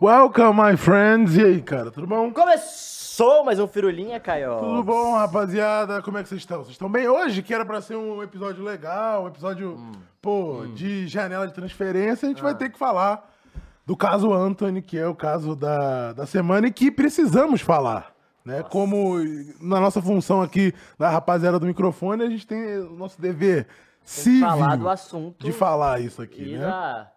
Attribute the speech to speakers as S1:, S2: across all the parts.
S1: Welcome, my friends. E aí, cara, tudo bom?
S2: Começou mais um Firulinha, Caio.
S1: Tudo bom, rapaziada? Como é que vocês estão? Vocês estão bem hoje? Que era pra ser um episódio legal, um episódio,
S2: Hum,
S1: pô, de janela de transferência. A gente
S2: Ah.
S1: vai ter que falar do caso Anthony, que é o caso da, da semana e que precisamos falar. Né? Como na nossa função aqui da rapaziada do microfone, a gente tem o nosso dever cívico
S2: Falar do assunto
S1: de falar isso aqui,
S2: e
S1: né?
S2: da-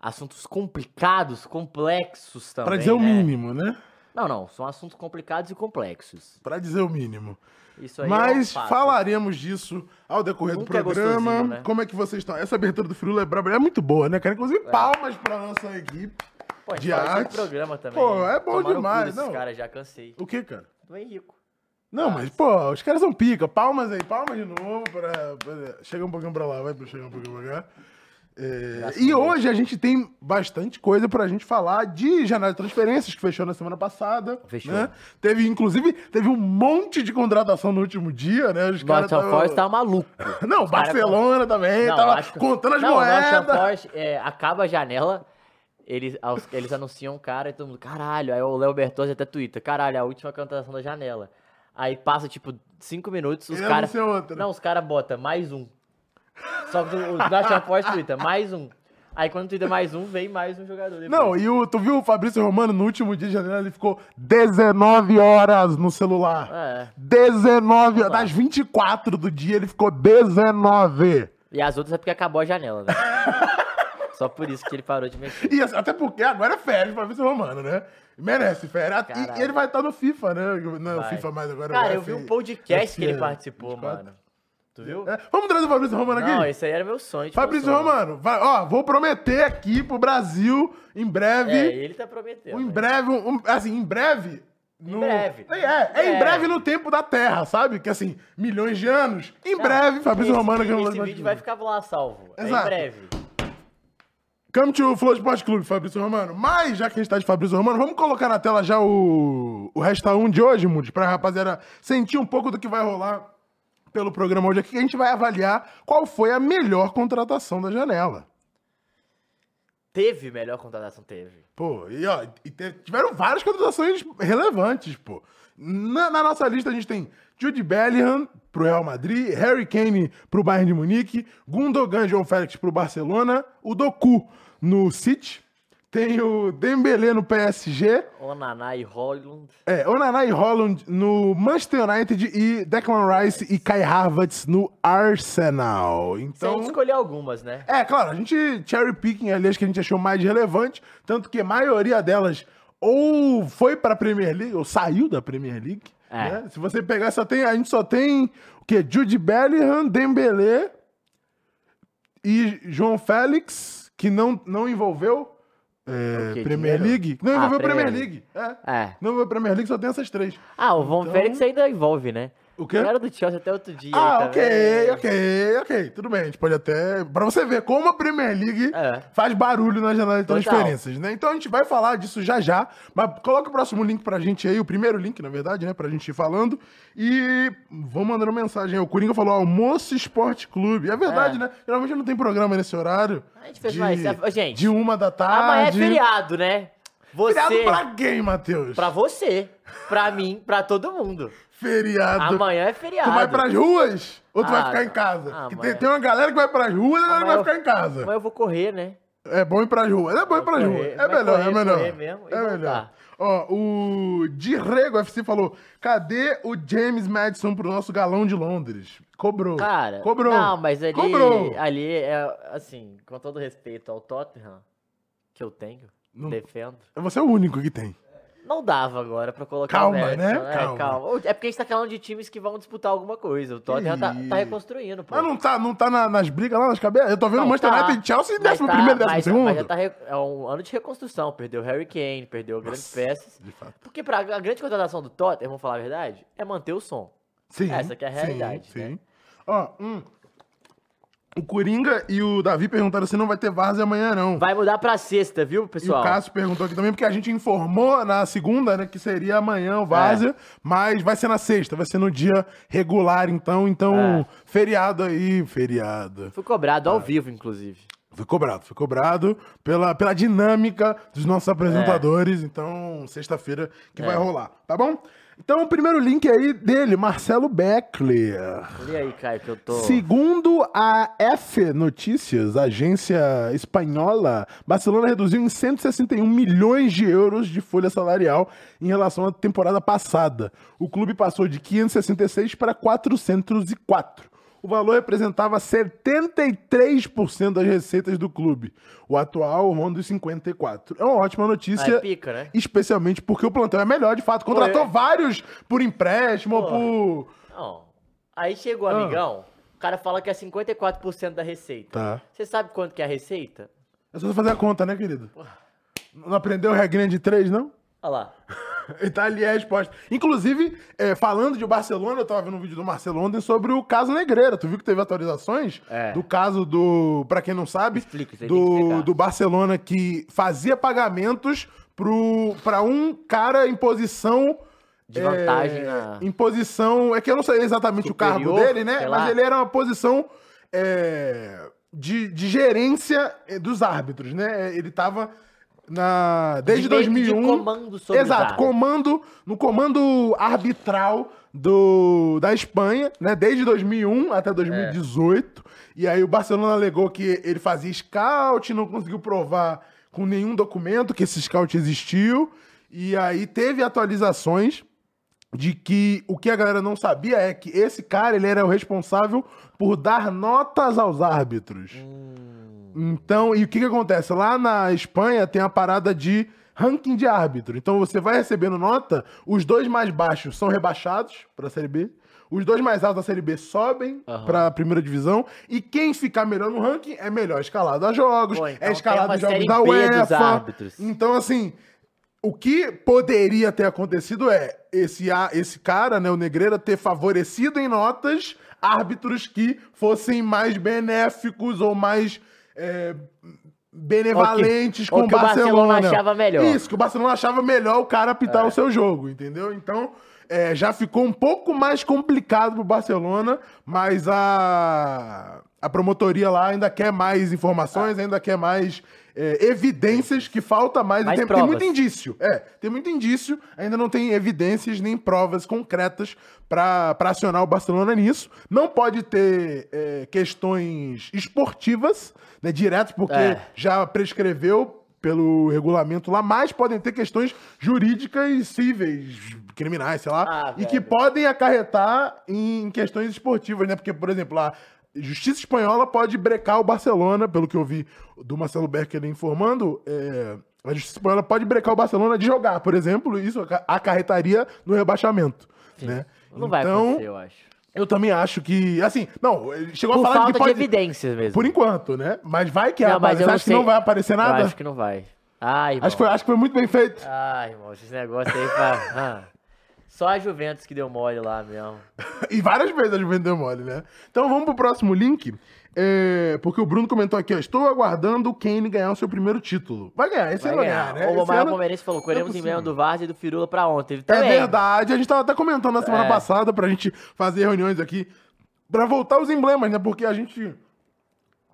S2: Assuntos complicados, complexos também,
S1: Pra dizer o
S2: né?
S1: mínimo, né?
S2: Não, não, são assuntos complicados e complexos.
S1: Pra dizer o mínimo.
S2: Isso aí é um
S1: Mas
S2: fato.
S1: falaremos disso ao decorrer
S2: Nunca é
S1: do programa.
S2: gostosinho, né?
S1: Como é que vocês estão? Essa abertura do Firula é braba, é muito boa, né, cara? Inclusive, palmas pra nossa equipe.
S2: Pô, a gente
S1: de
S2: fala isso no
S1: arte.
S2: programa também.
S1: Pô, é bom
S2: Tomaram o cu
S1: demais,
S2: desses
S1: não.
S2: caras, já cansei.
S1: O que, cara?
S2: Tô bem rico.
S1: Não,
S2: Ah,
S1: mas,
S2: sim.
S1: pô, os caras são pica. Palmas aí, palmas de novo. Pra, pra- Chega um pouquinho pra lá, vai pra chegar um pouquinho pra cá. É,
S2: Graças
S1: e
S2: a Deus.
S1: hoje a gente tem bastante coisa pra gente falar de janela de transferências que fechou na semana passada.
S2: Fechou.
S1: né? Teve, inclusive, teve um monte de contratação no último dia, né? Os caras
S2: Nossa, o
S1: tavam-
S2: Force tá maluco.
S1: Não,
S2: Os caras-
S1: Barcelona também, tava
S2: acho que-
S1: contando as
S2: não,
S1: moedas.
S2: Não, Force, é, acaba a janela, eles, aos- eles anunciam o cara e todo mundo, caralho, aí o Léo Bertozzi até twitta, caralho, é a última contratação da janela. Aí passa, tipo, cinco minutos, os
S1: Ele
S2: caras...
S1: anunciou outra.
S2: Não, os caras botam mais um. Só que o National Force twitta, mais um. Aí quando twitta mais um, vem mais um jogador. depois.
S1: Não, e o, tu viu o Fabrício Romano no último dia de janela, ele ficou 19 horas no celular.
S2: É.
S1: 19 horas. Das 24 do dia, ele ficou 19.
S2: E as outras é porque acabou a janela, né? Só por isso que ele parou de mexer.
S1: E assim, até porque agora é férias, Fabrício Romano, né? Merece férias. E-
S2: Caralho.
S1: E ele vai estar no FIFA, né? Não,
S2: Vai.
S1: FIFA mais agora. né? É,
S2: Cara,
S1: o
S2: eu vi
S1: F-
S2: um podcast que ele
S1: F-
S2: participou,
S1: 24.
S2: mano. Tu viu?
S1: É, Vamos trazer o Fabrício Romano aqui?
S2: Não, esse aí era meu sonho. de
S1: Fabrício
S2: falar.
S1: Romano, vai- ó, vou prometer aqui pro Brasil, em breve,
S2: É, ele tá prometendo.
S1: Um em
S2: né?
S1: breve, um, um- assim, em breve. no-
S2: breve.
S1: É, é, é em
S2: É.
S1: breve no tempo da Terra, sabe? Que assim, milhões de anos. Em breve, Fabrício
S2: esse,
S1: Romano
S2: Esse,
S1: ganhou
S2: vídeo vai ficar lá salvo. É em
S1: Exato.
S2: breve.
S1: Come to Flow Sport Clube, Fabrício Romano. Mas, já que a gente tá de Fabrício Romano, vamos colocar na tela já o, o Resta 1 de hoje, Mude, pra rapaziada sentir um pouco do que vai rolar pelo programa hoje aqui, que a gente vai avaliar qual foi a melhor contratação da janela.
S2: Teve melhor contratação, teve.
S1: Pô, e ó, e te- tiveram várias contratações relevantes, pô. Na, na nossa lista a gente tem Jude Bellingham pro Real Madrid, Harry Kane pro Bayern de Munique, Gundogan João Félix pro Barcelona, o Doku no City, tem o Dembélé no PSG,
S2: Onaná e Holland.
S1: é, Onaná e Holland no Manchester United e Declan Rice e Kai Havertz no Arsenal.
S2: Então... Sem
S1: Então,
S2: escolher algumas, né?
S1: é, claro, a gente cherry picking ali as que a gente achou mais relevante, tanto que a maioria delas ou foi pra Premier League ou saiu da Premier League.
S2: É.
S1: né? Se você pegar, só tem, a gente só tem o quê? Jude Bellingham, Dembélé e João Félix, que não, não envolveu é,
S2: O quê?
S1: Premier
S2: Dinheiro?
S1: League. Não
S2: Ah,
S1: envolveu Premier
S2: Premier
S1: League. É.
S2: É.
S1: Não envolveu Premier League, só tem essas três.
S2: Ah, o Von
S1: Então-
S2: Félix ainda envolve, né?
S1: O quê?
S2: Ele Era do Chelsea até outro dia. tá
S1: Ah,
S2: aí
S1: ok,
S2: também.
S1: ok, ok. Tudo bem, a gente pode até. Pra você ver como a Premier League
S2: É.
S1: faz barulho na janela de
S2: Total.
S1: transferências, né? Então a gente vai falar disso já já. Mas coloca o próximo link pra gente aí, o primeiro link, na verdade, né? Pra gente ir falando. E vão mandando mensagem. aí. O Coringa falou almoço esporte clube. É verdade,
S2: É.
S1: né? Geralmente não tem programa nesse horário.
S2: A gente fez mais- Ô, gente,
S1: De uma da tarde.
S2: Amanhã é feriado, né? Você.
S1: Feriado pra quem, Matheus?
S2: pra você. Pra mim, pra todo mundo.
S1: Feriado.
S2: Amanhã é feriado.
S1: Tu vai pras ruas ou tu vai
S2: Ah,
S1: ficar em casa?
S2: ah,
S1: Que tem,
S2: amanhã.
S1: tem uma galera que vai pras ruas e a galera que vai
S2: Amanhã eu-
S1: ficar em casa.
S2: Amanhã eu vou correr, né?
S1: É bom ir pras ruas. É bom ir pras
S2: Correr,
S1: ruas. É
S2: vai
S1: melhor,
S2: correr,
S1: é melhor.
S2: correr mesmo e
S1: é
S2: voltar.
S1: melhor. Ó, o Dirrego FC falou: cadê o James Madison pro nosso galão de Londres? Cobrou.
S2: Cara,
S1: Tipo, Cobrou.
S2: não, mas ali,
S1: Cobrou.
S2: ali é, assim, com todo respeito ao Tottenham, que eu tenho,
S1: Não-
S2: defendo,
S1: Você é o único que tem.
S2: não dava agora pra colocar
S1: Calma,
S2: o Madison,
S1: né?
S2: É,
S1: Calma.
S2: calma. É porque a gente tá falando de times que vão disputar alguma coisa, o Tottenham tá, tá reconstruindo, pô.
S1: Mas não tá, não tá na- nas brigas lá nas cabeças? Eu tô vendo
S2: Não,
S1: o Manchester
S2: tá,
S1: United e Chelsea
S2: mas
S1: décimo
S2: tá-
S1: primeiro, décimo
S2: mas- Mas já
S1: segundo.
S2: tá re- é um ano de reconstrução, perdeu Harry Kane, perdeu grandes peças,
S1: De fato.
S2: porque pra, a grande contratação do Tottenham, vamos falar a verdade, é manter o som.
S1: Sim.
S2: Essa que é a realidade,
S1: Sim.
S2: né?
S1: sim. Ó, hum. O Coringa e o Davi perguntaram se não vai ter Várzea amanhã, não.
S2: Vai mudar pra sexta, viu,
S1: E o
S2: pessoal?
S1: Cássio perguntou aqui também, porque a gente informou na segunda, né, que seria amanhã o Várzea,
S2: É.
S1: mas vai ser na sexta, vai ser no dia regular, então. Então,
S2: É.
S1: feriado aí, feriado. Ah.
S2: Fui cobrado ao vivo, inclusive.
S1: Fui cobrado, fui cobrado pela, pela dinâmica dos
S2: É.
S1: nossos apresentadores. Então, sexta-feira que vai rolar, tá bom? Então, o primeiro link aí dele, Marcelo Beckler.
S2: E aí, Caio, que eu tô.
S1: Segundo a F Notícias, agência espanhola, Barcelona reduziu em 161 milhões de euros de folha salarial em relação à temporada passada. O clube passou de 566 para 404. O valor representava 73% das receitas do clube. O atual ronda os 54. É uma ótima
S2: Ah,
S1: notícia.
S2: é pica, né?
S1: Especialmente porque o plantel é melhor, de fato. Contratou
S2: Pô, é-
S1: vários por empréstimo,
S2: Pô.
S1: por.
S2: Não. Aí chegou o
S1: Ah.
S2: amigão, o cara fala que é 54% da receita.
S1: Tá.
S2: Você sabe quanto que é a receita?
S1: É só você fazer a conta, né, querido? Não aprendeu regrinha de três, não?
S2: Olha lá.
S1: Então ali é a resposta. Inclusive, é, falando de Barcelona, eu tava vendo um vídeo do Marcelo ontem sobre o caso Negreira. Tu viu que teve atualizações
S2: É.
S1: do caso do. Pra quem não sabe,
S2: Explica, isso aí tem que
S1: do,
S2: explicar.
S1: do Barcelona que fazia pagamentos pro, pra um cara em posição.
S2: De
S1: é,
S2: vantagem na-
S1: Em posição. É que eu não sei exatamente o cargo
S2: Superior,
S1: dele, né?
S2: sei
S1: Mas
S2: lá.
S1: ele era uma posição. é, de, de gerência eh, dos árbitros, né? Ele tava na, desde
S2: De meio que
S1: 2001.
S2: De comando sobre os
S1: Exato,
S2: árbitros.
S1: comando, no comando arbitral do, da Espanha, né? Desde 2001 até 2018. E aí o Barcelona alegou que ele fazia scout, não conseguiu provar com nenhum documento que esse scout existiu. E aí teve atualizações de que o que a galera não sabia é que esse cara ele era o responsável por dar notas aos árbitros.
S2: Hum,
S1: Então, e o que que acontece? Lá na Espanha tem a parada de ranking de árbitro. Então você vai recebendo nota, os dois mais baixos são rebaixados pra Série B, os dois mais altos da Série B sobem pra
S2: Aham.
S1: primeira divisão, e quem ficar melhor no ranking é melhor escalado a jogos,
S2: Pô,
S1: é
S2: então
S1: escalado a
S2: tem uma
S1: jogos
S2: Série
S1: da
S2: B dos
S1: UEFA.
S2: árbitros.
S1: Então, assim, o que poderia ter acontecido é esse, a- esse cara, né, o Negreira, ter favorecido em notas árbitros que fossem mais benéficos ou mais é, benevalentes com
S2: Ou que- ou que o Barcelona achava melhor. É.
S1: Isso, que o Barcelona achava melhor o cara apitar o seu jogo, entendeu? Então, é, já ficou um pouco mais complicado pro Barcelona, mas a, a promotoria lá ainda quer mais informações, ainda quer mais é, evidências que falta mais.
S2: Mais
S1: tem, tem muito
S2: provas.
S1: indício, é, tem muito indício, ainda não tem evidências nem provas concretas pra pra acionar o Barcelona nisso. Não pode ter é, questões esportivas, né, diretas, porque
S2: É.
S1: já prescreveu pelo regulamento lá, mas podem ter questões jurídicas, cíveis, criminais, sei lá,
S2: Ah,
S1: e que
S2: velho.
S1: podem acarretar em questões esportivas, né? Porque, por exemplo, a Justiça Espanhola pode brecar o Barcelona, pelo que eu vi do Marcelo Becker informando, é, a Justiça Espanhola pode brecar o Barcelona de jogar, por exemplo, e isso aca- acarretaria no rebaixamento, né?
S2: não vai
S1: então,
S2: acontecer, eu acho.
S1: eu também acho que, assim, não, ele chegou
S2: Por
S1: a falar de que
S2: falta de
S1: pode...
S2: evidências mesmo.
S1: por enquanto, né? Mas vai que
S2: Não, mas
S1: aparece.
S2: eu não
S1: Acho que não
S2: sei.
S1: vai aparecer nada?
S2: Eu acho que não vai. Ai, irmão.
S1: Acho que, foi, acho que foi muito bem feito.
S2: Ai, irmão, esse negócio aí pra... Ah, Só a Juventus que deu mole lá mesmo.
S1: E várias vezes a Juventus deu mole, né? Então vamos pro próximo link. É, porque o Bruno comentou aqui, ó. Estou aguardando o Kane ganhar o seu primeiro título. Vai ganhar, esse ano vai ganhar, né?
S2: O
S1: Esse
S2: maior
S1: ano- é
S2: palmeirense falou, queremos
S1: possível.
S2: empenho do Vaz e do Firula pra ontem.
S1: É
S2: Também.
S1: verdade, a gente tava até comentando na semana
S2: É.
S1: passada pra gente fazer reuniões aqui pra voltar os emblemas, né? Porque a gente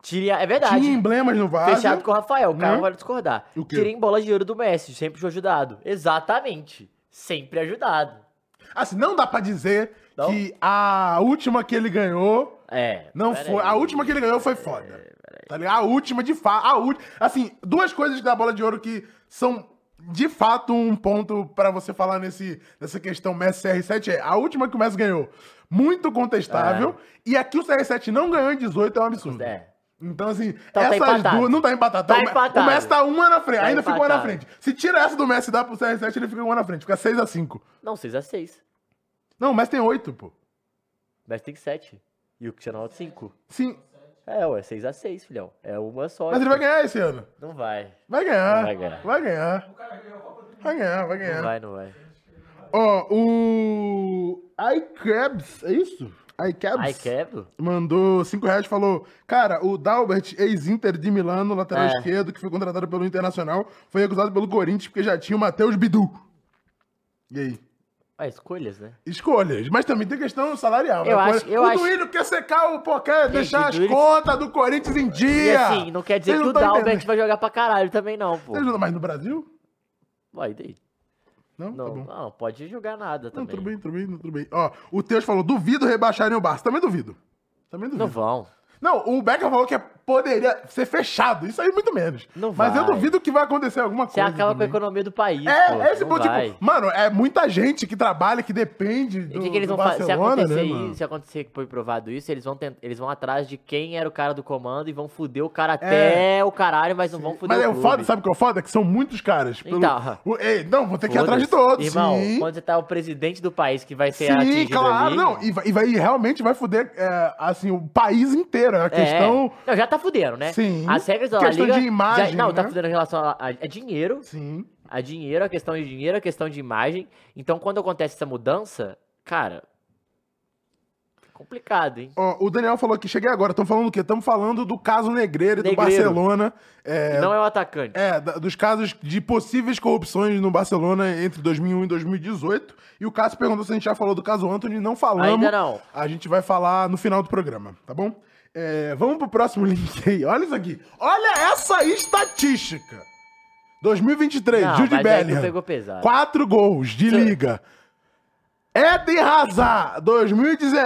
S2: Tira... É verdade.
S1: tinha emblemas no Vasco.
S2: Fechado com o Rafael, o cara
S1: Né?
S2: vai discordar.
S1: Ah, O quê?
S2: Tira em bola de ouro do Messi, sempre foi ajudado. Exatamente. Sempre ajudado.
S1: Assim, não dá pra dizer
S2: Não?
S1: que a última que ele ganhou
S2: É.
S1: Não
S2: pera
S1: foi.
S2: aí. É,
S1: A última que ele ganhou foi foda. Tá ligado? A última, de fato. A última. Assim, duas coisas da bola de ouro que são de fato um ponto pra você falar nesse, nessa questão Messi CR7 é a última que o Messi ganhou. Muito contestável. E aqui o CR7 não ganhou em 18 é um absurdo.
S2: É.
S1: Então, assim,
S2: Então tá
S1: essas
S2: empatado.
S1: duas. Não tá empatado. tá?
S2: Tá
S1: O Me-
S2: empatado.
S1: O Messi tá uma na frente.
S2: Tá
S1: ainda fica uma na
S2: empatado.
S1: frente. Se tira essa do Messi e dá pro CR7, ele fica uma na frente. Fica 6x5.
S2: Não, 6x6.
S1: Não, o Messi tem 8, pô.
S2: Messi tem 7. E o Cristiano Ronaldo 5.
S1: Sim.
S2: É, ué, 6x6, filhão. É uma só.
S1: Mas ele vai ganhar esse ano.
S2: Não vai.
S1: Vai ganhar. Vai
S2: Vai
S1: ganhar.
S2: ganhar.
S1: Vai ganhar. Vai ganhar, vai
S2: Não
S1: ganhar.
S2: vai, não vai.
S1: Ó, o. iCabs, é isso?
S2: Ai,
S1: iCabs
S2: quebro?
S1: mandou 5 reais e falou: Cara, o Dalbert, ex-Inter de Milano, lateral
S2: É.
S1: esquerdo, que foi contratado pelo Internacional, foi acusado pelo Corinthians porque já tinha o Matheus Bidu. E aí?
S2: Ah, escolhas, né?
S1: Escolhas. Mas também tem questão salarial.
S2: Eu
S1: né?
S2: acho- eu
S1: o
S2: acho-
S1: Duílio quer secar o pó, quer deixar as
S2: Duílio-
S1: contas do Corinthians em
S2: E
S1: dia.
S2: assim, não quer dizer
S1: Vocês
S2: que o
S1: tão entendendo.
S2: Dalbert vai jogar pra caralho também, não, pô.
S1: Você joga mais no Brasil?
S2: Vai, e daí?
S1: Não?
S2: Não,
S1: tá bom.
S2: não, pode jogar nada
S1: Não,
S2: também.
S1: tudo bem, tudo bem, tudo bem. Ó, o Teus falou, duvido rebaixarem o Barça. Também duvido. Também
S2: Não
S1: duvido.
S2: vão.
S1: Não, o Becker falou que é- poderia ser fechado. Isso aí muito menos.
S2: Não
S1: Mas eu
S2: vai. é
S1: duvido que vai acontecer alguma
S2: Você
S1: coisa.
S2: acaba com a
S1: também.
S2: economia do país, pô.
S1: É, é esse
S2: não
S1: ponto,
S2: vai.
S1: tipo, mano, é muita gente que trabalha, que depende
S2: E
S1: do,
S2: o que, que eles
S1: do
S2: vão fazer? Se
S1: Barcelona,
S2: acontecer,
S1: né,
S2: isso-
S1: mano?
S2: se acontecer que foi provado isso, eles vão, tent- eles vão atrás de quem era o cara do comando e vão fuder o cara até o caralho, mas não vão fuder
S1: É. Mas é
S2: o
S1: o
S2: clube.
S1: foda, sabe o que é o foda? É que são muitos caras. Pelo...
S2: Então.
S1: o- ei, não, vou ter que ir atrás de
S2: Foda-se.
S1: todos,
S2: Irmão,
S1: sim.
S2: quando você tá o presidente do país que vai ser
S1: Sim,
S2: atingido
S1: claro,
S2: ali...
S1: não. E vai, e vai- e realmente vai foder, é, assim, o país inteiro. É uma questão...
S2: É. Não, já tá fudendo, né?
S1: Sim.
S2: As regras da La
S1: Questão
S2: Liga
S1: de imagem,
S2: já- não, tá
S1: né?
S2: fudendo em relação a, a- a dinheiro,
S1: Sim.
S2: a dinheiro, a questão de dinheiro, a questão de imagem. Então, quando acontece essa mudança, cara, é complicado, hein?
S1: Ó, o Daniel falou que cheguei agora. Estamos falando do quê? Estamos falando do caso Negreiro e do
S2: Negreiro.
S1: Barcelona.
S2: E Não é o atacante.
S1: É, da- dos casos de possíveis corrupções no Barcelona entre 2001 e 2018. E o Cássio perguntou se a gente já falou do caso Anthony. Não falamos.
S2: Ainda não.
S1: A gente vai falar no final do programa, tá bom? É, vamos pro próximo link aí. Olha isso aqui. Olha essa estatística. 2023,
S2: Não,
S1: Jude
S2: mas é aí tu
S1: Bellingham.
S2: pegou pesado.
S1: Quatro gols de liga. Eden Hazard, 2019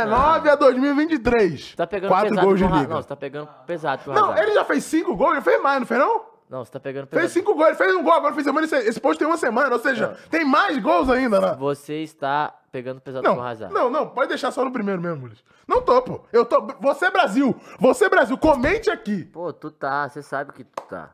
S1: a 2023.
S2: Tá pegando
S1: Quatro
S2: pesado
S1: gols de
S2: com o Ra-
S1: liga.
S2: Não, você tá pegando pesado com o
S1: Não,
S2: Hazard.
S1: ele já fez cinco gols, ele fez mais, não fez não?
S2: Não, você tá pegando pesado.
S1: Fez cinco gols, ele fez um gol, agora fez semana. Esse, esse post tem uma semana, ou seja,
S2: É.
S1: tem mais gols ainda, né?
S2: Você está pegando pesado
S1: Não,
S2: com o Hazard.
S1: não, não, pode deixar só no primeiro mesmo, Luiz. Não tô, pô. Eu tô. Você, é Brasil! Você, Brasil, comente aqui!
S2: Pô, tu tá, você sabe que tu tá.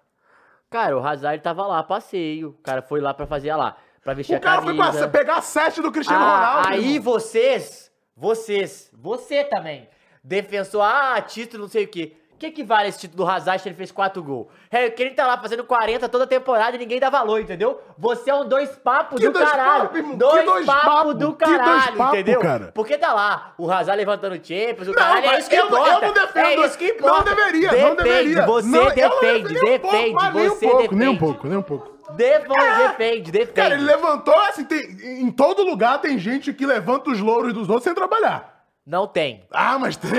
S2: Cara, o Hazard ele tava lá, a passeio. O cara foi lá pra fazer, olha lá, pra vestir
S1: O cara
S2: a
S1: foi
S2: camisa.
S1: pra pegar sete do Cristiano
S2: Ah,
S1: Ronaldo.
S2: Aí
S1: irmão.
S2: vocês, vocês, você também, defensor, ah, título, não sei o quê. O que, que vale esse título do Hazard se ele fez 4 gols? É, que ele tá lá fazendo 40 toda temporada e ninguém dá valor, entendeu? Você é um dois papo
S1: Que
S2: do
S1: dois
S2: caralho.
S1: papo, irmão?
S2: dois
S1: Que dois
S2: papo,
S1: papo?
S2: do
S1: Que dois
S2: caralho,
S1: papo,
S2: entendeu?
S1: cara?
S2: Porque tá lá, o Hazard levantando o Champions, o
S1: Não,
S2: caralho, é
S1: mas
S2: isso que
S1: eu- eu
S2: importa.
S1: não defendo-
S2: É isso que
S1: não
S2: importa.
S1: deveria,
S2: depende,
S1: não deveria.
S2: Você
S1: Não, eu não
S2: depende,
S1: defendo nem um pouco,
S2: depende,
S1: mas nem um
S2: você
S1: pouco,
S2: depende.
S1: Nem um pouco, nem um pouco.
S2: Devo- depende, depende.
S1: Cara, ele levantou, assim, tem, em todo lugar tem gente que levanta os louros dos outros sem trabalhar.
S2: Não tem.
S1: Ah, mas tem!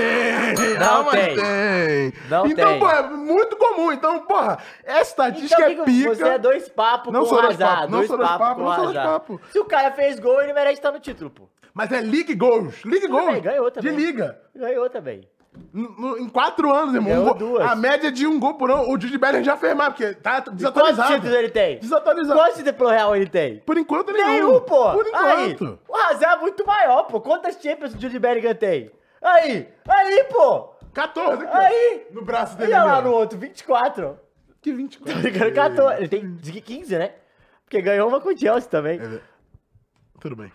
S2: Não
S1: ah, mas
S2: tem.
S1: tem!
S2: Não
S1: então,
S2: tem.
S1: pô, é muito comum. Então, porra, essa estatística
S2: Então,
S1: é
S2: o que que
S1: pica.
S2: Você é dois papos
S1: Não
S2: com
S1: sou
S2: o
S1: dois
S2: azar.
S1: papo, não
S2: dois
S1: sou dois
S2: papos
S1: papo,
S2: com
S1: não sou
S2: o
S1: dois
S2: azar.
S1: papo.
S2: Se o cara fez gol, ele merece estar no título, pô.
S1: Mas é League Goals. League
S2: Tudo bem,
S1: Goals.
S2: ganhou
S1: de
S2: também.
S1: liga.
S2: Ganhou também.
S1: No- no- em quatro anos, irmão.
S2: Ganhou
S1: Um gol-
S2: duas.
S1: A média de um gol por ano. O Jude Bellingham já fez mais, porque tá
S2: Quantos
S1: desatualizado.
S2: títulos ele tem?
S1: Desatualizado.
S2: Quantos títulos pelo Real ele tem?
S1: Por enquanto, nenhum.
S2: Nenhum, pô.
S1: Por enquanto.
S2: Aí, o azar é muito maior, pô. Quantas Champions o Jude Bellingham tem? Aí, aí, pô.
S1: 14. aqui, ó.
S2: Aí.
S1: No braço
S2: E
S1: dele.
S2: olha lá
S1: ali, ó.
S2: no outro, 24.
S1: Que
S2: Tô
S1: 24.
S2: brincando, 14. Ele tem 15, né? Porque ganhou uma com o Chelsea também.
S1: É, Tudo bem.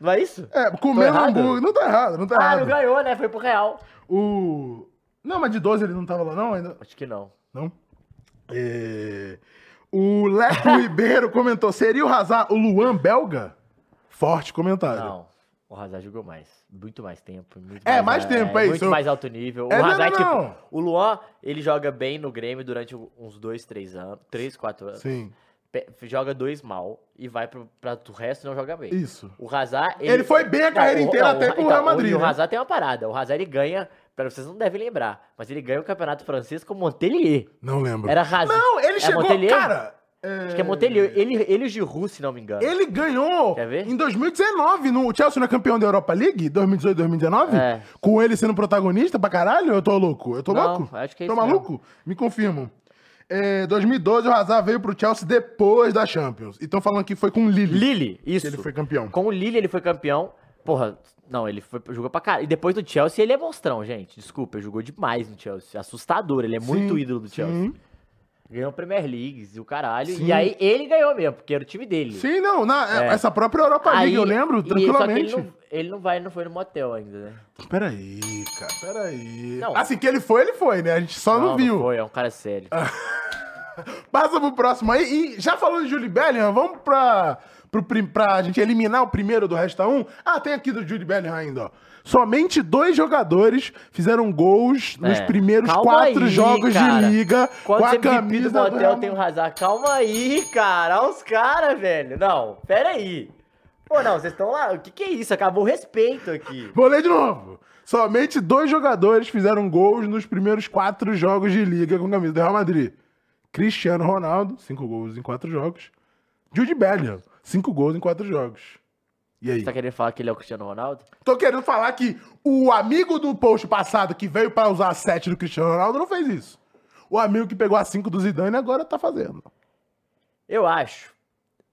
S2: Não é isso?
S1: É, comendo
S2: errado?
S1: hambúrguer. Não tá errado, não tá
S2: Ah, não
S1: errado.
S2: ganhou, né? Foi pro Real.
S1: O... Não, mas de 12 ele não tava lá, não? Ainda...
S2: Acho que não.
S1: Não? É, O Leco Ribeiro comentou: seria o Hazard o Luan belga? Forte comentário.
S2: Não. O Hazard jogou mais. Muito mais tempo. Muito
S1: É, mais tempo, é isso.
S2: Muito mais alto nível. O
S1: É, não,
S2: Hazard,
S1: não,
S2: tipo,
S1: não.
S2: o Luan, ele joga bem no Grêmio durante uns dois, três anos. Três, quatro anos.
S1: Sim,
S2: Pe- Joga dois mal e vai pro, pra, pro resto e não joga bem.
S1: isso.
S2: O Hazard...
S1: Ele foi bem a carreira
S2: o- então,
S1: inteira até
S2: o-
S1: pro Real Madrid,
S2: E o
S1: né?
S2: Hazard tem uma parada. O Hazard, ele ganha... Pra vocês não devem lembrar, mas ele ganha o campeonato francês com Montpellier.
S1: Não lembro.
S2: Era Hazard.
S1: Não, ele
S2: é
S1: chegou.
S2: Montpellier?
S1: Cara. é,
S2: Acho que é Montpellier. Ele, ele e o Giroud, se não me engano.
S1: Ele ganhou
S2: Quer ver?
S1: em 2019, no o Chelsea não é campeão da Europa League, 2018, 2019,
S2: É.
S1: com ele sendo protagonista pra caralho, eu tô louco, eu tô
S2: Não,
S1: louco,
S2: acho que é
S1: tô
S2: isso mesmo.
S1: maluco, me confirmam. É, 2012 o Hazard veio pro Chelsea depois da Champions, e tão falando que foi com o Lille,
S2: Lille,
S1: que
S2: isso.
S1: ele foi campeão.
S2: Com o Lille ele foi campeão. Porra, não, ele foi, jogou pra caralho. E depois do Chelsea ele é monstrão, gente. Desculpa, ele jogou demais no Chelsea. Assustador, ele é muito
S1: Sim,
S2: ídolo do Chelsea.
S1: Sim.
S2: Ganhou Premier Leagues e o caralho.
S1: Sim.
S2: E aí ele ganhou mesmo, porque era o time dele.
S1: Sim, não, na-
S2: É.
S1: essa própria Europa
S2: Aí-
S1: League, eu lembro,
S2: e-
S1: tranquilamente.
S2: Só que ele não, ele não vai, não foi no motel ainda, né?
S1: Peraí, cara, peraí.
S2: Não.
S1: Assim que ele foi, ele foi, né, a gente só não, viu. Ah,
S2: foi, é um cara sério.
S1: Passa pro próximo aí. E já falando de Julie Bellingham, vamos pra, pro, prim- pra gente eliminar o primeiro do Resta 1? Ah, tem aqui do Julie Bellingham ainda, ó. Somente dois jogadores fizeram gols nos
S2: É.
S1: primeiros
S2: Calma
S1: quatro
S2: aí,
S1: jogos
S2: cara.
S1: de liga
S2: Quando
S1: com a
S2: você
S1: camisa
S2: camisa
S1: do
S2: do um? motel
S1: Real
S2: tem o Hazard. Calma aí, cara. Olha os caras, velho. Não, pera aí. Pô, não, vocês estão lá. O que, que é isso? Acabou o respeito aqui.
S1: Vou ler de novo. Somente dois jogadores fizeram gols nos primeiros quatro jogos de liga com a camisa do Real Madrid. Cristiano Ronaldo, cinco gols em quatro jogos. Jude Bellingham, cinco gols em quatro jogos. E aí?
S2: Você tá querendo falar que ele é o Cristiano Ronaldo?
S1: Tô querendo falar que o amigo do post passado que veio pra usar a 7 do Cristiano Ronaldo não fez isso. O amigo que pegou a 5 do Zidane agora tá fazendo.
S2: Eu acho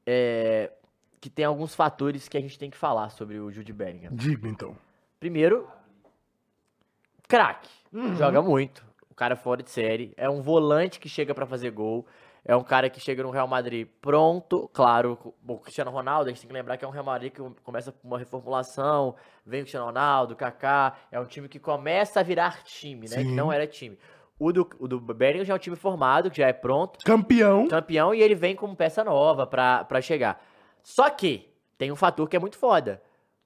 S2: é, que tem alguns fatores que a gente tem que falar sobre o Jude Bellingham.
S1: Diga então.
S2: Primeiro, craque.
S1: Uhum.
S2: Joga muito. O cara é fora de série. É um volante que chega pra fazer gol. É um cara que chega no Real Madrid pronto, claro. O Cristiano Ronaldo, a gente tem que lembrar que é um Real Madrid que começa com uma reformulação. Vem o Cristiano Ronaldo, o Kaká. É um time que começa a virar time, né? Que
S1: Sim.
S2: não era time. O do, o do Bellingham já é um time formado, que já é pronto
S1: Campeão.
S2: campeão e ele vem como peça nova pra, pra chegar. Só que tem um fator que é muito foda.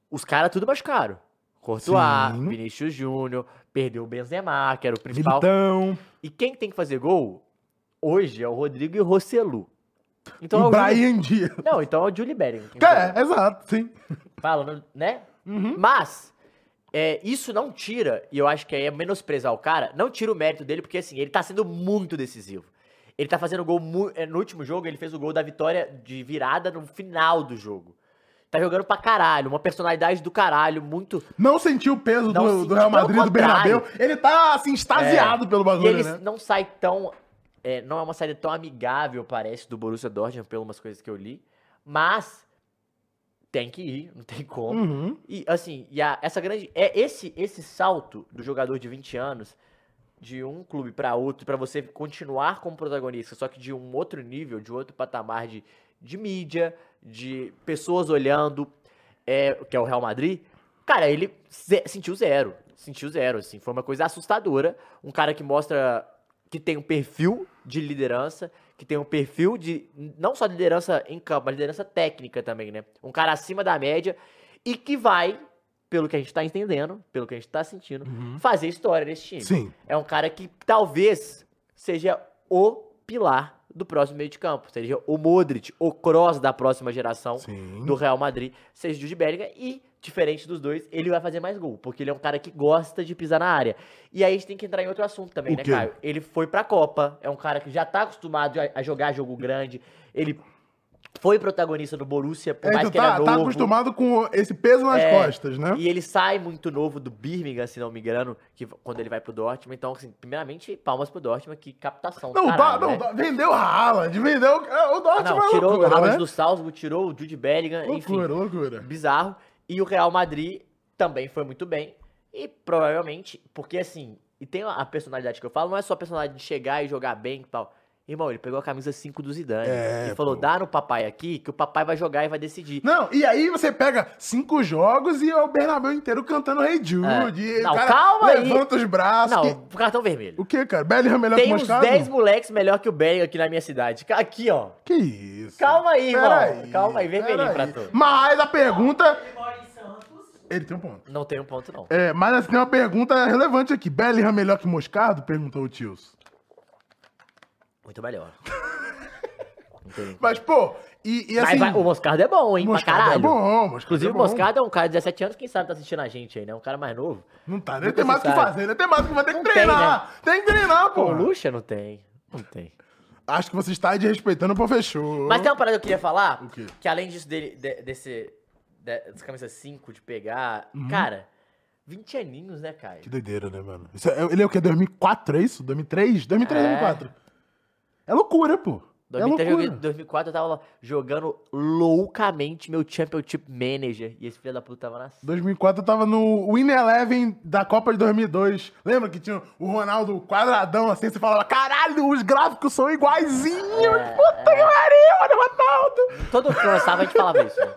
S2: Os caras tudo machucaram. Courtois,
S1: Sim. tá-
S2: Vinícius Júnior, perdeu o Benzema, que era o principal.
S1: Militão.
S2: E quem tem que fazer gol hoje é o Rodrigo e o Rossellu. Então é
S1: e
S2: o Juli-
S1: Brian Dias.
S2: Não, então é o Julie Bellingham. quem faz.
S1: É, exato, sim.
S2: Falando, né?
S1: Uhum.
S2: Mas, é, isso não tira, e eu acho que aí é menosprezar o cara, não tira o mérito dele, porque assim, ele tá sendo muito decisivo. Ele tá fazendo gol. mu- é, No último jogo, ele fez o gol da vitória de virada no final do jogo. Tá jogando pra caralho, uma personalidade do caralho, muito.
S1: Não sentiu o peso
S2: Não
S1: do,
S2: sentiu,
S1: do Real
S2: pelo
S1: Madrid, do
S2: contrário. É.
S1: Bernabéu. Ele tá, assim, extasiado pelo
S2: E
S1: bagulho,
S2: ele
S1: né?
S2: não sai tão. é, não é uma saída tão amigável, parece, do Borussia Dortmund, pelas coisas que eu li. Mas. Tem que ir, não tem como.
S1: Uhum.
S2: E assim, e a- essa grande é esse esse salto do jogador de 20 anos de um clube pra outro, pra você continuar como protagonista, só que de um outro nível, de outro patamar de, de mídia, de pessoas olhando, é, que é o Real Madrid. Cara, ele ze- sentiu zero, sentiu zero, assim, foi uma coisa assustadora. Um cara que mostra que tem um perfil de liderança, que tem um perfil de não só liderança em campo, mas liderança técnica também, né? Um cara acima da média e que vai, pelo que a gente tá entendendo, pelo que a gente tá sentindo,
S1: Uhum.
S2: fazer história nesse time.
S1: Sim.
S2: É um cara que talvez seja o pilar do próximo meio de campo, seja o Modric, o Cross da próxima geração
S1: Sim.
S2: Então, do Real Madrid, seja o Jude Bellingham e diferente dos dois, ele vai fazer mais gol, porque ele é um cara que gosta de pisar na área. E aí a gente tem que entrar em outro assunto também,
S1: O
S2: né,
S1: quê?
S2: Caio? Ele foi pra Copa, é um cara que já tá acostumado a, a jogar jogo grande, ele foi protagonista do Borussia, por
S1: É,
S2: mais
S1: então
S2: que ele era
S1: tá,
S2: novo.
S1: tá acostumado com esse peso nas
S2: É,
S1: costas, né?
S2: E ele sai muito novo do Birmingham, se não me engano, que, quando ele vai pro Dortmund. Então, assim, primeiramente, palmas pro Dortmund, que captação. do
S1: Não, o
S2: caralho,
S1: Dó- não,
S2: né? Ah,
S1: o Dó- vendeu a Haaland, vendeu o Dortmund.
S2: Não, tirou
S1: loucura,
S2: o Haaland
S1: né?
S2: do Salzburg, tirou o Jude Bellingham, enfim,
S1: Loucura, loucura.
S2: bizarro. E o Real Madrid também foi muito bem. E provavelmente, porque assim, e tem a personalidade que eu falo, não é só a personalidade de chegar e jogar bem e tal. Irmão, ele pegou a camisa 5 do Zidane
S1: É,
S2: e falou:
S1: pô.
S2: dá no papai aqui, que o papai vai jogar e vai decidir.
S1: Não, e aí você pega cinco jogos e é o Bernabéu inteiro cantando Rei Jude.
S2: É.
S1: e
S2: Não,
S1: o cara
S2: calma aí.
S1: levanta os braços. que-
S2: não, cartão vermelho.
S1: O que, cara? Bellingham é melhor que
S2: Tem
S1: o
S2: uns
S1: Moscardo?
S2: 10 moleques melhor que o Bellingham aqui na minha cidade. Ca- Aqui, ó.
S1: Que isso?
S2: Calma aí, irmão.
S1: Peraí,
S2: Calma aí, vermelhinho pra
S1: peraí.
S2: tu.
S1: Mas a pergunta... Ele tem um ponto.
S2: Não tem um ponto, não.
S1: É, mas assim, tem uma pergunta relevante aqui. Bellingham é melhor que Moscardo? Perguntou o Tios.
S2: Muito melhor. Não tem.
S1: Mas, pô, e, e
S2: Mas
S1: assim...
S2: vai- o Moscardo é bom, hein?
S1: Moscardo
S2: pra caralho.
S1: é bom, Moscardo
S2: Inclusive,
S1: é
S2: o
S1: bom.
S2: Moscardo é um cara de 17 anos, quem sabe tá assistindo a gente aí, né? Um cara mais novo.
S1: Não tá, né?
S2: Nunca
S1: Tem
S2: se
S1: mais o que
S2: sabe.
S1: fazer, né? Tem mais o que vai ter
S2: Não
S1: que
S2: tem, né?
S1: treinar. Tem, que treinar,
S2: Pô,
S1: pô.
S2: o Lucha não tem. Não tem.
S1: Acho que você está desrespeitando o professor.
S2: Mas tem uma parada que eu queria falar,
S1: O quê?
S2: que além disso dele, de- desse, de, dessa camisa 5 de pegar, cara, 20 aninhos, né, Caio?
S1: Uhum. Que doideira, né, mano? Isso é- ele é o quê? 2004, é isso? 2003? 2003,
S2: É.
S1: 2004. É loucura, pô. É
S2: 2003 eu
S1: loucura.
S2: joguei- 2004 eu tava lá jogando loucamente meu Championship Manager e esse filho da puta tava na
S1: 2004 eu tava no Win Eleven da Copa de 2002. Lembra que tinha o Ronaldo quadradão assim? Você falava, caralho, os gráficos são iguaizinhos.
S2: É,
S1: Puta que pariu, olha o Ronaldo.
S2: Todo mundo que lançava a gente falava isso. né?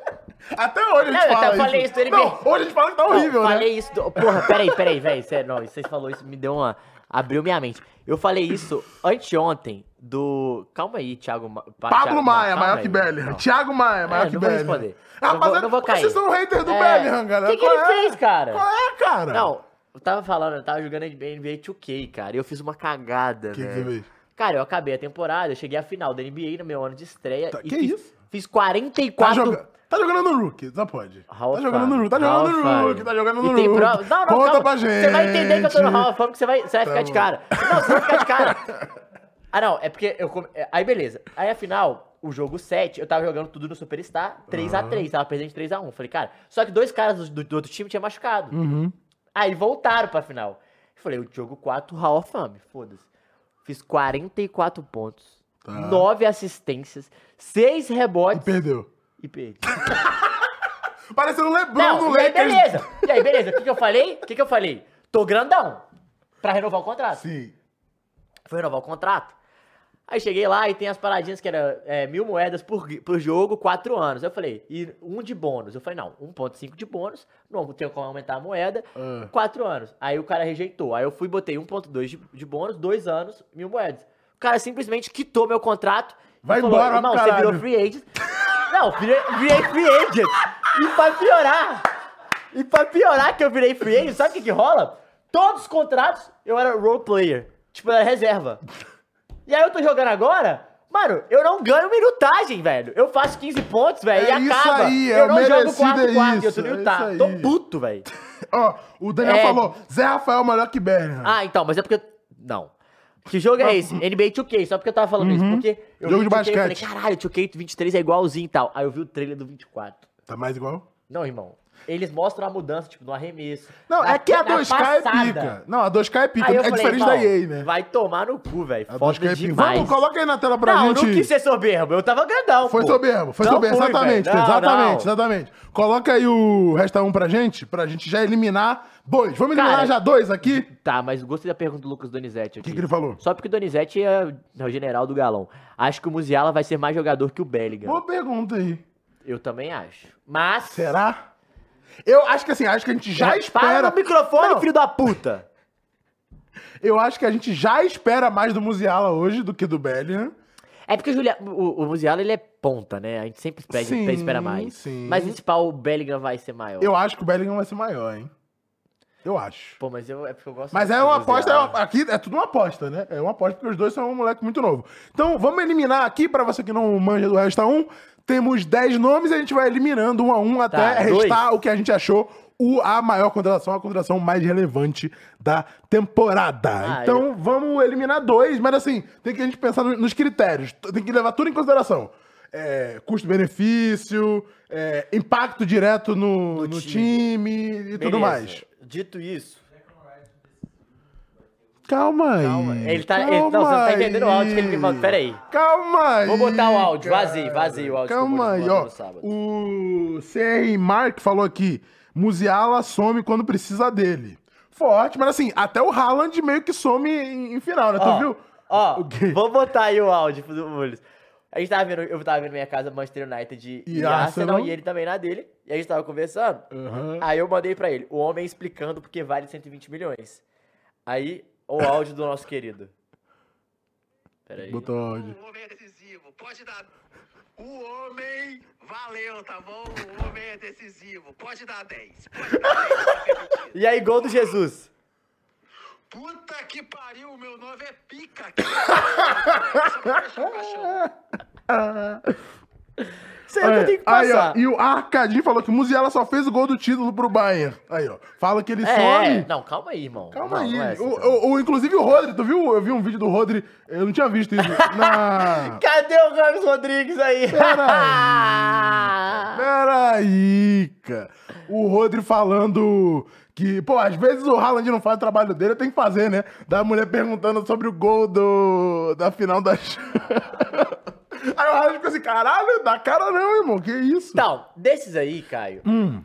S1: Até hoje a
S2: Não,
S1: gente
S2: eu
S1: fala
S2: até falei isso dele
S1: Não,
S2: mesmo.
S1: hoje a gente fala que tá
S2: Não,
S1: horrível, né?
S2: falei isso. do- Porra, peraí, peraí, velho. Sério, não, vocês falou isso, me deu uma. Abriu minha mente. Eu falei isso anteontem do. Calma aí, Thiago. Ma- Pa-
S1: Pablo
S2: Thiago- não,
S1: Maia,
S2: calma
S1: maior
S2: aí,
S1: que Bellingham.
S2: não.
S1: Thiago Maia, maior
S2: É,
S1: que
S2: não vou
S1: Bellingham.
S2: responder.
S1: Ah,
S2: Não vou-
S1: mas é-
S2: não vou cair.
S1: Vocês são haters do
S2: É.
S1: Bellingham, galera.
S2: Que que ele
S1: Qual é?
S2: fez, cara?
S1: Qual é, cara?
S2: Não, eu tava falando, eu tava jogando NBA 2K, cara. E eu fiz uma cagada,
S1: Que que você
S2: velho.
S1: fez? Tá
S2: Cara, eu acabei a temporada, eu cheguei à final da NBA no meu ano de estreia.
S1: Tá,
S2: e
S1: que
S2: fiz,
S1: isso?
S2: Fiz
S1: Tá,
S2: 44.
S1: joga- Tá jogando no Rookie, só pode.
S2: Hall
S1: Tá
S2: of
S1: jogando no
S2: Fame.
S1: Rookie, tá
S2: Hall
S1: jogando
S2: of
S1: no
S2: Fame.
S1: Rookie, tá jogando
S2: E
S1: no
S2: tem
S1: Rookie.
S2: prova... Não, não,
S1: Conta
S2: calma.
S1: pra gente.
S2: Você vai entender que eu tô no Hall of Fame, que você vai, você vai
S1: Tá
S2: ficar de
S1: bom.
S2: cara. Não, você vai ficar de cara. Ah, não, é porque eu... come- é, Aí, beleza. Aí, afinal, o jogo 7, eu tava jogando tudo no Superstar, 3x3, tava perdendo de 3x1. Falei, cara, só que dois caras do, do- do outro time tinham machucado.
S1: Uhum.
S2: Aí voltaram pra final. Eu falei, o jogo 4, Hall of Fame, foda-se. Fiz 44 pontos,
S1: Tá.
S2: 9 assistências, 6
S1: E
S2: rebotes
S1: perdeu.
S2: e perdi.
S1: Parecendo o LeBron
S2: Não,
S1: no
S2: e aí
S1: Lakers.
S2: beleza. E aí beleza, o que, que eu falei? O que, que eu falei? Tô grandão pra renovar o contrato.
S1: Sim.
S2: Foi renovar o contrato. Aí cheguei lá e tem as paradinhas que era é, mil moedas por, gui- por jogo, quatro anos. Eu falei, e um de bônus. Eu falei, não, 1.5 de bônus, não tenho como aumentar a moeda,
S1: Ah.
S2: quatro anos. Aí o cara rejeitou. Aí eu fui e botei 1.2 de, de bônus, dois anos, mil moedas. O cara simplesmente quitou meu contrato. e
S1: Vai embora, vai pro
S2: irmão, você virou
S1: caralho."
S2: free agent. Não, virei, virei free agent. E pra piorar, e pra piorar que eu virei free agent, sabe o que que rola? Todos os contratos, eu era role player. Tipo, eu era reserva. E aí eu tô jogando agora, mano, eu não ganho minutagem, velho. Eu faço 15 pontos, velho,
S1: É
S2: e
S1: isso
S2: acaba.
S1: aí, é
S2: eu não jogo
S1: merecido, é
S2: 4 4 eu
S1: isso, é
S2: tô no
S1: isso
S2: Utah.
S1: aí.
S2: Tô puto, velho.
S1: Ó, o Daniel
S2: É.
S1: falou, Zé Rafael melhor que Berna.
S2: Ah, então, mas é porque. eu- Não. Que jogo é esse? NBA 2K, só porque eu tava falando isso. Porque eu
S1: Uhum. Jogo
S2: vi
S1: de
S2: 2K, eu
S1: basquete.
S2: Falei, caralho, 2K 23 é igualzinho e tal. Aí eu vi o trailer do 24.
S1: Tá mais igual?
S2: Não, irmão. Eles mostram a mudança, tipo, no arremesso.
S1: Não,
S2: Na-
S1: é que a
S2: na
S1: 2K
S2: passada.
S1: é pica. Não, a 2K é pica.
S2: Aí
S1: É
S2: eu falei,
S1: diferente da
S2: irmão,
S1: EA, né?
S2: Vai tomar no cu, velho.
S1: A 2K
S2: Foda
S1: é pica.
S2: demais.
S1: Vamos, coloca aí na tela pra
S2: não, eu
S1: gente.
S2: não quis ser soberbo. Eu tava grandão,
S1: Foi
S2: pô.
S1: soberbo, foi
S2: Não
S1: soberbo,
S2: fui,
S1: exatamente,
S2: velho. Não,
S1: exatamente,
S2: não.
S1: exatamente. Coloca aí o resta um pra gente, pra gente já eliminar dois. Vamos eliminar
S2: Cara,
S1: já dois aqui?
S2: Tá, mas gostei da pergunta do Lucas Donizete. O
S1: que ele falou?
S2: Só porque o Donizete é o general do galão. Acho que o Musiala vai ser mais jogador que o Bellingham.
S1: Boa pergunta aí.
S2: Eu também acho. Mas...
S1: Será? Eu acho que assim, acho que a gente já
S2: Para
S1: espera.
S2: no microfone,
S1: Não.
S2: filho da puta!
S1: Eu acho que a gente já espera mais do Musiala hoje do que do Bellingham.
S2: É porque o, Julia, o, o Musiala, ele é ponta, né? A gente sempre espera,
S1: Sim,
S2: espera mais.
S1: sim.
S2: Mas, principal, o Bellingham vai ser maior.
S1: Eu acho que o Bellingham vai ser maior, hein? Eu acho.
S2: Pô, mas eu, é porque eu gosto
S1: Mas
S2: muito
S1: é
S2: do
S1: uma
S2: Musiala.
S1: aposta, é uma- aqui é tudo uma aposta, né? É uma aposta porque os dois são um moleque muito novo. Então, vamos eliminar aqui, pra você que não manja do Resta 1, temos 10 nomes e a gente vai eliminando um a um até
S2: dois.
S1: restar o que a gente achou o, a maior contratação, a contratação mais relevante da temporada.
S2: Ah,
S1: então, vamos eliminar dois, mas assim, tem que a gente pensar no- nos critérios, t- tem que levar tudo em consideração. É, custo-benefício, é, impacto direto no, no time e tudo
S2: Beleza.
S1: mais.
S2: Dito isso...
S1: Calma aí.
S2: Calma, ele tá- ele- não, você não tá entendendo o áudio que ele me mandou, peraí.
S1: Calma aí.
S2: Vou botar o áudio,
S1: cara.
S2: vazio, vazio o áudio que o
S1: Calma
S2: Muniz
S1: aí,
S2: mandou
S1: ó.
S2: no sábado.
S1: O CR Mark falou aqui: Musiala some quando precisa dele. Forte, mas assim, até o Haaland meio que some em, em final, né?
S2: ó,
S1: tu viu?
S2: Ó,
S1: O quê?
S2: vou botar aí o áudio do Mules. A gente tava vendo, eu tava vendo minha casa Manchester United e,
S1: E
S2: Arsenal,
S1: Arsenal.
S2: e ele também na dele, e a gente tava conversando.
S1: Aham.
S2: Aí eu mandei pra ele, o homem explicando porque vale 120 milhões. Aí, o áudio do nosso querido. Pera aí.
S1: Botou o áudio.
S3: O homem é decisivo. Pode dar. O homem valeu, tá bom? O homem é decisivo. Pode dar 10. Pode dar 10. tá permitido.
S2: E aí, gol do Jesus.
S3: Puta que pariu, o meu nome é pica. cara. Só pra fechar o caixão.
S2: Isso aí é o que eu tenho que passar.
S1: Ah, ó, e o Arcadinho falou que Musiala só fez o gol do título pro Bayern. Aí, ó. Fala que ele
S2: é,
S1: some.
S2: não, calma aí, irmão.
S1: Calma
S2: Não,
S1: aí.
S2: não é assim,
S1: o,
S2: então.
S1: o- o- inclusive o Rodri, tu viu? Eu vi um vídeo do Rodri, eu não tinha visto isso. Na.
S2: Cadê o Gomes Rodrigues aí?
S1: Peraí. Peraí, cara. O Rodri falando que, pô, às vezes o Haaland não faz o trabalho dele, tem que fazer, né? Da mulher perguntando sobre o gol do, da final da. aí o Haaland ficou assim: caralho, dá cara não, irmão, que isso.
S2: Então, desses aí, Caio,
S1: Hum.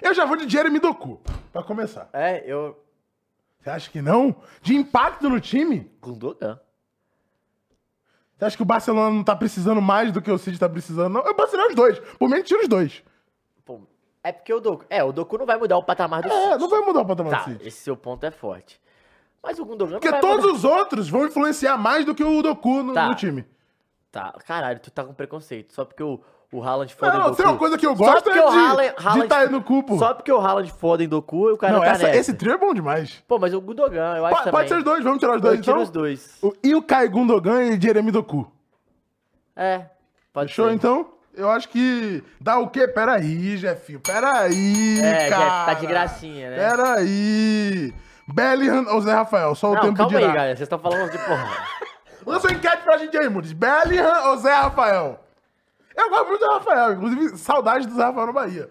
S1: Eu já vou de Jeremy Doku, pra começar.
S2: é, eu...
S1: Você acha que não? De impacto no time?
S2: Gundogan.
S1: Você acha que o Barcelona não tá precisando mais do que o City tá precisando, não? Eu parcelei os dois. Por mim, tira os dois.
S2: Pô, é porque o Doku... É, o Doku não vai mudar o patamar do
S1: É,
S2: City.
S1: não vai mudar o patamar
S2: Tá,
S1: do City.
S2: esse seu ponto é forte. Mas o Gundogan não
S1: Porque
S2: vai
S1: todos
S2: mudar-
S1: os outros vão influenciar mais do que o Doku no,
S2: Tá.
S1: no time.
S2: Tá, caralho, tu tá com preconceito. Só porque o, o Haaland foda
S1: Não,
S2: em
S1: não,
S2: Doku.
S1: tem uma coisa que eu
S2: Só
S1: gosto
S2: porque
S1: é
S2: o
S1: de-
S2: Haaland-
S1: de
S2: Haaland-
S1: tá aí no cu, pô.
S2: Só porque o Haaland foda em Doku e o cara
S1: não,
S2: tá
S1: essa-
S2: nessa.
S1: esse trio é bom demais.
S2: Pô, mas o Gundogan, eu acho
S1: Pa-
S2: também.
S1: pode ser os dois, vamos tirar os
S2: Eu
S1: dois,
S2: tiro
S1: então?
S2: os dois.
S1: O- E o Kai Gundogan e Jeremy Doku.
S2: É, pode
S1: Show,
S2: ser.
S1: então? Eu acho que. Dá o quê? Peraí, Jefinho. Peraí.
S2: É, Jeff,
S1: cara.
S2: tá de gracinha, né?
S1: Peraí. Bellingham ou Zé Rafael? Só o
S2: Não,
S1: tempo
S2: calma aí,
S1: dirá.
S2: galera. Vocês estão falando de porra.
S1: Lança uma enquete pra gente aí, Muniz. Bellingham ou Zé Rafael? Eu gosto muito do Zé Rafael, inclusive saudade do Zé Rafael na Bahia.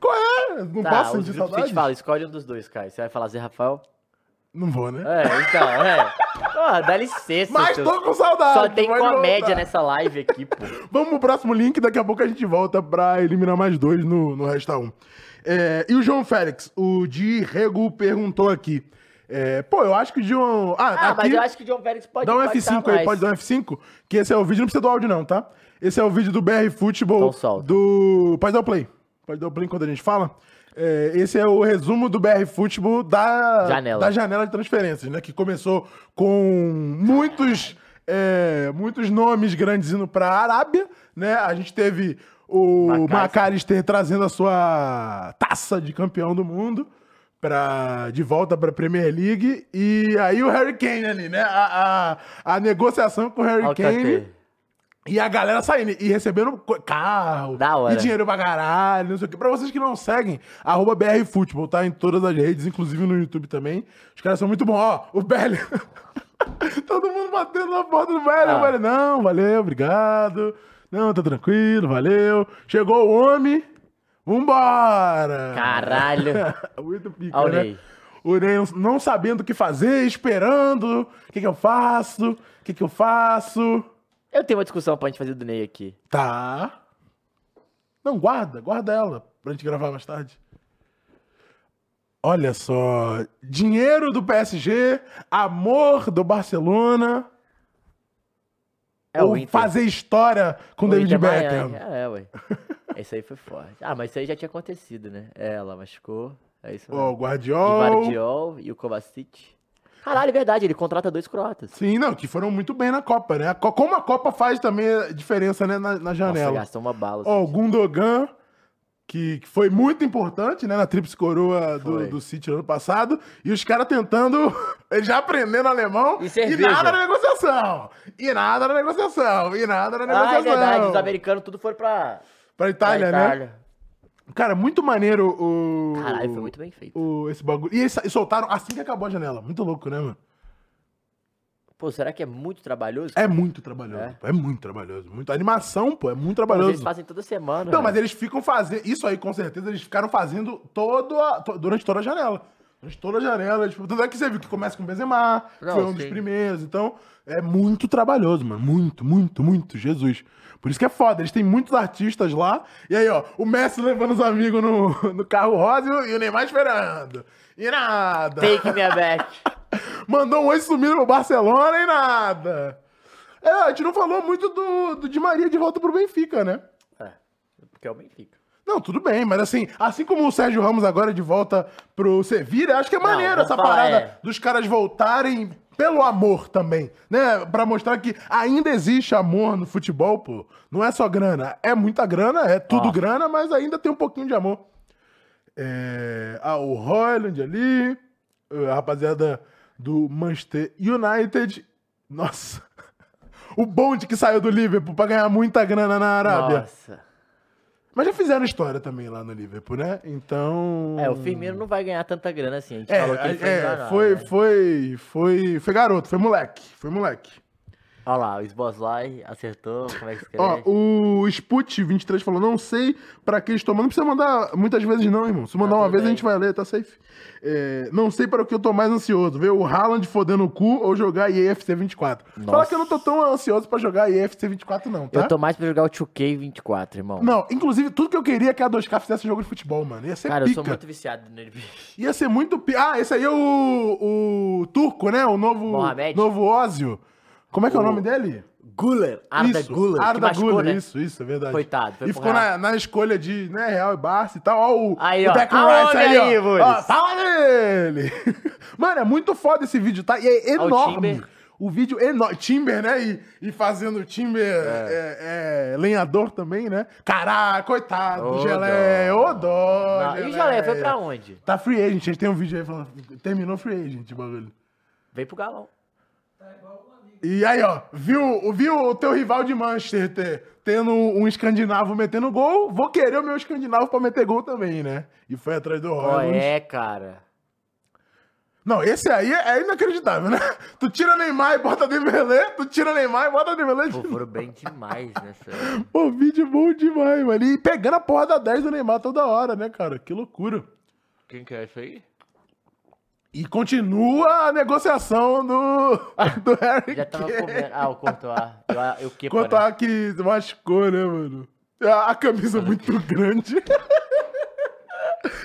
S1: Qual é? Não
S2: Tá,
S1: posso
S2: os
S1: sentir
S2: grupos que
S1: saudade?
S2: te falam, escolhe um dos dois, cara. Você vai falar Zé Rafael?
S1: Não vou, né?
S2: É, então, é. Porra, dá licença,
S1: Mas
S2: seu-
S1: tô com saudade.
S2: Só tem
S1: pode
S2: comédia né?
S1: voltar.
S2: nessa live aqui, pô.
S1: Vamos pro próximo link, daqui a pouco a gente volta pra eliminar mais dois no, no Resta 1. É, e o João Félix, o Diego perguntou aqui. É, pô, eu acho que o João. Ah,
S2: Ah,
S1: aqui,
S2: mas eu acho que o John Félix pode
S1: dá um
S2: impactar
S1: F5 aí,
S2: mais.
S1: pode dar um F5? Que esse é o vídeo, não precisa do áudio, não, tá? Esse é o vídeo do BR Futebol.
S2: Então solta.
S1: do. Pode dar o play. Pode dar o play enquanto a gente fala. É, esse é o resumo do BR Futebol da
S2: Janela.
S1: da janela de transferências, né? Que começou com muitos, é, muitos nomes grandes indo para a Arábia, né? A gente teve o
S2: Macalister.
S1: McAllister trazendo a sua taça de campeão do mundo pra, de volta para a Premier League. E aí o Harry Kane ali, né? A, a, a negociação com o Harry Kane.
S2: Alcatel.
S1: E a galera saindo e recebendo co- carro
S2: Da hora.
S1: e dinheiro pra caralho, não sei o quê. Pra vocês que não seguem, arroba BR Futebol, tá? Em todas as redes, inclusive no YouTube também. Os caras são muito bons. Ó, o Belly. Todo mundo batendo na porta do Belly.
S2: Ah.
S1: O Belly, não, valeu, obrigado. Não, tá tranquilo, valeu. Chegou o homem. Vambora!
S2: Caralho.
S1: Muito pica,
S2: Ó o
S1: né?
S2: Ney.
S1: O Ney não- não sabendo o que fazer, esperando. O que que eu faço? O que que eu faço?
S2: Eu tenho uma discussão pra gente fazer do Ney aqui.
S1: Tá. Não, guarda, guarda ela pra gente gravar mais tarde. Olha só. Dinheiro do PSG, amor do Barcelona.
S2: É o
S1: ou
S2: Inter.
S1: fazer história com
S2: O
S1: David
S2: Inter
S1: Beckham.
S2: Miami. É, ué. Isso aí foi forte. Ah, mas isso aí já tinha acontecido, né? É, Ela machucou. É isso
S1: Ó, o
S2: mesmo.
S1: Guardiol.
S2: E Vardiol e o Kovacic. Caralho, é verdade. Ele contrata dois croatas.
S1: Sim, não, que foram muito bem na Copa, né? A Co- Como a Copa faz também a diferença, né, na, na
S2: Nossa,
S1: janela.
S2: gastou uma bala.
S1: Ó, o
S2: assim.
S1: Gundogan, que, que foi muito importante, né, na tríplice coroa do,
S2: Foi.
S1: do City ano passado, e os caras tentando, eles já aprendendo alemão,
S2: E
S1: e
S2: cerveja.
S1: nada na negociação, e nada na negociação, e nada na
S2: Ah, é verdade. Os
S1: negociação.
S2: americanos tudo foram pra...
S1: pra Itália,
S2: pra
S1: né? Cara, muito maneiro o...
S2: Caralho, foi muito bem feito.
S1: o- esse bagulho. E eles sa- e soltaram assim que acabou a janela. Muito louco, né, mano?
S2: Pô, será que é muito trabalhoso?
S1: É muito trabalhoso. É, muito trabalhoso. Muito... a Animação, pô, é muito
S2: Mas
S1: trabalhoso.
S2: eles fazem toda semana.
S1: Não,
S2: velho.
S1: mas eles ficam fazendo. Isso aí, com certeza, eles ficaram fazendo todo a- to- durante toda a janela. Durante toda a janela. Tipo, tanto é que você viu que começa com o Benzema, que
S2: Não,
S1: foi um dos
S2: sim.
S1: primeiros. Então, é muito trabalhoso, mano. Muito, muito, muito. Jesus. Por isso que é foda. Eles têm muitos artistas lá. E aí, ó, o Messi levando os amigos no, no carro rosa e o- e o Neymar esperando. E nada.
S2: Take me back.
S1: Mandou um oi sumido pro Barcelona e nada. É, a gente não falou muito do, do Di Maria de volta pro Benfica, né?
S2: É, porque é o Benfica.
S1: Não, tudo bem, mas assim, assim como o Sérgio Ramos agora de volta pro Sevilla, acho que é
S2: Não,
S1: maneiro
S2: vamos
S1: essa
S2: falar,
S1: parada
S2: é.
S1: dos caras voltarem pelo amor também, né? Pra mostrar que ainda existe amor no futebol, pô. Não é só grana, é muita grana, é tudo
S2: Ó.
S1: grana, mas ainda tem um pouquinho de amor. É, ah, o Royland ali, a rapaziada do Manchester United. Nossa, o bonde que saiu do Liverpool pra ganhar muita grana na Arábia.
S2: Nossa.
S1: Mas já fizeram história também lá no Liverpool, né? Então.
S2: É, o Firmino não vai ganhar tanta grana assim. A gente
S1: É,
S2: falou que ele foi
S1: é,
S2: enganado,
S1: foi,
S2: né?
S1: foi, foi, foi garoto, foi moleque, foi moleque.
S2: Olha lá, o Sboslai acertou. Como é que escreve?
S1: Ó, o Sput23 falou, não sei pra que estou tomando. Não precisa mandar muitas vezes não, irmão. Se mandar
S2: Tá,
S1: uma
S2: tudo
S1: vez, a
S2: bem.
S1: gente vai ler, tá safe. É, não sei para o que eu tô mais ansioso, ver o Haaland fodendo o cu ou jogar EFC 24. Fala
S2: Nossa.
S1: que eu não tô tão ansioso pra jogar EFC 24 não, tá?
S2: Eu tô mais pra jogar o 2K24, irmão.
S1: Não, inclusive, tudo que eu queria é que a 2K fizesse jogo de futebol, mano. Ia ser
S2: Cara, eu
S1: pica.
S2: sou muito viciado no NBA.
S1: Ia ser muito. pi- Ah, esse aí é o, o turco, né? O novo.
S2: Mohamed.
S1: Novo Ózio. Como é que é o
S2: O-
S1: nome dele?
S2: Guller. Arda
S1: Isso,
S2: Guller. que
S1: Arda
S2: machucou,
S1: Guller,
S2: né?
S1: isso, isso, é verdade.
S2: Coitado, foi
S1: E
S2: pro
S1: ficou
S2: Real.
S1: na, na escolha de, né, Real e Barça e tal. Ó, o,
S2: Aí,
S1: o
S2: ó.
S1: Declan
S2: Aonde
S1: Rice aí,
S2: aí,
S1: ó.
S2: Boris?
S1: ó. Fala nele! Mano, é muito foda esse vídeo, tá? E é
S2: Ó, Ah, o
S1: enorme.
S2: Timber.
S1: O vídeo é enorme. Timber, né? E, e fazendo Timber é, é, lenhador também, né? Caraca, coitado do
S2: Ô,
S1: Geleia. Ô,
S2: Não,
S1: dó.
S2: E o Jalé foi pra onde?
S1: Tá free agent, a gente tem um vídeo aí falando. Terminou free agent, o bagulho.
S2: Veio pro Galão.
S1: E aí, ó, viu, viu o teu rival de Manchester ter- tendo um escandinavo metendo gol? Vou querer o meu escandinavo pra meter gol também, né? E foi atrás do
S2: Ó,
S1: Royal.
S2: é, cara.
S1: Não, esse aí é inacreditável, né? Tu tira Neymar e bota Dembélé, tu tira Neymar e bota Dembélé de
S2: Pô,
S1: novo.
S2: foram bem demais nessa.
S1: Pô, vídeo bom demais, mano. E pegando a porra da 10 do Neymar toda hora, né, cara? Que loucura.
S4: Quem que é isso aí?
S1: E continua a negociação do, do Harry
S2: Já tava
S1: Kane.
S2: comendo. Ah, o Courtois. Eu, né? eu que
S1: Quanto a que machucou, né, mano? A, a camisa muito grande.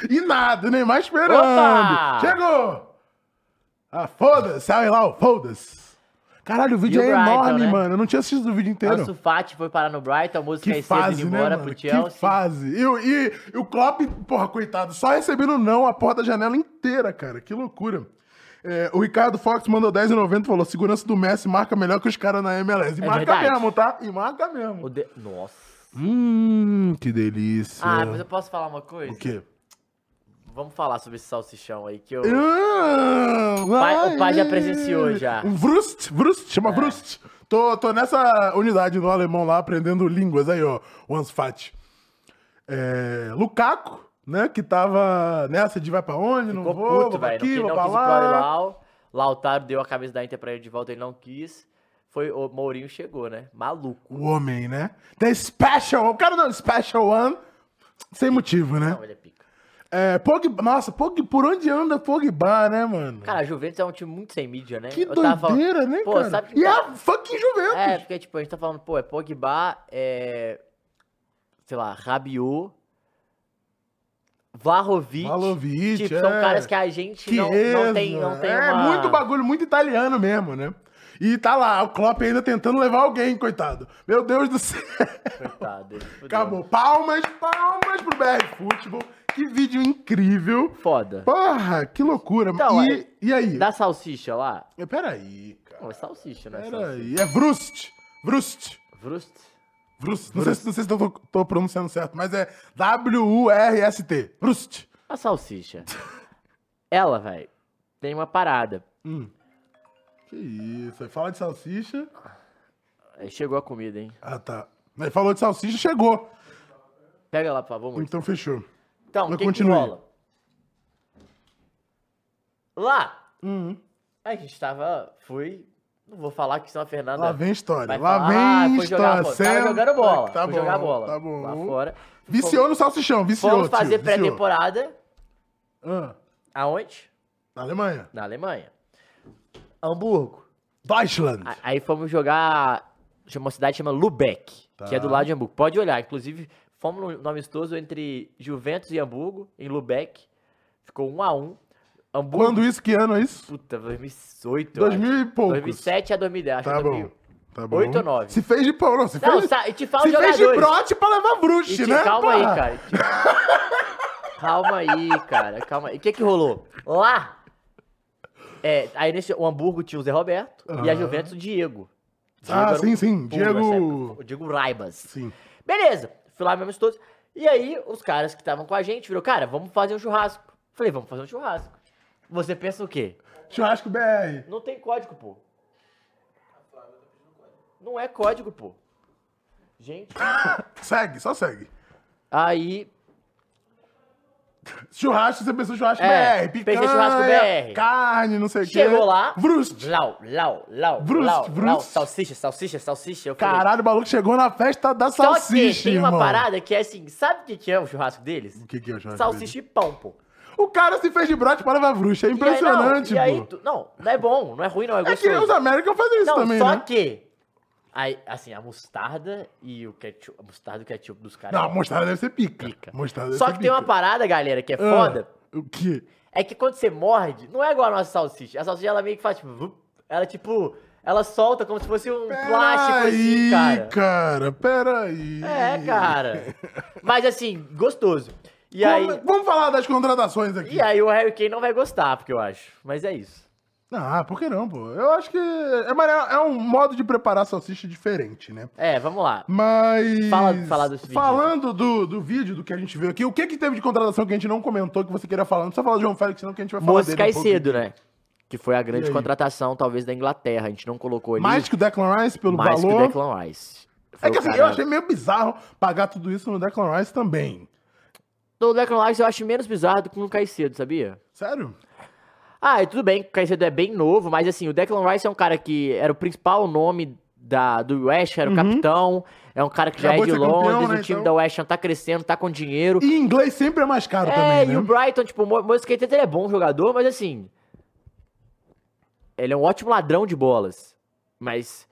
S1: e nada, nem mais esperando.
S2: Opa!
S1: Chegou! Ah, foda-se, sai lá, o foda-se. Caralho, o vídeo
S2: E o
S1: é
S2: Brighton,
S1: enorme,
S2: né?
S1: mano. Eu não tinha assistido o vídeo inteiro.
S2: Ansu Fati foi parar no Brighton, a música
S1: é que
S2: é cedo indo
S1: fase, né,
S2: embora
S1: mano?
S2: pro
S1: Que
S2: Chelsea.
S1: fase. E, o- e o Klopp, porra, coitado, só recebendo um não a porta da janela inteira, cara. Que loucura. É, o Ricardo Fox mandou 10,90 e falou, segurança do Messi marca melhor que os caras na MLS. E
S2: É
S1: marca
S2: verdade.
S1: mesmo, tá? E marca mesmo.
S2: O de- Nossa.
S1: Hum, que delícia.
S2: Ah, mas eu posso falar uma coisa?
S1: O quê?
S2: Vamos falar sobre esse salsichão aí que eu.
S1: Ah,
S2: pai- o pai já
S1: ai.
S2: presenciou já. É.
S1: Um Vrust, Vrust, chama Vrust. Tô, tô nessa unidade do alemão lá aprendendo línguas aí, ó. Wansfat. É, Lukaku, né, que tava nessa de vai pra onde, não
S2: Ficou
S1: vou,
S2: puto,
S1: vou pra
S2: velho.
S1: aqui,
S2: Não,
S1: vou
S2: quis-
S1: pra
S2: não quis ir pro
S1: lá.
S2: Al-Hilal. Lautaro deu a camisa da Inter pra ele de volta, ele não quis. Foi o Mourinho chegou, né? Maluco.
S1: O homem, né? The Special, o cara não, Special One. Sem motivo, né?
S2: Não, ele é pica.
S1: É, Pogba, nossa, Pogba, por onde anda Pogba, né, mano?
S2: Cara, a Juventus é um time muito sem mídia, né?
S1: Que
S2: Eu tava falando-
S1: doideira, né,
S2: Pô,
S1: cara?
S2: sabe que- tá
S1: E é a fucking Juventus.
S2: É, porque, tipo, a gente tá falando, pô, é Pogba, é. Sei lá, Rabiot. Vlahovic.
S1: Vlahovic,
S2: Tipo, são
S1: é.
S2: caras que a gente não, não
S1: Chiesa,
S2: tem. Não tem
S1: é
S2: uma-
S1: muito bagulho, muito italiano mesmo, né? E tá lá, o Klopp ainda tentando levar alguém, coitado. Meu Deus do céu.
S2: Coitado, ele fudeu.
S1: Acabou. Palmas, palmas pro BR Futebol. Que vídeo incrível.
S2: Foda.
S1: Porra, que loucura.
S2: Então,
S1: e,
S2: aí-
S1: e aí?
S2: Da salsicha lá.
S1: Peraí, cara.
S2: Não, é salsicha, né?
S1: Peraí. É Vrust. Vrust.
S2: Vrust.
S1: Vrust. Não sei, se- não sei se eu tô, tô pronunciando certo, mas é W-U-R-S-T. Vrust.
S2: A salsicha. Ela, velho, tem uma parada.
S1: Hum. Que isso. Fala de salsicha.
S2: Aí Chegou a comida, hein?
S1: Ah, tá. Ele falou de salsicha, chegou.
S2: Pega lá, por favor, muito.
S1: Então fechou.
S2: Então,
S1: Mas
S2: o que, que
S1: continue.
S2: rola? Lá,
S1: Uhum.
S2: a gente tava. Fui. Não vou falar que senão a Fernanda.
S1: Lá vem história.
S2: vai
S1: Lá
S2: falar, ah,
S1: vem
S2: foi jogar
S1: história.
S2: bola. Tava jogando bola.
S1: Tá
S2: foi
S1: bom,
S2: jogar bola.
S1: Tá bom.
S2: Lá fora.
S1: Viciou no salsichão, viciou.
S2: Fomos fazer
S1: tio, viciou.
S2: pré-temporada.
S1: Ah,
S2: Aonde?
S1: na Alemanha.
S2: Na Alemanha. Hamburgo.
S1: Deutschland.
S2: A- Aí fomos jogar. Chama uma cidade que chama Lubeck,
S1: Tá.
S2: que é do lado de Hamburgo. Pode olhar. Inclusive, fomos no, no amistoso entre Juventus e Hamburgo, em Lubeck. Ficou 1 a 1 Hamburgo.
S1: Quando isso, que ano é isso?
S2: Puta, 2008. eu
S1: 2000 e
S2: acho.
S1: poucos.
S2: 2007 a 2010. Acho
S1: Tá
S2: que
S1: bom.
S2: 2000.
S1: Tá bom.
S2: Oito ou nove?
S1: Se fez de pau, não. Se
S2: um. Não,
S1: fez,
S2: sa- e te fala
S1: se
S2: os
S1: fez de
S2: jogadores.
S1: brote pra levar
S2: E
S1: bruxo,
S2: te-
S1: né?
S2: calma aí,
S1: porra?
S2: cara. e te- calma aí, cara. Calma aí. O que que rolou? Lá. é, aí nesse, o Hamburgo tinha o Zé Roberto e a
S1: Aham.
S2: Juventus o Diego.
S1: Ah,
S2: era
S1: sim,
S2: um
S1: sim.
S2: pulo nessa
S1: Diego-
S2: época, O Diego Raibas.
S1: Sim.
S2: Beleza, fui lá mesmo todos. E aí, os caras que estavam com a gente virou, cara, vamos fazer um churrasco. Falei, vamos fazer um churrasco. Você pensa o quê?
S1: Churrasco BR.
S2: Não tem código, pô. Não é código, pô. Gente.
S1: Segue, só segue.
S2: Aí.
S1: Churrasco, você pensou churrasco
S2: É,
S1: BR.
S2: pensei
S1: Picanha,
S2: churrasco BR.
S1: carne, não sei o quê.
S2: Chegou lá.
S1: Vrust.
S2: Lau, lau, lau.
S1: Brust,
S2: lau,
S1: brust.
S2: lau, salsicha, salsicha, salsicha. Eu falei,
S1: Caralho, o maluco chegou na festa da
S2: Só
S1: salsicha,
S2: que tem uma
S1: irmão.
S2: parada que é assim, sabe o que, que é o churrasco deles?
S1: O que, que é o churrasco?
S2: Salsicha e pão, pô.
S1: O cara se fez de brote para levar bruxa. É
S2: E aí,
S1: impressionante,
S2: não, e aí,
S1: pô.
S2: tu- não, não é bom, não é ruim, não, é
S1: É que
S2: gostoso.
S1: nem os América fazem isso
S2: não,
S1: também,
S2: só
S1: né?
S2: que... Aí, assim, a mostarda e o ketchup, a mostarda e o ketchup dos caras
S1: Não,
S2: é
S1: a mostarda deve ser pica.
S2: pica.
S1: Mostarda deve
S2: Só
S1: ser
S2: que tem uma
S1: pica.
S2: parada, galera, que é
S1: Ah,
S2: foda,
S1: O quê?
S2: é que quando você morde, não é igual a nossa salsicha. A salsicha, ela meio que faz, tipo, vup, ela, tipo, ela solta como se fosse um plástico, assim, cara.
S1: cara. Peraí.
S2: É, cara. Mas, assim, gostoso. E aí...
S1: Vamos, vamos falar das contratações aqui.
S2: E aí o Harry Kane não vai gostar, porque eu acho. Mas é isso.
S1: Ah, por que não, pô? Eu acho que. É, mas é- é um modo de preparar salsicha diferente, né?
S2: É, vamos lá.
S1: Mas.
S2: Fala- fala dos vídeos.
S1: Falando do, do vídeo, do que a gente viu aqui, o que que teve de contratação que a gente não comentou que você queria falar? Não precisa falar de João Félix, senão que a gente vai falar
S2: Moço
S1: dele.
S2: cai
S1: um pouco.
S2: cedo, né? que foi a
S1: E
S2: grande
S1: aí?
S2: contratação, talvez, da Inglaterra. A gente não colocou ele
S1: Mais que o Declan Rice, pelo
S2: mais que
S1: valor.
S2: o Declan Rice. Foi
S1: É que
S2: o
S1: assim, eu
S2: cara-
S1: achei meio bizarro pagar tudo isso no Declan Rice também.
S2: O Declan Rice eu acho menos bizarro do que no Caicedo, sabia?
S1: Sério?
S2: Ah, e tudo bem, o Caicedo é bem novo, mas assim, o Declan Rice é um cara que era o principal nome da, do West, Ham, era o
S1: Uhum.
S2: capitão, é um cara que já
S1: Acabou
S2: é de
S1: de ser campeão,
S2: Londres,
S1: né,
S2: o time
S1: então.
S2: da West Ham tá crescendo, tá com dinheiro.
S1: E inglês sempre é mais caro
S2: é,
S1: também,
S2: e
S1: né?
S2: o Brighton, tipo, o Mo- Mosqueteta ele é bom jogador, mas assim, ele é um ótimo ladrão de bolas, mas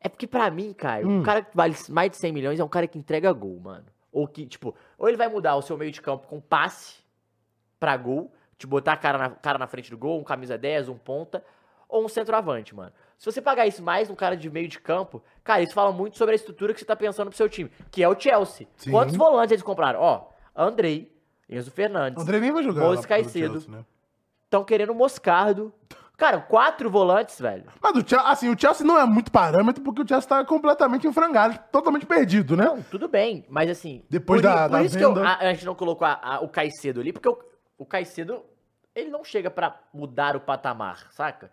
S2: é porque pra mim, cara, um
S1: Hum.
S2: cara que vale mais de 100 milhões é um cara que entrega gol, mano. Ou que, tipo, ou ele vai mudar o seu meio de campo com passe pra gol, te botar a cara na, cara na frente do gol, um camisa 10, um ponta, ou um centroavante, mano. Se você pagar isso mais num cara de meio de campo, cara, isso fala muito sobre a estrutura que você tá pensando pro seu time, que é o Chelsea.
S1: Sim.
S2: Quantos volantes eles compraram? Ó, Andrei, Enzo
S1: O
S2: Fernandes,
S1: André nem vai jogar.
S2: Moisés
S1: lá pelo
S2: Caicedo.
S1: Chelsea, né?
S2: estão querendo o Moscardo. Cara, quatro volantes, velho.
S1: Mas o Chelsea, assim, o Chelsea não é muito parâmetro porque o Chelsea tá completamente em frangalho, totalmente perdido, né?
S2: Não, tudo bem, mas assim.
S1: Depois
S2: por,
S1: da-
S2: i- por
S1: da
S2: isso que eu-
S1: venda.
S2: a, a gente não colocou a- a- o Caicedo ali, porque o, o Caicedo, ele não chega pra mudar o patamar, saca?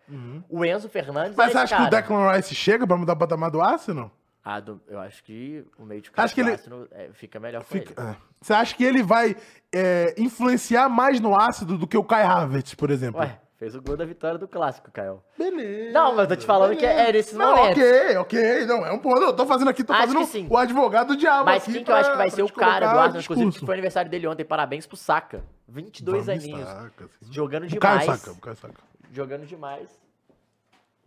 S2: O Enzo Fernandes.
S1: Uhum. Mas
S2: é
S1: você acha que o
S2: cara.
S1: Declan Rice chega pra mudar o patamar do Arsenal?
S2: Ah, do- eu acho que o meio de campo
S1: Acho que
S2: do
S1: ele-
S2: Arsenal, é, fica melhor com
S1: Fica-
S2: ele.
S1: é. Você acha que ele vai é, influenciar mais no ácido do que o Kai Havertz, por exemplo?
S2: Ué, fez o gol da vitória do clássico, Caio.
S1: Beleza.
S2: Não, mas eu tô te falando que é nesses
S1: não,
S2: momentos.
S1: ok, ok. Não, é um ponto. Eu tô fazendo aqui, tô
S2: Acho
S1: fazendo
S2: que sim.
S1: o advogado do diabo
S2: Mas
S1: aqui
S2: quem que eu
S1: pra-
S2: acho que vai
S1: Ah, pra
S2: ser o
S1: te
S2: cara do
S1: colocar
S2: Arsenal, inclusive, que
S1: discurso.
S2: foi aniversário dele ontem. Parabéns pro Saka. 22
S1: Vamos,
S2: aninhos.
S1: saca, assim.
S2: Jogando
S1: O Caio
S2: demais.
S1: saca, o Caio saca.
S2: Jogando demais.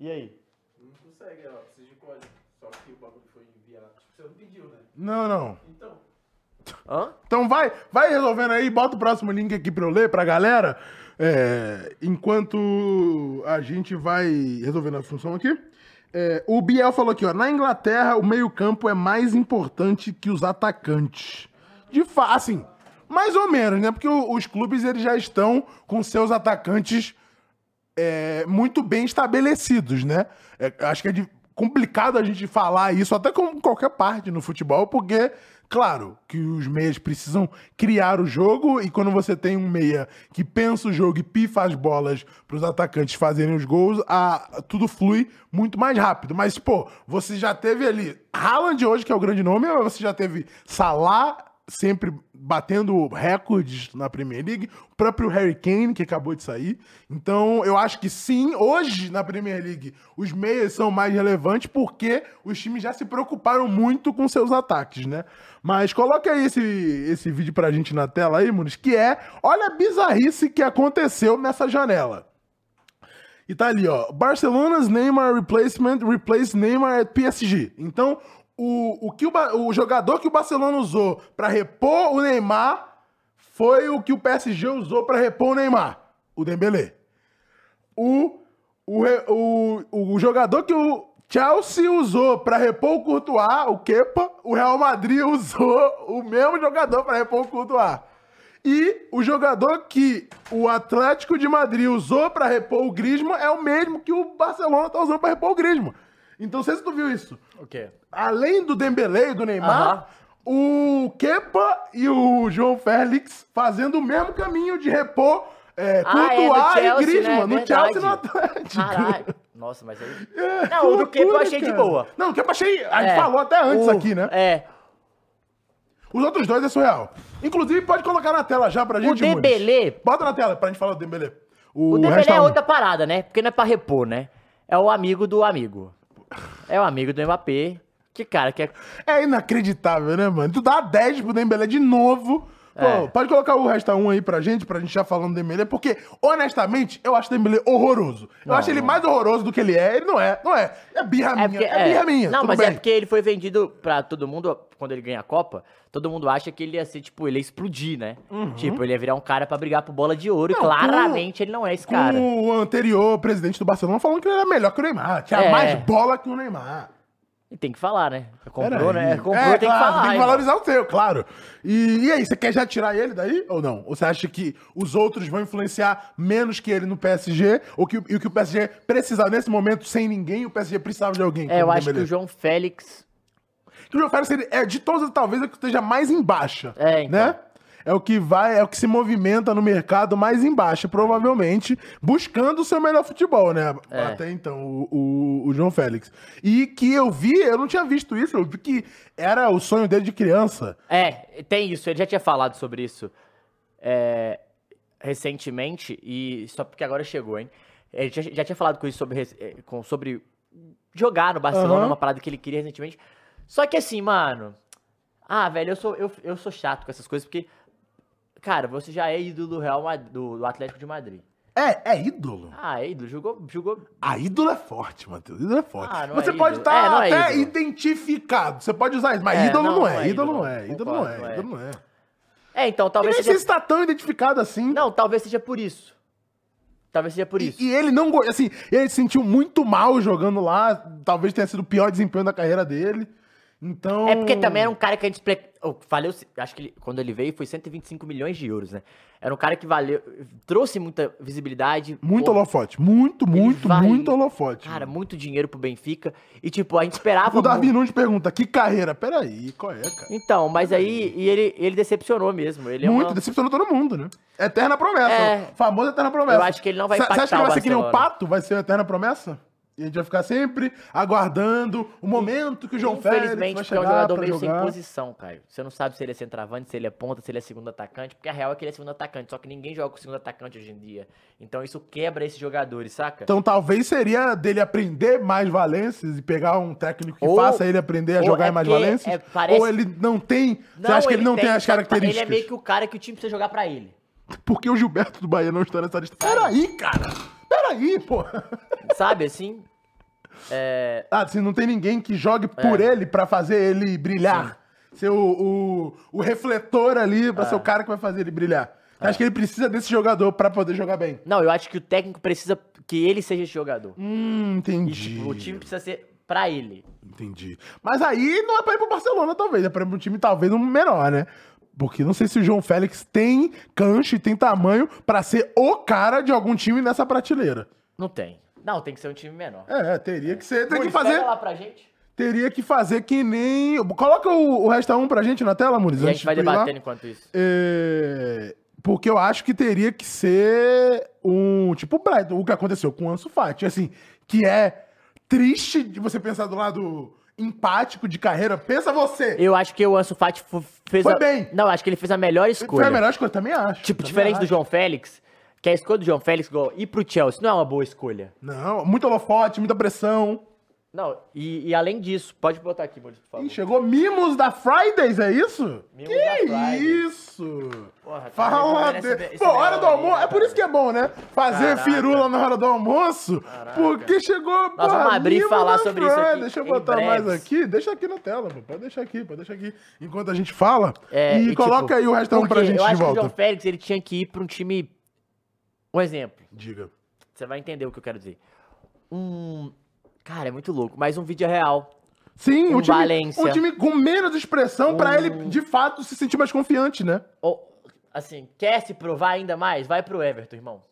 S2: E aí?
S4: Não segue, ó. Precisa de código. Só que o bagulho foi enviado. Tipo, você não pediu, né?
S1: Não, não.
S4: Então.
S2: Hã?
S1: Então vai, vai resolvendo aí, bota o próximo link aqui pra eu ler pra galera. É, enquanto a gente vai resolvendo a função aqui. É, o Biel falou aqui, ó. Na Inglaterra, o meio-campo é mais importante que os atacantes. De fato, assim, mais ou menos, né? Porque o- os clubes eles já estão com seus atacantes é, muito bem estabelecidos, né? É, acho que é de- complicado a gente falar isso, até com qualquer parte no futebol, porque, claro, que os meias precisam criar o jogo, e quando você tem um meia que pensa o jogo e pifa as bolas para os atacantes fazerem os gols, a- tudo flui muito mais rápido. Mas, pô, você já teve ali Haaland hoje, que é o grande nome, mas você já teve Salah, sempre batendo recordes na Premier League, o próprio Harry Kane, que acabou de sair. Então, eu acho que sim, hoje na Premier League, os meias são mais relevantes porque os times já se preocuparam muito com seus ataques, né? Mas coloca aí esse, esse vídeo pra gente na tela aí, Muniz, que é, olha a bizarrice que aconteceu nessa janela. E tá ali, ó. Barcelona's Neymar replacement replace Neymar at PSG. Então, o, o, que o, Ba- o jogador que o Barcelona usou pra repor o Neymar foi o que o PSG usou pra repor o Neymar, o Dembélé. O, o, re- o, o jogador que o Chelsea usou pra repor o Courtois, o Kepa, o Real Madrid usou o mesmo jogador pra repor o Courtois. E o jogador que o Atlético de Madrid usou pra repor o Griezmann é o mesmo que o Barcelona tá usando pra repor o Griezmann. Então, não sei se tu viu isso.
S2: O quê?
S1: Além do Dembélé e do Neymar, o Kepa e o João Félix fazendo o mesmo caminho de repor é,
S2: Ah, é,
S1: Courtois
S2: no Chelsea,
S1: e Griezmann,
S2: né?
S1: no
S2: Verdade.
S1: Chelsea e no Atlético.
S2: Caralho. Nossa, mas aí.
S1: É,
S2: Não, o do
S1: loucura,
S2: Kepa eu achei de
S1: cara.
S2: boa.
S1: Não, o Kepa achei... A gente
S2: É,
S1: falou até antes
S2: o-
S1: aqui, né?
S2: É.
S1: Os outros dois é surreal. Inclusive, pode colocar na tela já pra gente, Muniz.
S2: Dembélé-
S1: Bota na tela pra gente falar do Dembélé.
S2: O,
S1: resto
S2: Dembélé
S1: tá
S2: é
S1: um.
S2: outra parada, né? Porque não é pra repor, né? É o amigo do amigo. É o amigo do Mbappé. Que cara que é.
S1: É inacreditável, né, mano? Tu dá 10 pro Dembélé de novo. Pô,
S2: É.
S1: pode colocar o resta 1 aí pra gente, pra gente já falando do Dembélé, porque, honestamente, eu acho o Dembélé horroroso. Eu acho ele mais horroroso do que ele é. Ele não é, não é. É birra
S2: É
S1: minha,
S2: porque,
S1: é birra minha.
S2: Não,
S1: tudo
S2: mas é
S1: bem.
S2: porque ele foi vendido pra todo mundo quando ele ganha a Copa. Todo mundo acha que ele ia ser, tipo, ele ia explodir, né? Tipo, ele ia virar um cara pra brigar por bola de ouro.
S1: Uhum. Não,
S2: e
S1: com-
S2: claramente ele não é esse
S1: Com
S2: cara.
S1: o anterior presidente do Barcelona falando que ele era melhor que o Neymar. Tinha
S2: É.
S1: mais bola que o Neymar.
S2: E tem que falar, né? Comprou,
S1: Peraí.
S2: né? Comprou,
S1: É,
S2: tem
S1: claro,
S2: que falar.
S1: Tem que
S2: irmão.
S1: valorizar o seu, claro. E, e aí, você quer já tirar ele daí ou não? Ou você acha que os outros vão influenciar menos que ele no PSG? Ou que, e o que o PSG precisava nesse momento, sem ninguém, o PSG precisava de alguém?
S2: É, eu
S1: como
S2: acho que o
S1: Dembélé?
S2: João Félix
S1: Que o João Félix ele é de todas, talvez, é que esteja mais em baixa.
S2: É, então.
S1: Né? é o que vai, é o que se movimenta no mercado mais embaixo, provavelmente, buscando o seu melhor futebol, né?
S2: É.
S1: Até então, o, o, o João Félix. E que eu vi, eu não tinha visto isso, eu vi que era o sonho dele de criança.
S2: É, tem isso, ele já tinha falado sobre isso é, recentemente, e só porque agora chegou, hein? Ele já, já tinha falado com isso sobre, res- é, com- sobre jogar no Barcelona,
S1: Aham.
S2: uma parada que ele queria recentemente. Só que assim, mano. Ah, velho, eu sou, eu, eu sou chato com essas coisas, porque. Cara, você já é ídolo do Real Ma- do, do Atlético de Madrid.
S1: É, é ídolo.
S2: Ah, é ídolo, jogou, jogou
S1: A ídolo é forte, Matheus. Ídolo é forte.
S2: Ah, não é
S1: você pode
S2: ídolo.
S1: estar
S2: É, não é
S1: até
S2: ídolo.
S1: identificado. Você pode usar isso, mas
S2: É,
S1: ídolo não, é. Ídolo não é. Ídolo não
S2: Concordo,
S1: é. Ídolo não é.
S2: É, então
S1: E nem
S2: talvez
S1: sei se
S2: seja.
S1: está tão identificado assim.
S2: Não, talvez seja por isso. Talvez seja por
S1: E-
S2: isso.
S1: E, ele não. go- Assim, ele se sentiu muito mal jogando lá. Talvez tenha sido o pior desempenho da carreira dele. Então.
S2: É porque também era um cara que a gente. esple- Eu falei, eu acho que ele- quando ele veio foi 125 milhões de euros, né? Era um cara que valeu. Trouxe muita visibilidade.
S1: Muito
S2: pô,
S1: holofote. Muito, muito,
S2: vai-
S1: muito holofote.
S2: Cara, muito dinheiro pro Benfica. E tipo, a gente esperava.
S1: o Davi
S2: mu-
S1: Nunes pergunta: que carreira? Peraí, qual é, cara?
S2: Então, mas aí e ele, ele decepcionou mesmo. Ele é
S1: muito,
S2: uma-
S1: decepcionou todo mundo, né? Eterna promessa.
S2: É.
S1: Famosa eterna promessa.
S2: Eu acho que ele não vai
S1: Cê- cê acha que
S2: impactar
S1: ele
S2: o
S1: vai ser que nem um
S2: Barcelona.
S1: pato? Vai ser a eterna promessa? E a gente vai ficar sempre aguardando o momento que o João Félix vai
S2: Infelizmente, porque é
S1: chegar
S2: um jogador
S1: pra
S2: meio sem
S1: jogar.
S2: posição, Caio. Você não sabe se ele é centroavante, se ele é ponta, se ele é segundo atacante, porque a real é que ele é segundo atacante, só que ninguém joga com segundo atacante hoje em dia. Então isso quebra esses jogadores, saca?
S1: Então talvez seria dele aprender mais valências e pegar um técnico que
S2: Ou-
S1: faça ele aprender a
S2: ou
S1: jogar
S2: é
S1: em mais
S2: que-
S1: valências.
S2: é, parece-
S1: Ou ele não tem. você acha que ele não tem, as
S2: só que pra-
S1: características?
S2: Ele é meio que um o cara que o time precisa jogar pra ele.
S1: Porque o Gilberto do Bahia não está nessa lista. Peraí, cara! Peraí, pô!
S2: Sabe assim? É.
S1: Ah, assim, não tem ninguém que jogue por ele pra fazer ele brilhar. Ser o, o, o refletor ali
S2: É.
S1: pra ser o cara que vai fazer ele brilhar. Você acha que ele precisa desse jogador pra poder jogar bem.
S2: Não, eu acho que o técnico precisa que ele seja esse jogador.
S1: Hum,
S2: E,
S1: entendi.
S2: tipo, o time precisa ser pra ele.
S1: Entendi. Mas aí não é pra ir pro Barcelona, talvez. É pra ir pro time, talvez, um menor, né? Porque não sei se o João Félix tem cancha e tem tamanho pra ser o cara de algum time nessa prateleira.
S2: Não tem. Não, tem que ser um time menor.
S1: É, teria que ser. Tem que
S2: Muris,
S1: fazer.
S2: pega lá pra gente.
S1: Teria que fazer que nem. Coloca o, o resta um pra gente na tela, Muniz.
S2: E a
S1: antes
S2: gente vai
S1: de
S2: né?
S1: tu ir lá.
S2: debatendo enquanto isso.
S1: É, Porque eu acho que teria que ser um. Tipo o Brighton, o que aconteceu com o Ansu Fati. Assim, que é triste de você pensar do lado empático de carreira. Pensa você!
S2: Eu acho que o Ansu Fati fu- fez
S1: Foi
S2: a...
S1: bem.
S2: Não, eu acho que ele fez a melhor escolha.
S1: Foi a melhor escolha, também acho.
S2: Tipo,
S1: também
S2: diferente do
S1: acho.
S2: João Félix, que a escolha do João Félix igual ir pro Chelsea não é uma boa escolha.
S1: Não, muito holofote, muita pressão.
S2: Não, e, e além disso, pode botar aqui, Maurício, por favor.
S1: Ih, chegou mimos da Fridays, é isso?
S2: Mimos
S1: que
S2: da Fridays.
S1: isso?
S2: Porra, tá
S1: Fala
S2: cara,
S1: de...
S2: esse- esse
S1: Pô, hora
S2: melhor
S1: do
S2: aí,
S1: almoço. É por isso que
S2: tá
S1: é bom, né? Fazer
S2: Caraca.
S1: firula na hora do almoço. Porque chegou.
S2: Nós vamos abrir e
S1: mimos
S2: falar
S1: da
S2: sobre isso
S1: Fridays.
S2: aqui
S1: Deixa eu
S2: em
S1: botar mais
S2: breves.
S1: aqui. Deixa aqui na tela, pô. Pode deixar aqui, pode deixar aqui. Enquanto a gente fala.
S2: É,
S1: e, coloca
S2: tipo,
S1: aí o restão pra
S2: porque
S1: gente de
S2: eu acho Que o
S1: volta.
S2: João Félix ele tinha que ir pra um time. Um exemplo.
S1: Diga.
S2: Você vai entender o que eu quero dizer. Um. Cara, é muito louco, mas um vídeo real.
S1: Sim,
S2: Um
S1: um time,
S2: Valência. Hum.
S1: um time com menos expressão pra ele, de fato, se sentir mais confiante, né?
S2: Ou, assim, quer se provar ainda mais? Vai pro Everton, irmão.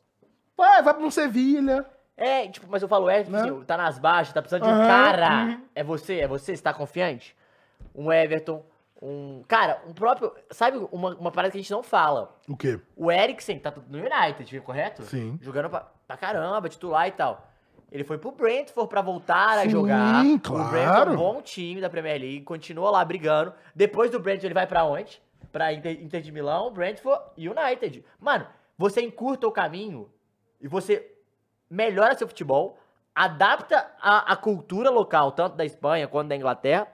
S1: Vai, vai pra um Sevilha.
S2: É, tipo, mas eu falo, Everton,
S1: Né?
S2: assim, tá nas baixas, tá precisando de um
S1: Aham,
S2: cara.
S1: uhum.
S2: É você, é você, você tá confiante? Um Everton, um. Cara, um próprio. Sabe uma, uma parada que a gente não fala?
S1: O quê?
S2: O Eriksen tá no United, correto?
S1: Sim.
S2: Jogando pra, pra caramba, titular e tal. Ele foi pro Brentford pra voltar a
S1: Sim,
S2: jogar. O
S1: claro.
S2: Brentford é um bom time da Premier League, continua lá brigando. Depois do Brentford ele vai pra onde? Pra Inter, Inter de Milão, Brentford e United. Mano, você encurta o caminho e você melhora seu futebol, adapta a, a cultura local, tanto da Espanha quanto da Inglaterra.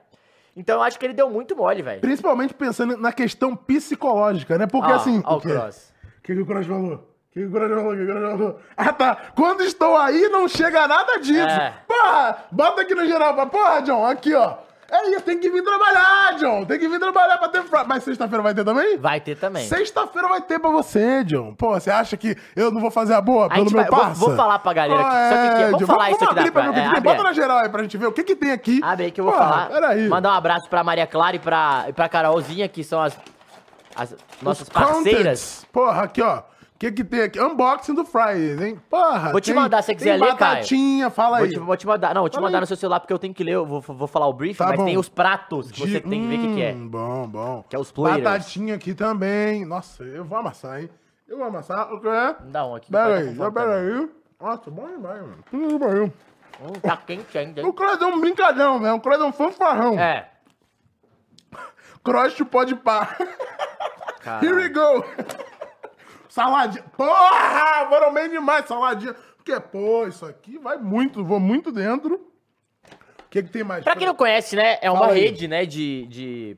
S2: Então eu acho que ele deu muito mole, velho.
S1: Principalmente pensando na questão psicológica, né? Porque
S2: Ó,
S1: assim.
S2: ó o
S1: quê?
S2: cross.
S1: O que, que o Cross falou? O que, que o Cross falou? O que, que o Cross falou? Ah, tá. Quando estou aí, não chega nada disso.
S2: É.
S1: Porra, bota aqui no geral. fala, Porra, John, aqui, ó. É isso, tem que vir trabalhar, John. Tem que vir trabalhar pra ter... fra- Mas sexta-feira vai ter também?
S2: Vai ter também.
S1: Sexta-feira vai ter pra você, John. Pô, você acha que eu não vou fazer a boa
S2: A
S1: pelo
S2: gente
S1: meu
S2: vai- vou-
S1: parça?
S2: vou falar pra galera aqui, sabe o que que é? Vamos
S1: John,
S2: falar isso aqui da
S1: abrir pra ver o que
S2: praia.
S1: que tem.
S2: É, abre
S1: Bota
S2: aí.
S1: na geral aí pra gente ver o que, que tem aqui.
S2: Abre aí Ah, que eu vou
S1: Porra,
S2: falar.
S1: Peraí.
S2: Mandar um abraço pra Maria Clara e pra, e pra Carolzinha, que são as, as nossas
S1: Os contents.
S2: parceiras.
S1: Porra, aqui, ó. que que tem aqui? Unboxing do Fridays, hein? Porra!
S2: Vou te
S1: tem-
S2: mandar se você quiser
S1: tem
S2: ler, Caio.
S1: batatinha, fala
S2: Vou
S1: aí.
S2: te, vou te mandar, não, vou te
S1: Fala
S2: mandar
S1: aí.
S2: no seu celular porque eu tenho que ler, eu vou, vou falar o briefing,
S1: Tá
S2: mas
S1: bom.
S2: tem os pratos que
S1: De-
S2: você tem que ver o que, que é.
S1: Hum, Bom, bom.
S2: Que é os players.
S1: Batatinha aqui também. Nossa, eu vou amassar, hein? Eu vou amassar. O que é?
S2: Dá um aqui. que o
S1: Pera
S2: cara tá
S1: aí,
S2: com
S1: já
S2: fome
S1: pera
S2: também.
S1: aí. Nossa, bom demais, mano. Tudo que pariu.
S2: Hum, tá quente ainda. hein?
S1: O Cross é um brincadão, velho. O Cross é um fanfarrão.
S2: É.
S1: Cross pode par.
S2: Cara,
S1: Here we go. Saladinha. Porra! Foram bem demais, saladinha. Porque, pô, isso aqui vai muito, vou muito dentro. O que, que tem mais?
S2: pra quem não conhece, né, é uma
S1: Fala aí.
S2: rede, né, de, de,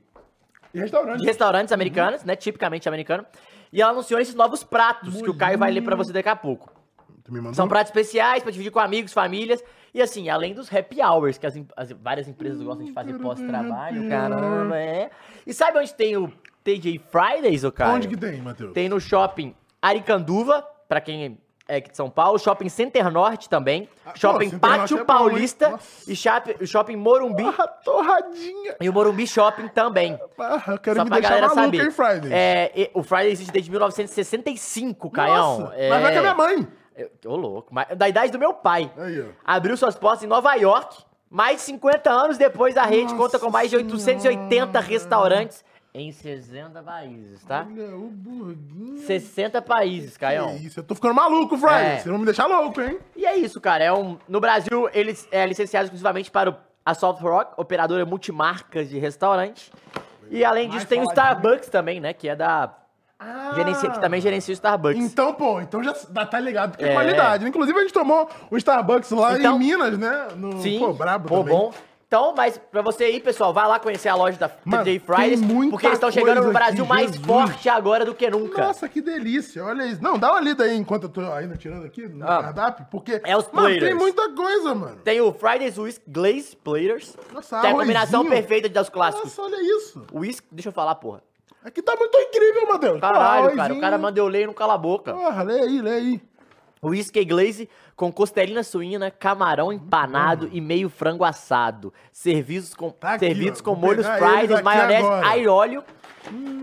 S2: de
S1: Restaurante.
S2: restaurantes americanos, né, tipicamente americano. E ela anunciou esses novos pratos que o Caio vai ler
S1: Uhum.
S2: pra você daqui a pouco.
S1: Tu me mandou?
S2: São pratos especiais pra dividir com amigos, famílias. E assim, além dos happy hours, que as, em- as várias empresas
S1: Hum,
S2: gostam de fazer pós-trabalho, caramba, é. E sabe onde tem o TJ Fridays, ô cara?
S1: Onde que tem, Matheus?
S2: Tem no shopping Aricanduva, pra quem é aqui de São Paulo, shopping Center Norte também,
S1: Ah,
S2: shopping
S1: pô, Center Norte
S2: Pátio
S1: é bom, hein?
S2: Paulista
S1: Nossa.
S2: e shop- o shopping Morumbi
S1: Porra, torradinha.
S2: e o Morumbi Shopping também.
S1: Porra, eu quero
S2: Só
S1: me
S2: pra
S1: deixar
S2: galera
S1: maluco,
S2: saber.
S1: hein, Friday?
S2: É, e- o Friday existe desde 1965, Caião.
S1: Nossa,
S2: é...
S1: Mas vai com a minha mãe.
S2: Eu, ô, louco. Mas, da idade do meu pai.
S1: Aí, ó.
S2: Abriu suas portas em Nova York. Mais de 50 anos depois, a rede
S1: Nossa
S2: conta com mais de 880
S1: Senhora.
S2: restaurantes em 60 países, tá?
S1: Olha o burguinho.
S2: 60 países, Caião.
S1: Que isso, eu tô ficando maluco, Friday.
S2: É.
S1: Vocês vão me deixar louco, hein?
S2: E é isso, cara. É um... No Brasil, ele é licenciado exclusivamente para o- a Soft Rock, operadora multimarcas de restaurante. E além disso,
S1: Mais
S2: tem o
S1: faladinho.
S2: Starbucks também, né? Que é da.
S1: Ah.
S2: Gerencia... tá Que também gerencia o Starbucks.
S1: Então, pô, então já dá- tá ligado, porque é,
S2: É.
S1: qualidade. né? Inclusive, a gente tomou o Starbucks lá
S2: Então-
S1: em Minas, né? No,
S2: Sim.
S1: Pô, brabo
S2: Pô,
S1: também.
S2: bom. Então, mas pra você ir, pessoal, vai lá conhecer a loja da
S1: Mano,
S2: TJ Fridays,
S1: tem muita
S2: porque eles estão chegando
S1: coisa
S2: no Brasil
S1: aqui,
S2: mais
S1: Jesus.
S2: forte agora do que nunca.
S1: Nossa, que delícia, olha isso. Não, dá uma lida aí enquanto eu tô ainda tirando aqui no
S2: Ah.
S1: cardápio, porque...
S2: É os
S1: mano, tem
S2: players.
S1: muita coisa, mano.
S2: Tem o Fridays Whisk Glaze Platters.
S1: Nossa,
S2: tem a combinação
S1: arrozinho.
S2: perfeita dos clássicos.
S1: Nossa, olha isso.
S2: Whisk, deixa eu falar, porra.
S1: Aqui tá muito incrível, Matheus.
S2: Caralho,
S1: Pô,
S2: cara, o cara
S1: arrozinho.
S2: manda eu ler e não cala a boca.
S1: Porra, lê aí, lê aí.
S2: Whisky e glaze com costelina suína, camarão empanado e meio frango assado. Serviços com,
S1: Hum. Tá aqui,
S2: servidos
S1: ó.
S2: com
S1: Vou
S2: molhos
S1: pegar eles
S2: Fridays,
S1: aqui
S2: maionese,
S1: agora. Hum.
S2: airóleo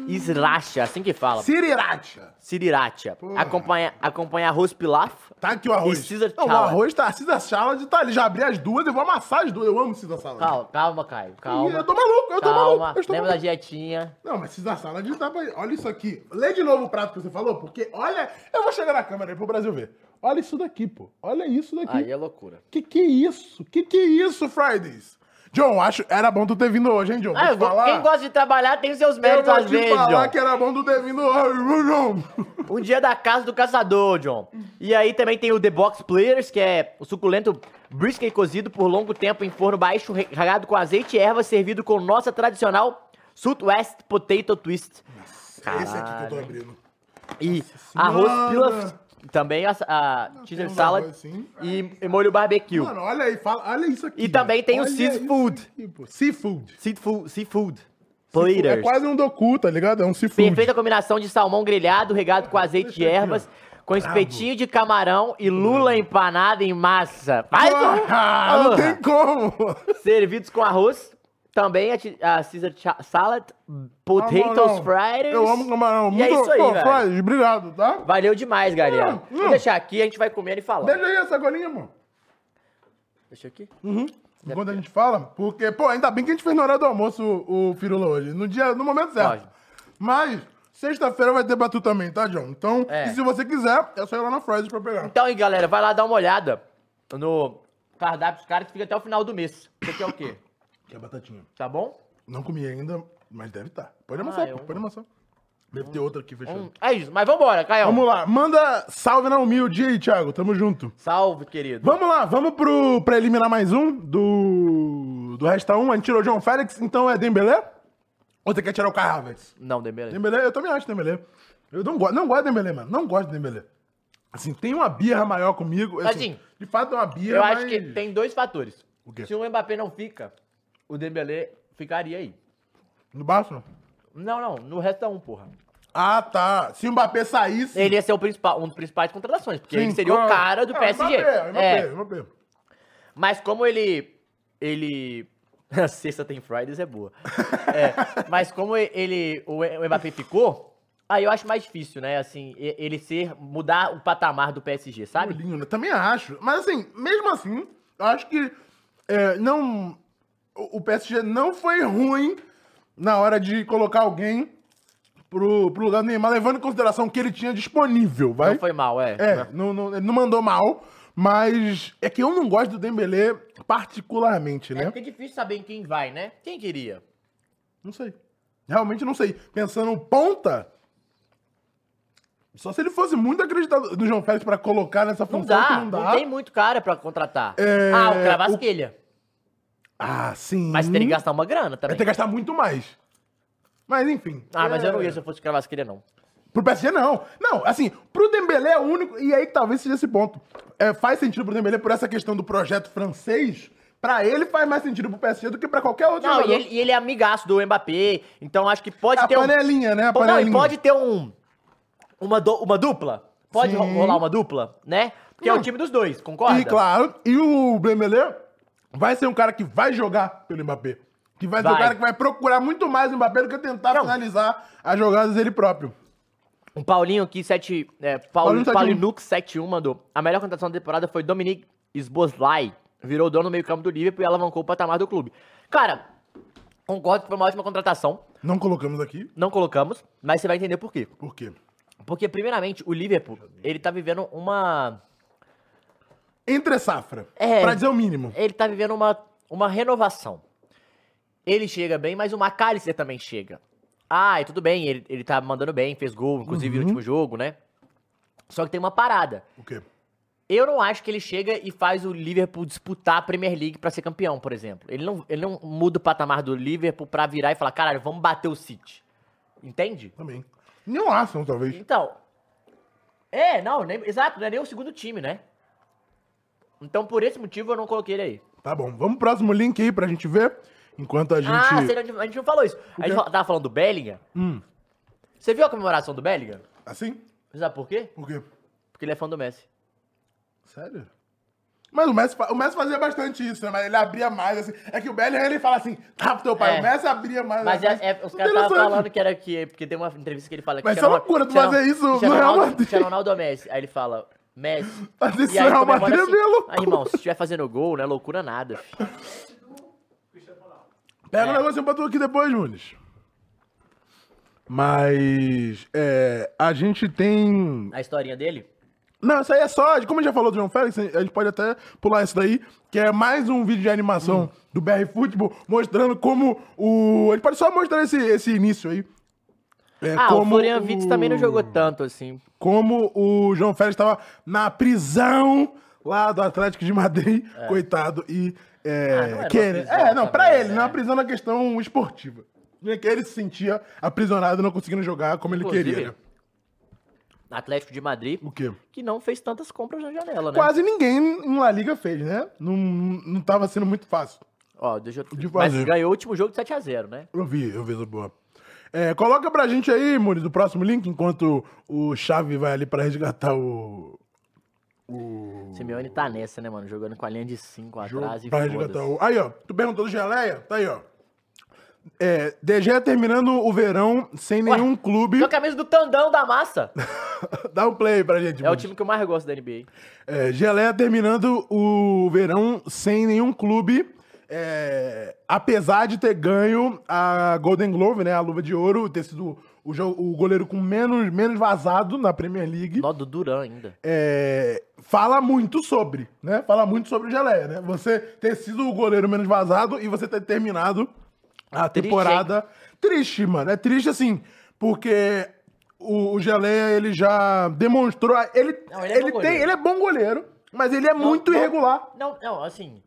S2: e sriracha, assim que fala.
S1: Siriracha.
S2: Siriracha.
S1: Porra.
S2: Acompanha, acompanha arroz pilaf.
S1: Tá aqui o arroz.
S2: E Caesar
S1: Não, o
S2: salad.
S1: arroz tá, Caesar salad tá ali. Já abri as duas, eu vou amassar as duas. Eu amo Caesar salad.
S2: Calma, calma, Caio. Calma.
S1: Eu tô maluco, eu tô
S2: calma.
S1: maluco. Eu tô
S2: Lembra
S1: maluco.
S2: da dietinha?
S1: Não, mas Cisa Salad dá pra. Olha isso aqui. Lê de novo o prato que você falou, porque olha. Eu vou chegar na câmera aí pro Brasil ver. Olha isso daqui, pô. Olha isso daqui.
S2: Aí é loucura.
S1: Que que é isso? Que que é isso, Fridays? John, acho. Era bom tu ter vindo hoje, hein, John? Vou
S2: Ah,
S1: te falar.
S2: quem gosta de trabalhar tem os seus
S1: eu
S2: méritos
S1: vou
S2: às
S1: te
S2: vezes,
S1: falar
S2: John.
S1: que era bom tu ter vindo hoje, viu, John.
S2: Um dia da casa do caçador, John. E aí também tem o The Box Players, que é o suculento brisket cozido por longo tempo em forno baixo, regado com azeite e ervas, servido com nossa tradicional Southwest Potato Twist.
S1: Esse aqui que eu tô
S2: Caralho.
S1: abrindo.
S2: E
S1: Senhora!
S2: arroz pilaf, também a, a
S1: tem
S2: Caesar
S1: uns
S2: salad
S1: arroz, sim.
S2: e, e molho barbecue.
S1: Mano, olha aí, fala, olha isso aqui.
S2: E também tem o
S1: Olha
S2: Seas
S1: isso
S2: Food.
S1: aqui, pô. Seafood.
S2: Seafood, seafood
S1: É
S2: platters.
S1: quase um docu, tá ligado? É um seafood.
S2: Perfeita combinação de salmão grelhado regado com azeite e
S1: Deixa aqui,
S2: ervas, com espetinho de camarão e lula empanada em massa. Faz um!
S1: Ah, não tem como.
S2: Servidos com arroz. Também a, ti- a Caesar cha- Salad, Potatoes
S1: Camarão.
S2: Fridays.
S1: Eu amo camarão.
S2: E é isso aí,
S1: Pô,
S2: velho.
S1: Fred, obrigado, tá?
S2: Valeu demais, galera.
S1: Hum,
S2: Vou
S1: hum.
S2: deixar aqui, a gente vai comendo e falando.
S1: Deixa aí a sacolinha, mano.
S2: Deixa aqui.
S1: Enquanto a gente fala, porque, pô, ainda bem que a gente fez no horário do almoço o, o Firula hoje. No dia, no momento certo.
S2: Lógico.
S1: Mas, sexta-feira vai ter batu também, tá, John? Então,
S2: É.
S1: e se você quiser, é só ir lá na Fridays pra pegar.
S2: Então aí, galera, vai lá dar uma olhada no cardápio dos caras que fica até o final do mês. Isso aqui é o quê?
S1: Que é batatinha.
S2: Tá bom?
S1: Não comi ainda, mas deve estar. Pode
S2: Ah,
S1: amassar,
S2: eu-
S1: pô, pode amassar. Deve ter outra aqui fechando.
S2: Hum, é isso, mas vambora, Caio.
S1: Vamos lá, manda salve na humilde aí, Thiago. Tamo junto.
S2: Salve, querido.
S1: Vamos lá, vamos pro pra eliminar mais um do do Resta 1. A gente tirou o João Félix, então é Dembélé? Ou você quer tirar o Carravets?
S2: Não, Dembele.
S1: Dembélé, eu também acho Dembélé. Eu não gosto, não gosto de Dembélé, mano. Não gosto de Dembélé. Assim, tem uma birra maior comigo. Assim,
S2: Assim,
S1: de fato é uma birra,
S2: Eu
S1: mas...
S2: acho que tem dois fatores.
S1: O quê?
S2: Se o Mbappé não fica, o Dembélé ficaria aí.
S1: No Barça?
S2: Não, não, no resto é um, porra.
S1: Ah, tá. Se o Mbappé saísse...
S2: Ele ia ser o principal, um dos principais contratações, porque
S1: Sim,
S2: ele seria
S1: claro.
S2: o cara do
S1: É,
S2: PSG.
S1: Mbappé, Mbappé,
S2: É,
S1: Mbappé.
S2: mas como ele ele sexta tem Fridays é boa. É, mas como ele o Mbappé ficou, Aí eu acho mais difícil, né? Assim, e- ele ser. mudar o patamar do PSG, sabe?
S1: Mourinho, né? Também acho. Mas assim, mesmo assim, eu acho que é, não. O o PSG não foi ruim na hora de colocar alguém pro, pro lugar do Neymar, levando em consideração o que ele tinha disponível, vai?
S2: Não foi mal, é.
S1: É, não, não, ele não mandou mal, mas é que eu não gosto do Dembélé particularmente,
S2: É
S1: né?
S2: porque é difícil saber em quem vai, né? Quem queria?
S1: Não sei. Realmente não sei. Pensando ponta, só se ele fosse muito acreditado do João Félix pra colocar nessa
S2: Não
S1: função Então que não
S2: dá, não,
S1: dá.
S2: tem muito cara pra contratar.
S1: É,
S2: Ah, o Cravasquilha.
S1: Ah, sim.
S2: Mas teria que gastar uma grana
S1: Vai
S2: também.
S1: ter que gastar muito mais. Mas enfim.
S2: Ah, mas
S1: É.
S2: eu não ia se eu fosse Cravasquilha, não.
S1: Pro PSG, não. Não, assim, pro Dembélé é o único... E aí que talvez seja esse ponto. É, faz sentido pro Dembélé por essa questão do projeto francês. Pra ele faz mais sentido pro PSG do que pra qualquer outro
S2: Não, e
S1: jogador.
S2: ele, e ele é amigaço do Mbappé, então acho que pode
S1: A
S2: ter um...
S1: panelinha, né? A
S2: Pô, Não,
S1: panelinha.
S2: e pode ter um. Uma, do- uma dupla? Pode
S1: Sim.
S2: ro- rolar uma dupla, né? Porque é o
S1: Não.
S2: time dos dois, concorda?
S1: E claro, e o Dembélé vai ser um cara que vai jogar pelo Mbappé. Que vai, ser um
S2: Vai.
S1: cara que vai procurar muito mais o Mbappé do que tentar
S2: Não.
S1: finalizar as jogadas dele próprio.
S2: Um Paulinho aqui, 7. É, Paulinho,
S1: Paulinho 71.
S2: Paulinho Nux 71 mandou. A melhor contratação da temporada foi Dominique Sboslai. Virou dono do meio-campo do Liverpool e alavancou o patamar do clube. Cara, concordo que foi uma ótima contratação.
S1: Não colocamos aqui.
S2: Não colocamos, mas você vai entender por quê.
S1: Por quê?
S2: Porque, primeiramente, o Liverpool, ele tá vivendo uma.
S1: Entre safra.
S2: É.
S1: Pra dizer o mínimo.
S2: Ele tá vivendo uma, uma renovação. Ele chega bem, mas o McAllister também chega. Ah, e tudo bem, ele, ele tá mandando bem, fez gol, inclusive no último jogo, né? Só que tem uma parada.
S1: O quê?
S2: Eu não acho que ele chega e faz o Liverpool disputar a Premier League pra ser campeão, por exemplo. Ele não, ele não muda o patamar do Liverpool pra virar e falar, caralho, vamos bater o City. Entende?
S1: Também. Nem o Arsenal, talvez.
S2: Então. É, não, nem- exato, não é nem o segundo time, né? Então, por esse motivo, eu não coloquei ele aí.
S1: Tá bom. Vamos pro próximo link aí pra gente ver. Enquanto a gente.
S2: Ah, você não- a gente não falou isso. A gente
S1: quê?
S2: fal- tava falando do Bellingham.
S1: Hum.
S2: Você viu a comemoração do Bellingham?
S1: Assim?
S2: Você sabe por quê?
S1: Por quê?
S2: Porque ele é fã do Messi.
S1: Sério? Mas o Messi, fa- o Messi fazia bastante isso, né? Mas ele abria mais, assim. É que o Bellingham, ele fala assim, tá pro teu pai.
S2: É.
S1: O Messi abria mais.
S2: Mas
S1: assim.
S2: é- é- os caras estavam
S1: Interessante.
S2: falando que era que. Porque tem uma entrevista que ele fala que.
S1: Mas isso
S2: Cristiano
S1: é loucura, tu
S2: Ronaldo-
S1: fazer isso no
S2: Cristiano
S1: Real
S2: Ronaldo-
S1: Madrid.
S2: Cristiano Ronaldo ou Messi. Aí ele fala, Messi.
S1: Mas isso
S2: E
S1: é
S2: aí
S1: Real
S2: comemora
S1: Madrid, é
S2: assim.
S1: meio louco.
S2: Ah, irmão, se estiver fazendo gol, não é loucura nada. filho.
S1: Pega o
S2: É.
S1: negocinho pra tu aqui depois, Nunes. Mas é, a gente tem.
S2: A historinha dele.
S1: Não, isso aí é só. Como a gente já falou do João Félix, a gente pode até pular isso daí, que é mais um vídeo de animação
S2: Hum.
S1: do BR Futebol mostrando como o. A gente pode só mostrar esse, esse início aí. É,
S2: ah, o Florian
S1: o-
S2: Vitz também não jogou tanto assim.
S1: Como o João Félix estava na prisão lá do Atlético de Madrid, coitado, e. É,
S2: Ah, não era
S1: que
S2: uma
S1: ele-
S2: prisão
S1: é, não, pra
S2: também,
S1: ele,
S2: né?
S1: não é uma prisão na questão esportiva. Não é que ele se sentia aprisionado, não conseguindo jogar como ele
S2: Inclusive,
S1: queria. né?
S2: Atlético de Madrid,
S1: O quê?
S2: que não fez tantas compras na janela, né?
S1: Quase ninguém em La Liga fez, né? Não, não tava sendo muito fácil.
S2: Ó, deixa eu...
S1: De
S2: Mas
S1: fazer.
S2: ganhou o último jogo de 7x0, né?
S1: Eu vi, eu vi essa boa. É, coloca pra gente aí, Muniz, o próximo link, enquanto o Chave vai ali pra resgatar o. O.
S2: Simeone tá nessa, né, mano? Jogando com a linha de 5
S1: jogo
S2: atrás e
S1: pra resgatar
S2: foda-se.
S1: o. Aí, ó, tu perguntou do Geleia? Tá aí, ó. É, DG terminando o verão sem nenhum clube.
S2: Tem a camisa do Tandão da Massa.
S1: Dá um play pra gente,
S2: É o
S1: Muniz.
S2: time que eu mais gosto da NBA.
S1: É, Geleia terminando o verão sem nenhum clube. é, apesar de ter ganho a Golden Glove, né? A luva de ouro, ter sido o, jo- o goleiro com menos, menos vazado na Premier League.
S2: Nó do Duran ainda.
S1: é, fala muito sobre, né? Fala muito sobre o Geleia, né? Você ter sido o goleiro menos vazado e você ter terminado a
S2: Triste, hein?
S1: temporada triste, mano. É triste assim, porque o, o Geleia ele já demonstrou, a- ele
S2: Não, ele
S1: ele, tem,
S2: é bom goleiro.
S1: ele é bom goleiro, mas ele é muito
S2: não.
S1: irregular.
S2: Não, não, assim...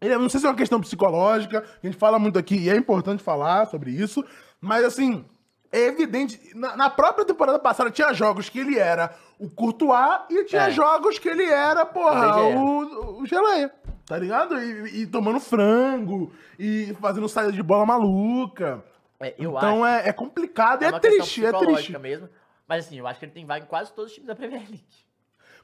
S1: Ele- eu não sei se é uma questão psicológica, a gente fala muito aqui e é importante falar sobre isso, mas assim, é evidente. Na, na própria temporada passada tinha jogos que ele era o Courtois e tinha
S2: É.
S1: jogos que ele era, porra,
S2: Entendi.
S1: o, o Geleia, tá ligado? E, e tomando frango, e fazendo saída de bola maluca.
S2: é, eu
S1: então
S2: acho
S1: é, é complicado
S2: que
S1: e é
S2: uma questão
S1: triste, é
S2: psicológica
S1: triste.
S2: mesmo. Mas assim, eu acho que ele tem vaga em quase todos os times da Premier League.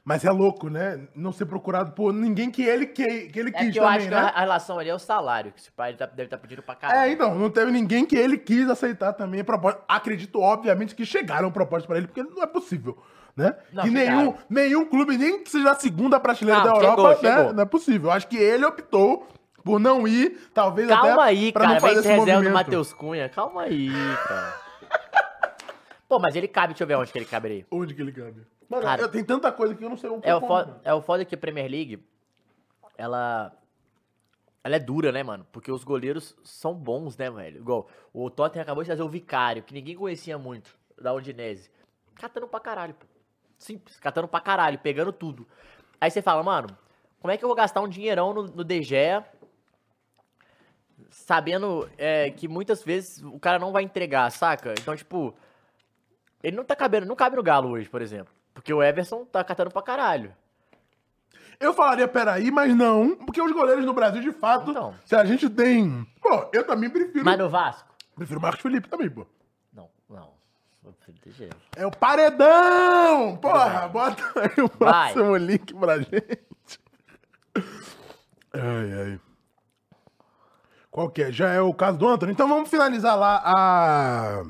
S1: Mas é louco, né? Não ser procurado por ninguém que ele, que, que ele
S2: É
S1: quis
S2: porque eu acho
S1: também,
S2: que
S1: né?
S2: a relação ali é o salário, que esse pai ele tá- deve estar pedindo pra
S1: É,
S2: caralho.
S1: então, não teve ninguém que ele quis aceitar também a proposta. Acredito, obviamente, que chegaram propostas pra ele, porque não é possível, né?
S2: Não,
S1: que nenhum,
S2: chegaram.
S1: nenhum clube, nem que seja a segunda prateleira
S2: Não,
S1: da
S2: chegou,
S1: Europa, né?
S2: chegou.
S1: Não é possível. Eu Acho que ele optou por não ir, talvez até
S2: Calma aí,
S1: pra
S2: cara.
S1: não fazer
S2: Vem
S1: esse
S2: ser reserva do
S1: movimento.
S2: Matheus Cunha. Calma aí, cara. Pô, mas ele cabe, deixa eu ver onde que ele cabe aí.
S1: Onde que ele cabe? Mano,
S2: Cara,
S1: eu- tem tanta coisa que eu não sei onde
S2: É o,
S1: eu
S2: fo-
S1: ponho.
S2: é o foda que a Premier League, ela. Ela é dura, né, mano? Porque os goleiros são bons, né, velho? Igual o Tottenham acabou de trazer o Vicário, que ninguém conhecia muito, da Udinese. Catando pra caralho, pô. Simples, catando pra caralho, pegando tudo. Aí você fala, mano, como é que eu vou gastar um dinheirão no, no De Gea, sabendo é, que muitas vezes o cara não vai entregar, saca? Então, tipo, ele não tá cabendo, não cabe no Galo hoje, por exemplo. Porque o Everson tá catando pra caralho.
S1: Eu falaria, peraí, mas não, porque os goleiros no Brasil, de fato,
S2: Então.
S1: se a gente tem. Pô, eu também prefiro.
S2: Mas no Vasco?
S1: Prefiro o Marcos Felipe também, pô.
S2: Não, não. Eu prefiro ter gelo.
S1: É o paredão! Porra, bota aí o
S2: Vai.
S1: próximo link pra gente. Ai, ai. Qual que é? Já é o caso do Antônio. Então vamos finalizar lá a.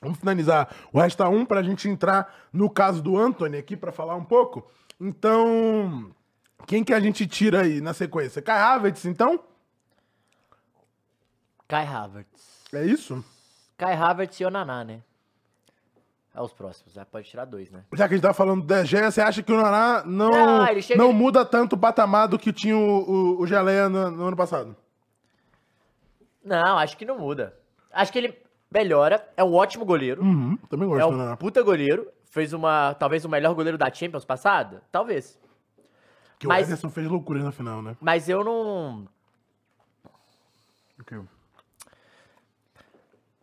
S1: Vamos finalizar o resta um pra gente entrar no caso do Anthony aqui pra falar um pouco. Então, quem que a gente tira aí na sequência? Kai Havertz, então?
S2: Kai Havertz.
S1: É isso?
S2: Kai Havertz e Onaná, né? É os próximos, né? Pode tirar dois, né?
S1: Já que a gente tá falando do DG, você acha que o Naná não,
S2: Não, ele chega-
S1: não muda tanto o patamar do que tinha o, o, o Geleia no, no ano passado?
S2: Não, acho que não muda. Acho que ele melhora. É um ótimo goleiro.
S1: Uhum, também gosto
S2: é
S1: do
S2: um
S1: Naná.
S2: puta goleiro. Fez uma. Talvez o melhor goleiro da Champions passada? Talvez.
S1: Porque
S2: mas-
S1: o Ederson fez loucura na final, né?
S2: Mas eu não.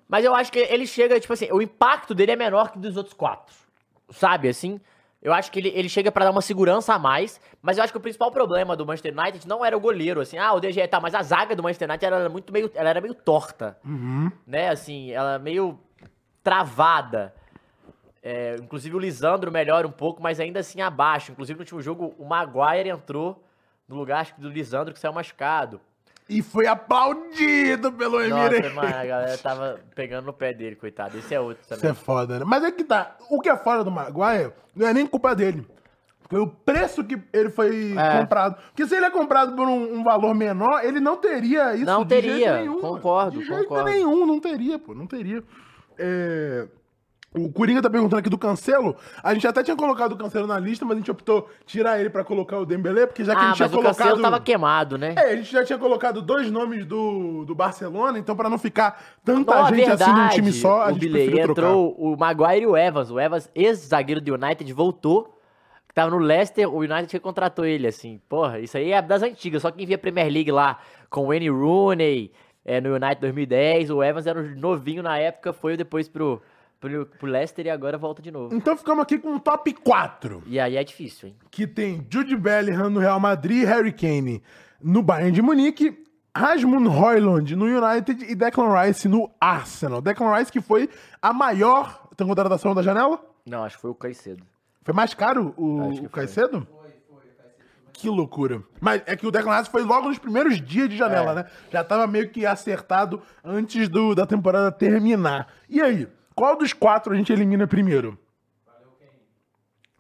S2: Mas eu acho que ele chega, tipo assim, o impacto dele é menor que dos outros quatro. Sabe, assim? Eu acho que ele, ele chega pra dar uma segurança a mais, mas eu acho que o principal problema do Manchester United não era o goleiro, assim, ah, o DG tá, mas a zaga do Manchester United ela era muito meio, ela era meio torta,
S1: Uhum.
S2: né? Assim, ela meio travada. É, inclusive o Lisandro melhora um pouco, mas ainda assim abaixo. Inclusive no último jogo o Maguire entrou no lugar acho que do Lisandro que saiu machucado.
S1: E foi aplaudido pelo
S2: Nossa, é
S1: Emir.
S2: mano, a galera tava pegando no pé dele, coitado. Esse é outro também.
S1: Isso é foda, né? Mas é que tá. O que é foda do Maguire não é nem culpa dele. Foi o preço que ele foi
S2: É.
S1: comprado. Porque se ele é comprado por um, um valor menor, ele não teria isso.
S2: Não teria,
S1: mano.
S2: concordo,
S1: De jeito
S2: concordo.
S1: nenhum, não teria, pô. Não teria. É, O Coringa tá perguntando aqui do Cancelo. A gente até tinha colocado o Cancelo na lista, mas a gente optou tirar ele pra colocar o Dembele, porque já que a
S2: Ah,
S1: gente tinha
S2: mas o Cancelo
S1: colocado...
S2: tava queimado, né?
S1: É, a gente já tinha colocado dois nomes do, do Barcelona, então pra não ficar tanta
S2: Não, a um
S1: gente assim num time só, a
S2: o
S1: gente
S2: Bilei,
S1: preferiu trocar.
S2: entrou o Maguire e o Evans. O Evans, ex-zagueiro do United, voltou. que Tava no Leicester, o United contratou ele, assim. Porra, isso aí é das antigas. Só quem via Premier League lá com o N. Rooney é, no United 2010. O Evans era um novinho na época, foi depois pro, pro, pro Leicester e agora volta de novo.
S1: Então ficamos aqui com um top 4,
S2: E aí é difícil, hein?
S1: que tem Jude Bellingham no Real Madrid, Harry Kane no Bayern de Munique, Rasmus Højlund no United e Declan Rice no Arsenal. Declan Rice que foi a maior tem contratação da janela?
S2: Não, acho que foi o Caicedo.
S1: Foi mais caro
S2: Acho
S1: o,
S2: que
S1: o Caicedo? Que loucura. Mas é que o Declan Rice foi logo nos primeiros dias de janela,
S2: É.
S1: né? Já tava meio que acertado antes do, da temporada terminar. E aí, qual dos quatro a gente elimina primeiro?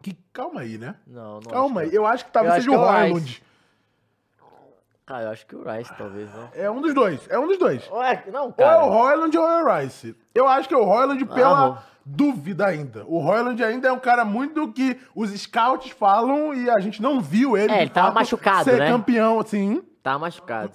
S1: Que calma aí, né?
S2: Não, não
S1: Calma
S2: acho
S1: aí,
S2: que-
S1: eu acho que talvez
S2: Eu acho
S1: seja o
S2: que é o Rice.
S1: Roland.
S2: Cara, eu acho que o Rice, talvez, não.
S1: É um dos dois, é um dos dois.
S2: Ué, não,
S1: Ou
S2: cara. Ah,
S1: é o Roland ou é o Rice. Eu acho que é o Roland pela
S2: Ro-
S1: dúvida ainda. O Roland ainda é um cara muito do que os scouts falam e a gente não viu ele.
S2: É,
S1: de
S2: ele tava
S1: fato,
S2: machucado,
S1: ser
S2: né?
S1: campeão, assim.
S2: Tá machucado.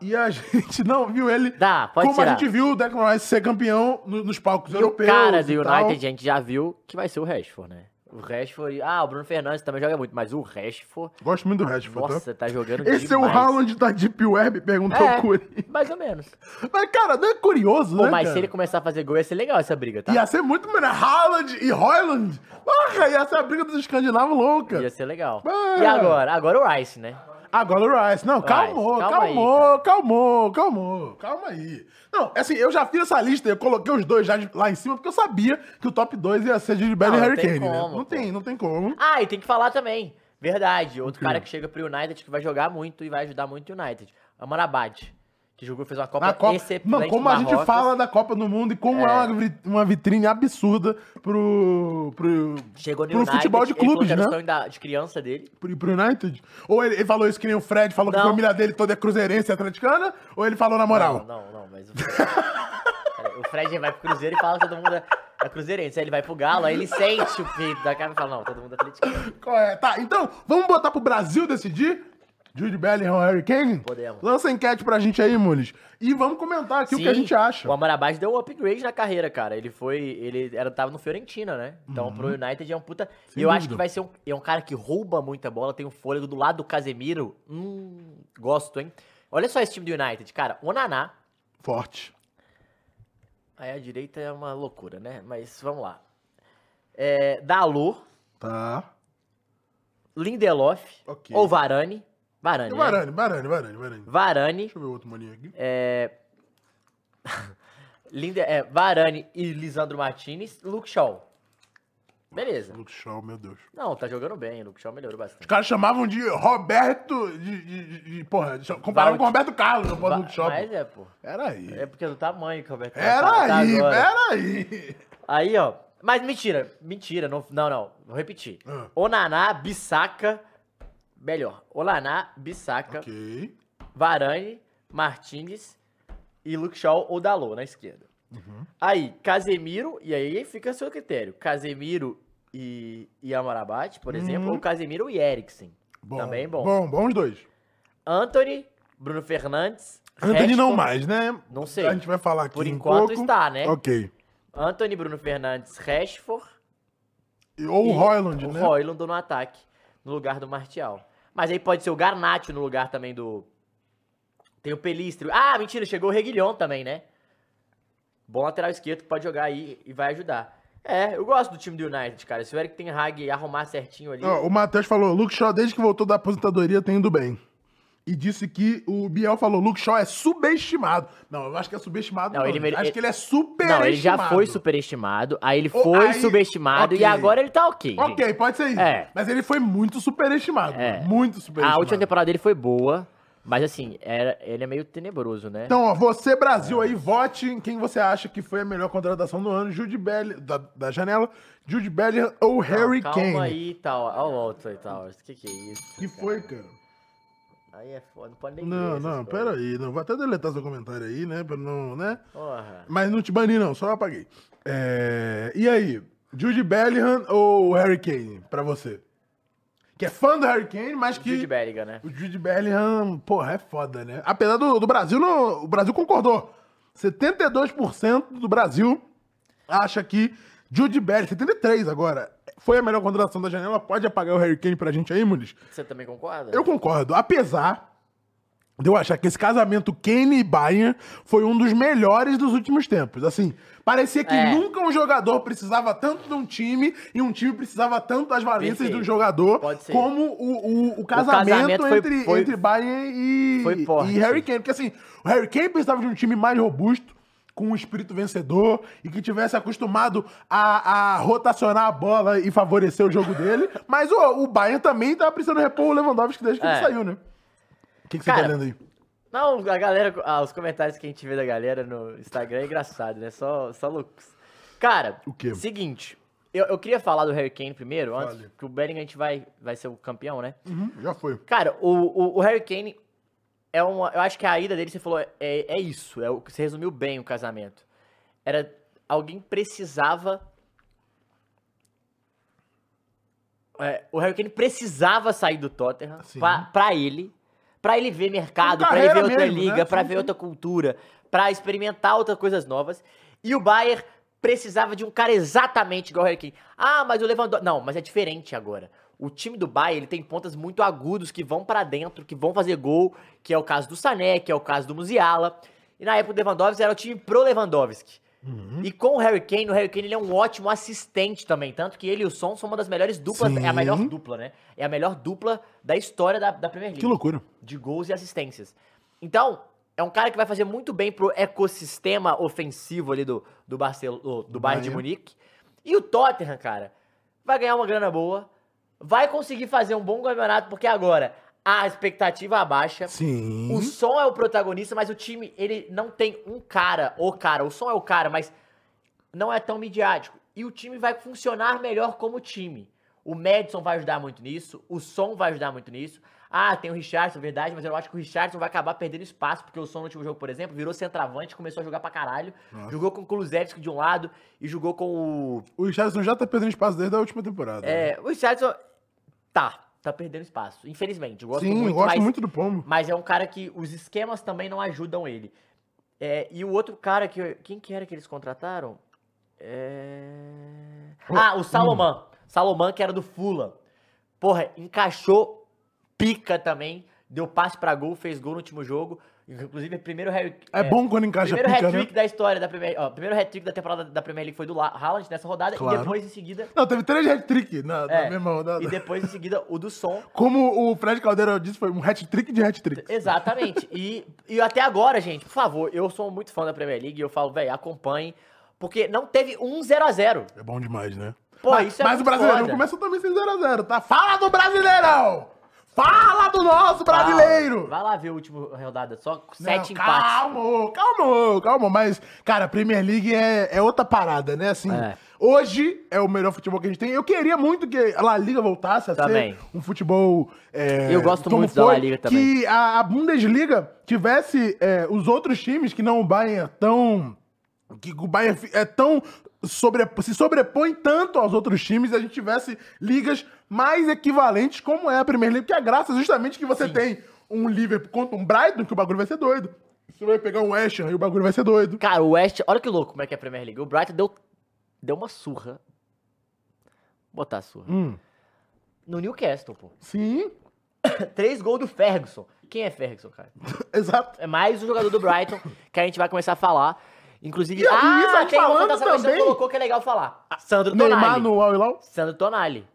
S1: E a gente não viu ele.
S2: Dá, pode
S1: como
S2: tirar.
S1: a gente viu o Declan Rice ser campeão no- nos palcos
S2: E o
S1: europeus.
S2: cara do
S1: e
S2: United,
S1: tal.
S2: a gente já viu que vai ser o Rashford, né? O Rashford... Ah, o Bruno Fernandes também joga muito, mas o Rashford...
S1: Gosto muito do Rashford, tá?
S2: Nossa, tá jogando
S1: Esse é o
S2: demais.
S1: Haaland da Deep Web, perguntou o Curi.
S2: É, mais ou menos.
S1: Mas, cara, não é curioso,
S2: Pô,
S1: né?
S2: mas
S1: cara?
S2: se ele começar a fazer gol, ia ser legal essa briga, tá?
S1: Ia ser muito melhor. Haaland e Royland. Porra, ia ser a briga dos escandinavos louca.
S2: Ia ser legal.
S1: Ah.
S2: E agora? Agora o Rice, né?
S1: Agora o Rice. Não, calmou,
S2: calma aí,
S1: calmou, calmou, calmou. Calma aí. Não, assim, eu já fiz essa lista, eu coloquei os dois já de- lá em cima, porque eu sabia que o top 2 ia ser Gilberto
S2: Não,
S1: e
S2: não
S1: Harry
S2: tem
S1: Kane, né?
S2: como,
S1: Não
S2: pô.
S1: tem, não tem como.
S2: Ah, e tem que falar também. Verdade. Outro
S1: Ok.
S2: cara que chega pro United que vai jogar muito e vai ajudar muito o United. Amarabad. Que jogou, fez uma Copa,
S1: Na Copa,
S2: excepcional.
S1: mano, como a gente fala da Copa do Mundo e como é, uma, vi- uma vitrine absurda pro, pro,
S2: Chegou no
S1: pro
S2: United,
S1: futebol de
S2: ele falou
S1: clubes,
S2: que era
S1: né?
S2: o sonho da- de criança dele.
S1: Pro, pro United? Ou ele, ele falou isso que nem o Fred, falou que a
S2: Não.
S1: família dele toda é cruzeirense e atleticana? Ou ele falou na moral?
S2: Não, não, não, mas o Fred, Peraí, o Fred vai pro Cruzeiro e fala que todo mundo é, é cruzeirense. Aí ele vai pro Galo, aí ele sente o peito da cara e fala, não, todo mundo é atleticano.
S1: Qual é? Tá, então, vamos botar pro Brasil decidir? Jude Bellingham, Harry Kane?
S2: Podemos.
S1: Lança a enquete pra gente aí, Mules. E vamos comentar aqui o que a
S2: Sim,
S1: gente acha.
S2: O Amarabás deu um upgrade na carreira, cara. Ele foi. Ele era, tava no Fiorentina, né? Então pro United é um puta.
S1: Uhum. Sem
S2: e eu acho
S1: dúvida.
S2: que vai ser um. É um cara que rouba muita bola, tem um fôlego do lado do Casemiro. Hum, gosto, hein? Olha só esse time do United, cara. O Naná.
S1: Forte.
S2: Aí a direita é uma loucura, né? Mas vamos lá. É, Dalot,
S1: Tá.
S2: Lindelof,
S1: Ok.
S2: ou Varane. Varane.
S1: E o
S2: né?
S1: Varane, Varane, Varane, Varane.
S2: Varane. é,
S1: Deixa eu ver o outro maninho aqui.
S2: Linde, é, Varane e Lisandro Martinez, Luke Shaw. Beleza.
S1: Luke Shaw, meu Deus.
S2: Não, tá jogando bem, o Luke Shaw melhorou bastante.
S1: Os caras chamavam de Roberto. De, de, de- de- porra, de- comparavam com o Roberto Carlos, no
S2: Va-
S1: Luke Shaw.
S2: Mas é, pô.
S1: Peraí.
S2: É porque é do tamanho que o Roberto Carlos tá
S1: Peraí,
S2: agora.
S1: peraí.
S2: Aí, ó. Mas mentira, mentira. Não, não, não. Vou repetir.
S1: Ah.
S2: Onaná, Bissaca. Melhor. Onaná, Bissaca,
S1: Ok.
S2: Varane, Martinez e Luke Shaw ou Dalot na esquerda.
S1: Uhum.
S2: Aí, Casemiro, e aí fica a seu critério. Casemiro e, e Amarabat, por exemplo, ou Casemiro e Eriksen.
S1: Uhum. Bom,
S2: Também é bom.
S1: Bom, bons dois.
S2: Anthony, Bruno Fernandes.
S1: Anthony não
S2: Rashford,
S1: mais, né?
S2: Não sei.
S1: A gente vai falar aqui.
S2: Por
S1: um
S2: enquanto
S1: pouco.
S2: está, né?
S1: Ok.
S2: Anthony, Bruno Fernandes, Rashford.
S1: E- Ou o
S2: e
S1: Royland,
S2: o
S1: né?
S2: Højlund no ataque, no lugar do Martial. Mas aí pode ser o Garnacho no lugar também do... Tem o Pelistro. Ah, mentira, chegou o Reguilhão também, né? Bom lateral esquerdo que pode jogar aí e vai ajudar. É, eu gosto do time do United, cara. Se o Eric Ten Hag arrumar certinho ali...
S1: Ó, o Matheus falou, Luke Shaw, desde que voltou da aposentadoria, tem indo bem. E disse que o Biel falou, Luke Shaw é subestimado. Não, eu acho que é subestimado.
S2: Não, ele mere-
S1: acho
S2: ele-
S1: que ele é superestimado.
S2: Não, ele já foi superestimado, aí ele
S1: Oh,
S2: foi
S1: aí-
S2: subestimado
S1: ok.
S2: e agora ele tá ok. gente.
S1: Ok, pode ser isso.
S2: É.
S1: Mas ele foi muito superestimado.
S2: É.
S1: Muito superestimado.
S2: A última temporada dele foi boa, mas assim, era, ele é meio tenebroso, né?
S1: Então, ó, você,
S2: É.
S1: Brasil, aí, vote em quem você acha que foi a melhor contratação do ano, Jude Bellingham, da, da janela, Jude Bellingham ou Harry
S2: calma
S1: Kane.
S2: aí, tal. Olha o Walter Towers. Que que é isso?
S1: Que
S2: cara?
S1: foi, cara?
S2: Aí é foda, não pode nem
S1: Não,
S2: ver
S1: não,
S2: essas coisas.
S1: peraí. Não, vou até deletar seu comentário aí, né? Pra não, né?
S2: Porra.
S1: Mas não te bani, não, só apaguei. É, E aí, Jude Bellingham ou Harry Kane, pra você? Que é fã do Harry Kane, mas que.
S2: Jude Bellingham, né?
S1: O Jude Bellingham, porra, é foda, né? Apesar do, do Brasil, não- o Brasil concordou. 72% do Brasil acha que Jude Bellingham, 73% agora, foi a melhor contratação da janela. Pode apagar o Harry Kane pra gente aí, Muniz?
S2: Você também concorda?
S1: Eu concordo. Apesar de eu achar que esse casamento Kane e Bayern foi um dos melhores dos últimos tempos. Assim, parecia que
S2: É.
S1: nunca um jogador precisava tanto de um time e um time precisava tanto das valências de um
S2: Perfeito.
S1: jogador
S2: Pode ser.
S1: como o, o, o casamento,
S2: casamento foi-
S1: entre,
S2: foi-
S1: entre Bayern e,
S2: foi forte.
S1: e Harry Kane. Porque assim, o Harry Kane precisava de um time mais robusto, com um espírito vencedor e que tivesse acostumado a, a rotacionar a bola e favorecer o jogo dele. Mas o, o Bayern também tava precisando repor o Lewandowski desde que ele
S2: É.
S1: saiu, né? O que, que você
S2: Cara,
S1: tá lendo aí?
S2: Não, a galera. Ah, os comentários que a gente vê da galera no Instagram é engraçado, né? Só, só loucos. Cara,
S1: O quê?
S2: seguinte. Eu, eu queria falar do Harry Kane primeiro,
S1: Fale.
S2: antes que o Bellingham a gente vai, vai ser o campeão, né?
S1: Uhum, já foi.
S2: Cara, o, o, o Harry Kane é uma. Eu acho que a ida dele, você falou, é, é isso. É o, você resumiu bem o casamento. Era. Alguém precisava. É, o Harry Kane precisava sair do Tottenham
S1: Sim.
S2: pra, pra ele. Pra ele ver mercado, pra ele
S1: carreira
S2: ver outra
S1: mesmo, né?
S2: liga, pra
S1: Sim,
S2: ver
S1: sim.
S2: outra cultura, pra experimentar outras coisas novas. E o Bayern precisava de um cara exatamente igual o Harry Kane. Ah, mas o Lewandowski... Não, mas é diferente agora. O time do Bayern, ele tem pontas muito agudos que vão pra dentro, que vão fazer gol, que é o caso do Sané, que é o caso do Musiala. E na época do Lewandowski era o time pro Lewandowski.
S1: Uhum.
S2: E com o Harry Kane, o Harry Kane ele é um ótimo assistente também. Tanto que ele e o Son são uma das melhores duplas. É a melhor
S1: Sim.
S2: dupla, né? É a melhor dupla da história da, da Premier League
S1: Que loucura.
S2: de gols e assistências. Então, é um cara que vai fazer muito bem pro ecossistema ofensivo ali do, do, Barcel do, do Bayern de
S1: Bayern.
S2: Munique. E o Tottenham, cara, vai ganhar uma grana boa, vai conseguir fazer um bom campeonato, porque agora a expectativa é abaixa.
S1: Sim.
S2: O Som é o protagonista, mas o time, ele não tem um cara, o cara. O Som é o cara, mas não é tão midiático. E o time vai funcionar melhor como time. O Madison vai ajudar muito nisso, o Som vai ajudar muito nisso. Ah, tem o Richardson, verdade, mas eu acho que o Richardson vai acabar perdendo espaço, porque o Som no último jogo, por exemplo, virou centroavante, começou a jogar pra caralho.
S1: Nossa.
S2: Jogou com o Kulusevski de um lado e jogou com o
S1: O Richardson já tá perdendo espaço desde a última temporada. né?
S2: é, o Richardson tá, tá perdendo espaço, infelizmente. Eu gosto
S1: Sim,
S2: muito,
S1: eu gosto
S2: mas,
S1: muito do Pombo.
S2: mas é um cara que os esquemas também não ajudam ele. É, e o outro cara que. Quem que era que eles contrataram? É... Ah, o Salomão. Salomão, que era do Fula. Porra, encaixou pica também. Deu passe pra gol, fez gol no último jogo. Inclusive, primeiro Harry.
S1: É, bom quando encaixa
S2: Primeiro
S1: pica,
S2: hat-trick
S1: né?
S2: da história da Premier ó, Primeiro hat-trick da temporada da Premier League foi do La- Haaland nessa rodada. E
S1: Claro.
S2: depois, em seguida,
S1: Não, teve três hat-trick na, na
S2: É,
S1: mesma rodada.
S2: e depois em seguida o do som.
S1: Como o Fred Caldeira disse, foi um hat-trick de hat-trick.
S2: Exatamente. E, e até agora, gente, por favor, eu sou muito fã da Premier League e eu falo, velho, acompanhe. Porque não teve um 0x0.
S1: É bom demais, né?
S2: Pô,
S1: mas,
S2: isso é
S1: mas
S2: muito
S1: o Brasileirão
S2: foda.
S1: começa também sem 0x0, tá? Fala do Brasileirão! Fala do nosso brasileiro!
S2: Vai lá ver o último rodada, só
S1: Não,
S2: sete empates.
S1: calma, ô, calma, ô, calma. Mas, cara, a Premier League é, é outra parada, né? Assim,
S2: É.
S1: hoje é o melhor futebol que a gente tem. Eu queria muito que a La Liga voltasse a
S2: Também.
S1: ser um futebol. é,
S2: Eu gosto
S1: como
S2: muito da La Liga também.
S1: Que a, a Bundesliga tivesse é, os outros times que não o Bayern tão. Que o Bayern fi- é tão. sobre- se sobrepõe tanto aos outros times, a gente tivesse ligas mais equivalentes, como é a Premier League, que a graça é justamente que você tem um Liverpool contra um Brighton, que o bagulho vai ser doido. Você vai pegar um West Ham e o bagulho vai ser doido.
S2: Cara, o West, olha que louco como é que é a Premier League. O Brighton deu, deu uma surra. Vou botar a surra.
S1: Hum,
S2: No Newcastle, pô.
S1: sim,
S2: Três gols do Ferguson. Quem é Ferguson, cara?
S1: exato.
S2: É mais um jogador do Brighton que a gente vai começar a falar. Inclusive,
S1: E- e
S2: ah,
S1: isso a gente
S2: tem uma
S1: falando
S2: anotação que você
S1: também. Ah,
S2: colocou que é legal falar. Sandro
S1: Neymar
S2: Tonali.
S1: no Al Hilal.
S2: Sandro Tonali.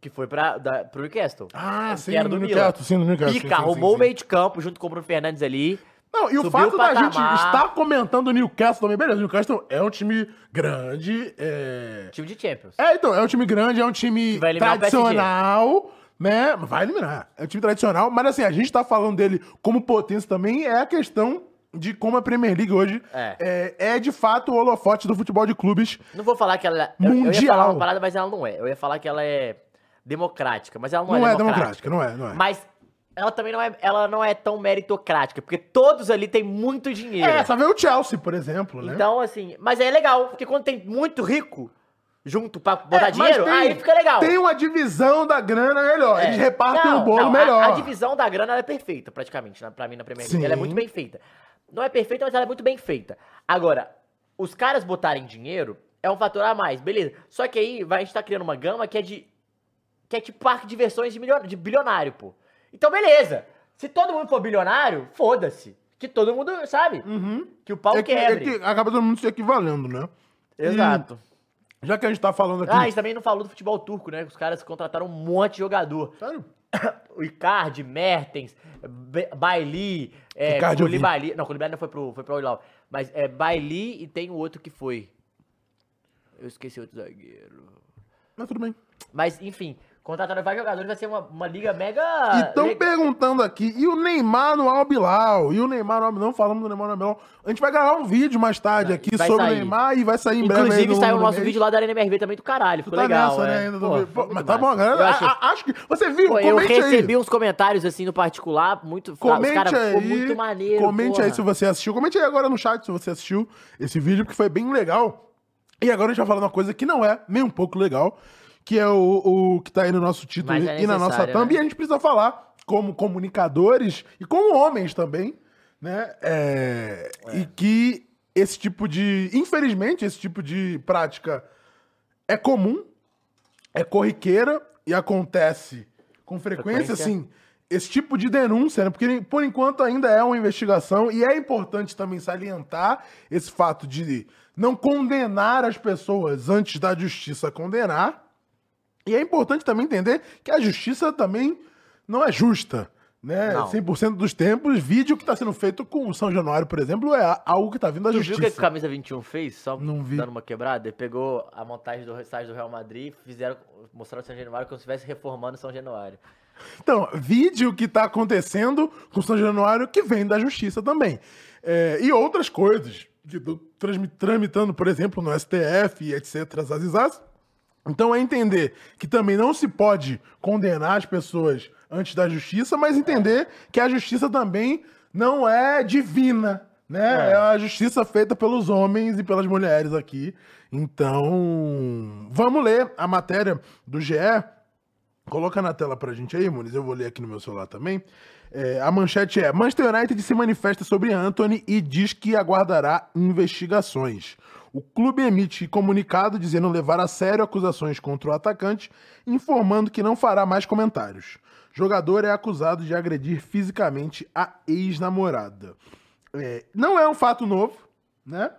S2: Que foi pra, da, pro Newcastle.
S1: Ah, sim,
S2: Que era
S1: no
S2: do
S1: Newcastle, sim, no Newcastle. sim, sim,
S2: Pica,
S1: sim,
S2: arrumou o
S1: sim.
S2: meio de campo junto com o Bruno Fernandes ali.
S1: Não, e
S2: Subiu
S1: o fato
S2: o
S1: da gente
S2: patamar.
S1: estar comentando o Newcastle também, beleza, o Newcastle é um time grande, é...
S2: Time de Champions.
S1: É, então, é um time grande, é um time
S2: vai eliminar o PSG.
S1: tradicional, né? Vai eliminar. É um time tradicional, mas assim, a gente tá falando dele como potência também, é a questão de como a Premier League hoje
S2: É.
S1: é, é, de fato o holofote do futebol de clubes.
S2: Não vou falar que ela. eu- Eu, ia
S1: Mundial.
S2: falar uma parada, mas ela não é. Eu ia falar que ela é democrática, mas ela não,
S1: Não, é,
S2: é
S1: democrática, não é, não é.
S2: Mas ela também não é, ela não é tão meritocrática, porque todos ali têm muito dinheiro.
S1: É, só vê o Chelsea, por exemplo, né?
S2: Então, assim, mas é legal, porque quando tem muito rico junto pra botar
S1: É, mas
S2: dinheiro,
S1: tem-
S2: aí fica legal.
S1: Tem uma divisão da grana melhor,
S2: É.
S1: eles repartem
S2: Não,
S1: o bolo
S2: não, a-
S1: melhor.
S2: A, divisão da grana ela é perfeita, praticamente, na- pra mim na Premier League. Ela é
S1: Sim.
S2: muito bem feita. Não é perfeita, mas ela é muito bem feita. Agora, os caras botarem dinheiro é um fator a mais, beleza. Só que aí vai, a gente tá criando uma gama que é de. que é tipo parque de diversões de, milio- de bilionário, pô. Então, beleza. Se todo mundo for bilionário, foda-se. Que todo mundo, sabe?
S1: Uhum.
S2: Que o pau
S1: É que, é
S2: quebre.
S1: que Hum. acaba todo mundo se equivalendo, né?
S2: Exato.
S1: Já que a gente tá falando aqui.
S2: Ah, a gente também não falou do futebol turco, né? Os caras contrataram um monte de jogador.
S1: Sério?
S2: O Icardi, Mertens, Be- Bailly, é,
S1: Icardi eu vi.
S2: Koulibaly. Não, Koulibaly não foi pro, foi pro Al-Hilal. Mas é Bailly e tem o outro que foi. Eu esqueci outro zagueiro.
S1: Mas tudo bem.
S2: Mas, enfim, contrataram vários jogadores, vai ser uma, uma liga mega...
S1: E estão
S2: Ah, legal.
S1: Então, perguntando aqui, e o Neymar no Albilau? E o Neymar no Albilau? Não falamos do Neymar no Albilau. A gente vai gravar um vídeo mais tarde
S2: Vai-
S1: aqui
S2: vai
S1: sobre o
S2: sair.
S1: Neymar e vai sair em breve.
S2: Inclusive,
S1: aí no-
S2: saiu o
S1: no
S2: nosso
S1: mês.
S2: vídeo lá da NMRV também do caralho,
S1: Tu
S2: ficou
S1: tá
S2: legal,
S1: nessa,
S2: né?
S1: né? Ainda do
S2: Pô,
S1: vídeo. Pô, mas
S2: foi muito
S1: tá bom,
S2: massa. Eu
S1: galera.
S2: achei-
S1: a- a- Acho que. Você viu?
S2: Pô, eu
S1: comente
S2: recebi
S1: aí.
S2: uns comentários, assim, no particular, muito... os
S1: Comente
S2: caras,
S1: aí.
S2: pô, muito maneiro,
S1: comente aí
S2: porra.
S1: se você assistiu. Comente aí agora no chat se você assistiu esse vídeo, porque foi bem legal. E agora a gente vai falar de uma coisa que não é nem um pouco legal, que é o, o que tá aí no nosso título
S2: Mas é
S1: e na nossa
S2: necessário,
S1: thumb.
S2: né?
S1: E a gente precisa falar como comunicadores e como homens também, né? É, E que esse tipo de. Infelizmente, esse tipo de prática é comum, é corriqueira e acontece com frequência,
S2: Frequência.
S1: assim. esse tipo de denúncia, né? Porque por enquanto ainda é uma investigação e é importante também salientar esse fato de não condenar as pessoas antes da justiça condenar. E é importante também entender que a justiça também não é justa. Né?
S2: Não.
S1: 100% dos tempos, vídeo que está sendo feito com o São Januário, por exemplo, é a- algo que está vindo da
S2: Tu viu o
S1: justiça.
S2: que a Camisa 21 fez? Só
S1: Não vi.
S2: dando uma quebrada? Ele pegou a montagem do estádio do Real Madrid e fizeram, mostraram São Januário como se estivesse reformando São Januário.
S1: Então, vídeo que tá acontecendo com o São Januário que vem da justiça também. É, e outras coisas que do- transmi- tramitando, por exemplo, no STF e etc. as azizás. Então é entender que também não se pode condenar as pessoas antes da justiça, mas entender que a justiça também não é divina, né?
S2: É.
S1: É, a justiça feita pelos homens e pelas mulheres aqui. Então, vamos ler a matéria do GE Coloca na tela pra gente aí, Muniz. Eu vou ler aqui no meu celular também. É, a manchete é: Manchester United se manifesta sobre Anthony e diz que aguardará investigações. O clube emite comunicado dizendo levar a sério acusações contra o atacante, informando que não fará mais comentários. Jogador é acusado de agredir fisicamente a ex-namorada. É, não é um fato novo, né?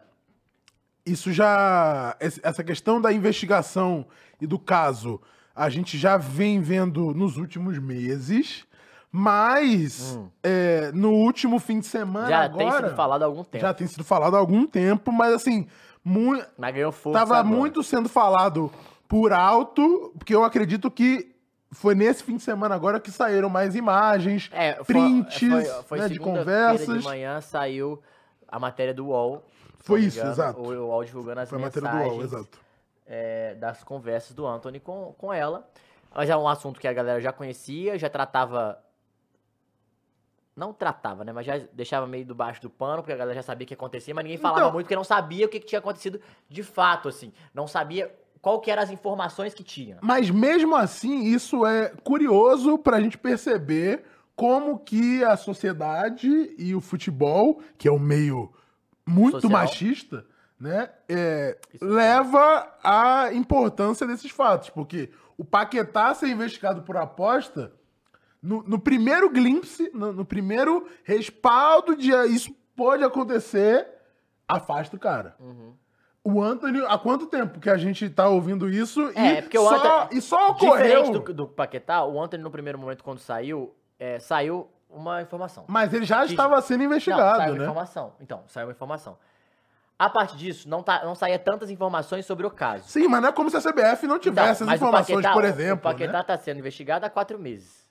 S1: isso já. esse- Essa questão da investigação e do caso, a gente já vem vendo nos últimos meses, mas é, no último fim de semana.
S2: Hum. Já
S1: Ah, agora,
S2: tem sido falado há algum tempo.
S1: Já tem sido falado há algum tempo, mas assim, mu-
S2: Mas ganhou força.
S1: tava
S2: agora.
S1: muito sendo falado por alto, porque eu acredito que foi nesse fim de semana agora que saíram mais imagens.
S2: É, foi-
S1: prints, né, de
S2: segunda-feira
S1: conversas.
S2: de manhã saiu a matéria do UOL. se não
S1: Foi
S2: me
S1: isso,
S2: engano,
S1: exato.
S2: O UOL divulgando as
S1: Foi a matéria
S2: mensagens
S1: do UOL, exato.
S2: é, das conversas do Anthony com, com ela. Mas é um assunto que a galera já conhecia, já tratava. Não tratava, né? Mas já deixava meio debaixo do pano, porque a galera já sabia o que acontecia, mas ninguém falava
S1: Então-
S2: muito, porque não sabia o que, que tinha acontecido de fato, assim. Não sabia qual que eram as informações que tinha.
S1: Mas mesmo assim, isso é curioso pra gente perceber como que a sociedade e o futebol, que é um meio muito
S2: Social.
S1: machista, né, é,
S2: Isso é
S1: leva à importância desses fatos. Porque o Paquetá ser investigado por aposta, no, no primeiro glimpse, no, no primeiro respaldo de ah, isso pode acontecer, afasta o cara.
S2: Uhum.
S1: O Anthony, há quanto tempo que a gente tá ouvindo isso?
S2: É,
S1: e,
S2: porque o
S1: só,
S2: Anthony-
S1: e só
S2: Diferente
S1: ocorreu.
S2: do, do Paquetá, o Anthony, no primeiro momento, quando saiu, é, saiu uma informação.
S1: Mas ele já
S2: Que-
S1: estava sendo
S2: não, saiu
S1: investigado,
S2: uma
S1: né?
S2: informação. Então, saiu uma informação. A partir disso, não, tá, não saía tantas informações sobre o caso.
S1: Sim, mas não é como se a CBF não
S2: Então,
S1: tivesse
S2: mas
S1: as
S2: o
S1: informações,
S2: Paquetá-
S1: por
S2: O
S1: exemplo.
S2: Paquetá
S1: né?
S2: tá sendo investigado há quatro meses.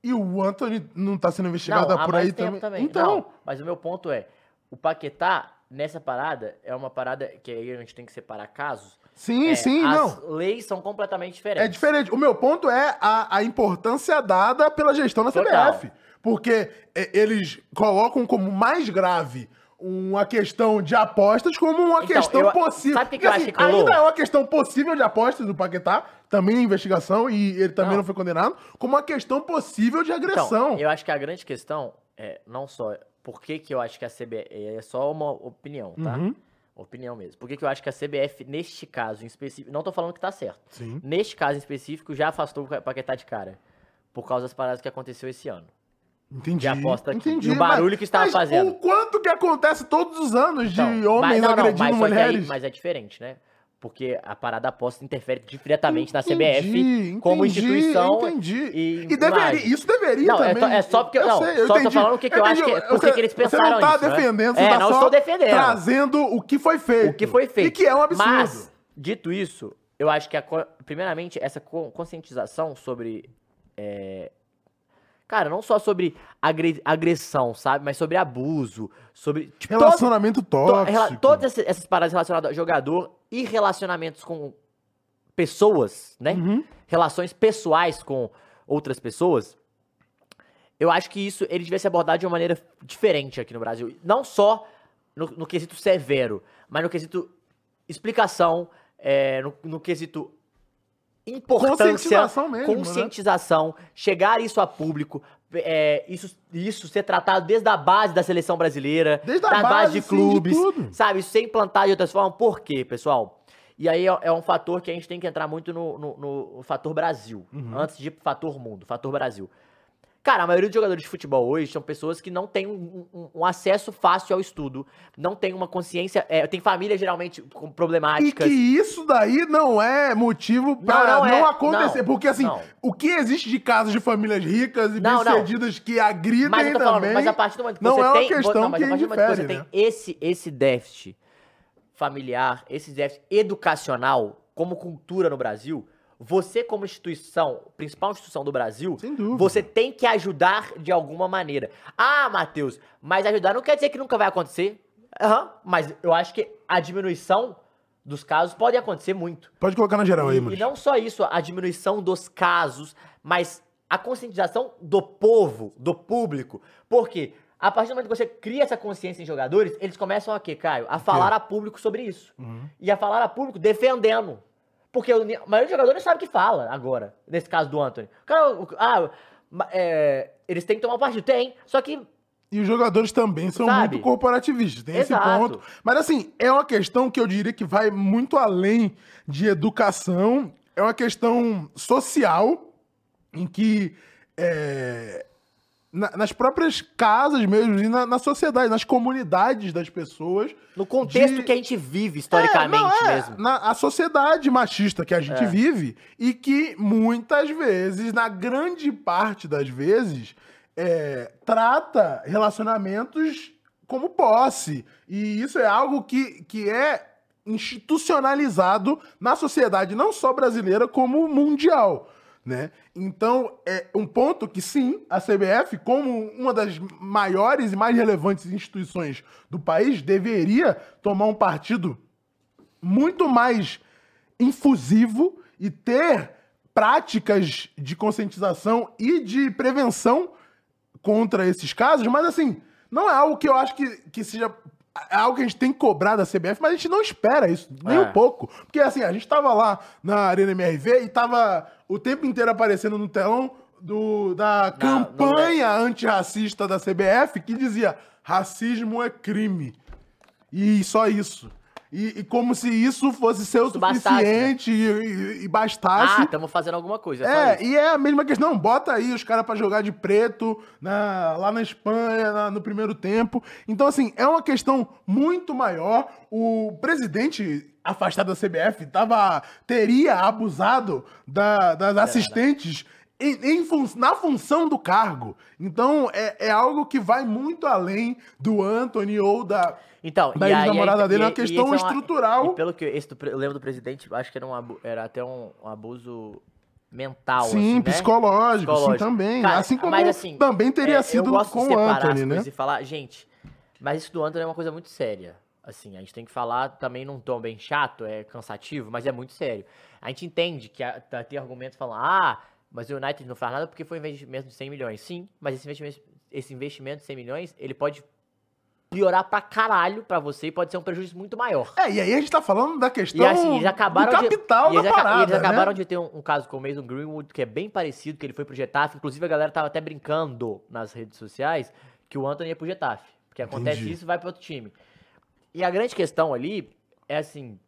S1: E o Anthony não tá sendo investigado
S2: há
S1: por
S2: mais
S1: aí
S2: tempo
S1: também.
S2: também.
S1: Então,
S2: Não, mas o meu ponto é, o Paquetá, nessa parada, é uma parada que aí a gente tem que separar casos.
S1: sim,
S2: É,
S1: sim,
S2: as
S1: não.
S2: leis são completamente diferentes.
S1: É diferente. O meu ponto é a, a importância dada pela gestão da
S2: Total.
S1: CBF. Porque é, eles colocam como mais grave uma questão de apostas como uma
S2: Então,
S1: questão
S2: eu-
S1: possível.
S2: sabe o que que
S1: E,
S2: eu acho que colou?
S1: Ainda é uma questão possível de apostas do Paquetá, também em investigação, e ele também
S2: Não.
S1: não, foi condenado, como uma questão possível de agressão.
S2: Então, eu acho que a grande questão é não só por que, que eu acho que a CBF. É só uma opinião, tá?
S1: Uhum.
S2: Opinião mesmo. Por que, que eu acho que a CBF, neste caso em específico. Não tô falando que tá certo.
S1: Sim.
S2: Neste caso em específico, já afastou o Paquetá de cara. Por causa das paradas que aconteceu esse ano.
S1: Entendi.
S2: de aposta aqui.
S1: Entendi.
S2: E o barulho que estava
S1: mas
S2: fazendo.
S1: O quanto que acontece todos os anos de
S2: Então,
S1: homens
S2: não, não,
S1: agredindo
S2: mas só que aí-
S1: mulheres?
S2: mas é diferente, né? Porque a parada aposta interfere diretamente na CBF
S1: Entendi,
S2: como
S1: entendi,
S2: instituição
S1: entendi.
S2: e
S1: E deveria,
S2: imagem.
S1: isso deveria
S2: Não, é
S1: também.
S2: só- é só porque- não, só tô falando o que que eu acho que- é,
S1: entendi.
S2: por que
S1: Você-
S2: que eles
S1: Você
S2: pensaram
S1: não tá
S2: isso, né?
S1: defendendo, você
S2: É,
S1: tá
S2: não
S1: só
S2: estou defendendo.
S1: trazendo o que foi feito.
S2: o que foi feito.
S1: E que é um absurdo.
S2: Mas, dito isso, eu acho que, a co- primeiramente, essa co- conscientização sobre. é, Cara, não só sobre agre- agressão, sabe? Mas sobre abuso, sobre. Tipo,
S1: Relacionamento
S2: todo- to-
S1: tóxico.
S2: rela- todas essa- essas paradas relacionadas a jogador e relacionamentos com pessoas, né?
S1: Uhum.
S2: Relações pessoais com outras pessoas. Eu acho que isso ele devia se abordar de uma maneira diferente aqui no Brasil. Não só no, no quesito severo, mas no quesito explicação, é, no, no quesito importância,
S1: Conscientização mesmo, né?
S2: conscientização, chegar isso a público, é, isso, isso ser tratado desde a base da seleção brasileira,
S1: Desde a
S2: da base,
S1: base, sim,
S2: de
S1: de
S2: clubes,
S1: tudo.
S2: sabe? Isso ser implantado de outras formas. Por quê, pessoal? E aí é é um fator que a gente
S1: Uhum.
S2: tem que entrar muito no, no- no fator Brasil, antes de fator mundo, fator Brasil. Cara, a maioria dos jogadores de futebol hoje são pessoas que não têm um, um- um acesso fácil ao estudo, não tem uma consciência. é, tem família geralmente com
S1: E
S2: problemáticas.
S1: que isso daí não é motivo pra não,
S2: não é.
S1: acontecer.
S2: Não,
S1: porque, assim,
S2: não.
S1: o que existe de casos de famílias ricas e
S2: Não, não.
S1: bem-sucedidas que agridem
S2: Mas eu tô falando,
S1: também...
S2: mas a partir do momento que
S1: não
S2: você
S1: é uma
S2: tem.
S1: questão
S2: não, mas
S1: que
S2: a
S1: né?
S2: partir do momento que você
S1: indifere,
S2: tem esse, esse déficit familiar, esse déficit educacional como cultura no Brasil, você, como instituição, principal instituição do Brasil,
S1: Sem dúvida.
S2: você tem que ajudar de alguma maneira. Ah, Matheus, mas ajudar não quer dizer que nunca vai acontecer. Aham, mas eu acho que a diminuição dos casos pode acontecer muito.
S1: Pode colocar na geral aí,
S2: E, e
S1: Muniz.
S2: não só isso, a diminuição dos casos, mas a conscientização do povo, do público. Por quê? A partir do momento que você cria essa consciência em jogadores, eles começam a quê, Caio? A falar a público sobre isso.
S1: Uhum.
S2: E a falar a público defendendo. Porque o, ni- a maioria dos jogadores sabe o que fala agora, nesse caso do Anthony. O cara, o- ah, ma- é, eles têm que tomar partido? Tem. Só que
S1: E os jogadores também são
S2: Sabe?
S1: muito corporativistas, tem esse
S2: Exato.
S1: ponto. Mas assim, é uma questão que eu diria que vai muito além de educação, é uma questão social, em que é, na- nas próprias casas mesmo, e na, na sociedade, nas comunidades das pessoas.
S2: no contexto
S1: De-
S2: que a gente vive historicamente
S1: É, não, é,
S2: mesmo. É.
S1: Na, a sociedade machista que a gente vive e que muitas vezes, na grande parte das vezes, é, trata relacionamentos como posse. E isso é algo que, que é institucionalizado na sociedade, não só brasileira, como mundial. Né? Então, é um ponto que sim, a CBF, como uma das maiores e mais relevantes instituições do país, deveria tomar um partido muito mais infusivo e ter práticas de conscientização e de prevenção contra esses casos, mas assim, não é algo que eu acho que, que seja. É algo que a gente tem que cobrar da CBF, mas a gente não espera isso, nem
S2: É.
S1: um pouco. Porque assim, a gente tava lá na Arena MRV e tava o tempo inteiro aparecendo no telão do, da
S2: Na- no-
S1: campanha antirracista da CBF que dizia: racismo é crime. E só isso. E, e como se isso fosse ser o
S2: Isso bastasse, né?
S1: suficiente e, e- e bastasse.
S2: Ah, estamos fazendo alguma coisa. só isso.
S1: É, e é a mesma questão. Bota aí os caras pra jogar de preto na- lá na Espanha, na- no primeiro tempo. Então, assim, é uma questão muito maior. O presidente afastado da CBF tava, teria abusado da- das
S2: É
S1: assistentes em- em fun- na função do cargo. Então, é, é algo que vai muito além do Anthony ou da.
S2: Então,
S1: da
S2: e aí,
S1: ex-namorada
S2: aí-
S1: dele é uma
S2: e- e
S1: questão
S2: isso é
S1: estrutural.
S2: e pelo que esse do pre- eu lembro do presidente, acho que era, um abu- era até um, um abuso mental.
S1: sim,
S2: assim, né?
S1: psicológico, sim,
S2: Psicológico.
S1: também.
S2: Cara,
S1: assim como
S2: mas assim,
S1: também
S2: É,
S1: teria sido
S2: eu gosto
S1: com
S2: de
S1: o
S2: separar
S1: Anthony,
S2: as
S1: né?
S2: coisas E falar, gente, mas isso do Anthony é uma coisa muito séria. Assim, a gente tem que falar também num tom bem chato, é cansativo, mas é muito sério. A gente entende que a- tá- tem argumentos falando, ah, mas o United não faz nada porque foi um investimento de 100 milhões. Sim, mas esse investimento, esse investimento de 100 milhões, ele pode piorar pra caralho pra você e pode ser um prejuízo muito maior.
S1: É, e aí a gente tá falando da questão
S2: E assim, eles acabaram
S1: do capital da
S2: de. e eles, aca-
S1: parada,
S2: eles acabaram
S1: né?
S2: de ter um, um caso com o Mason Greenwood, que é bem parecido, que ele foi pro Getafe. Inclusive, a galera tava até brincando nas redes sociais que o Anthony ia pro Getafe. Porque acontece
S1: Entendi.
S2: isso e vai pro outro time. E a grande questão ali é assim.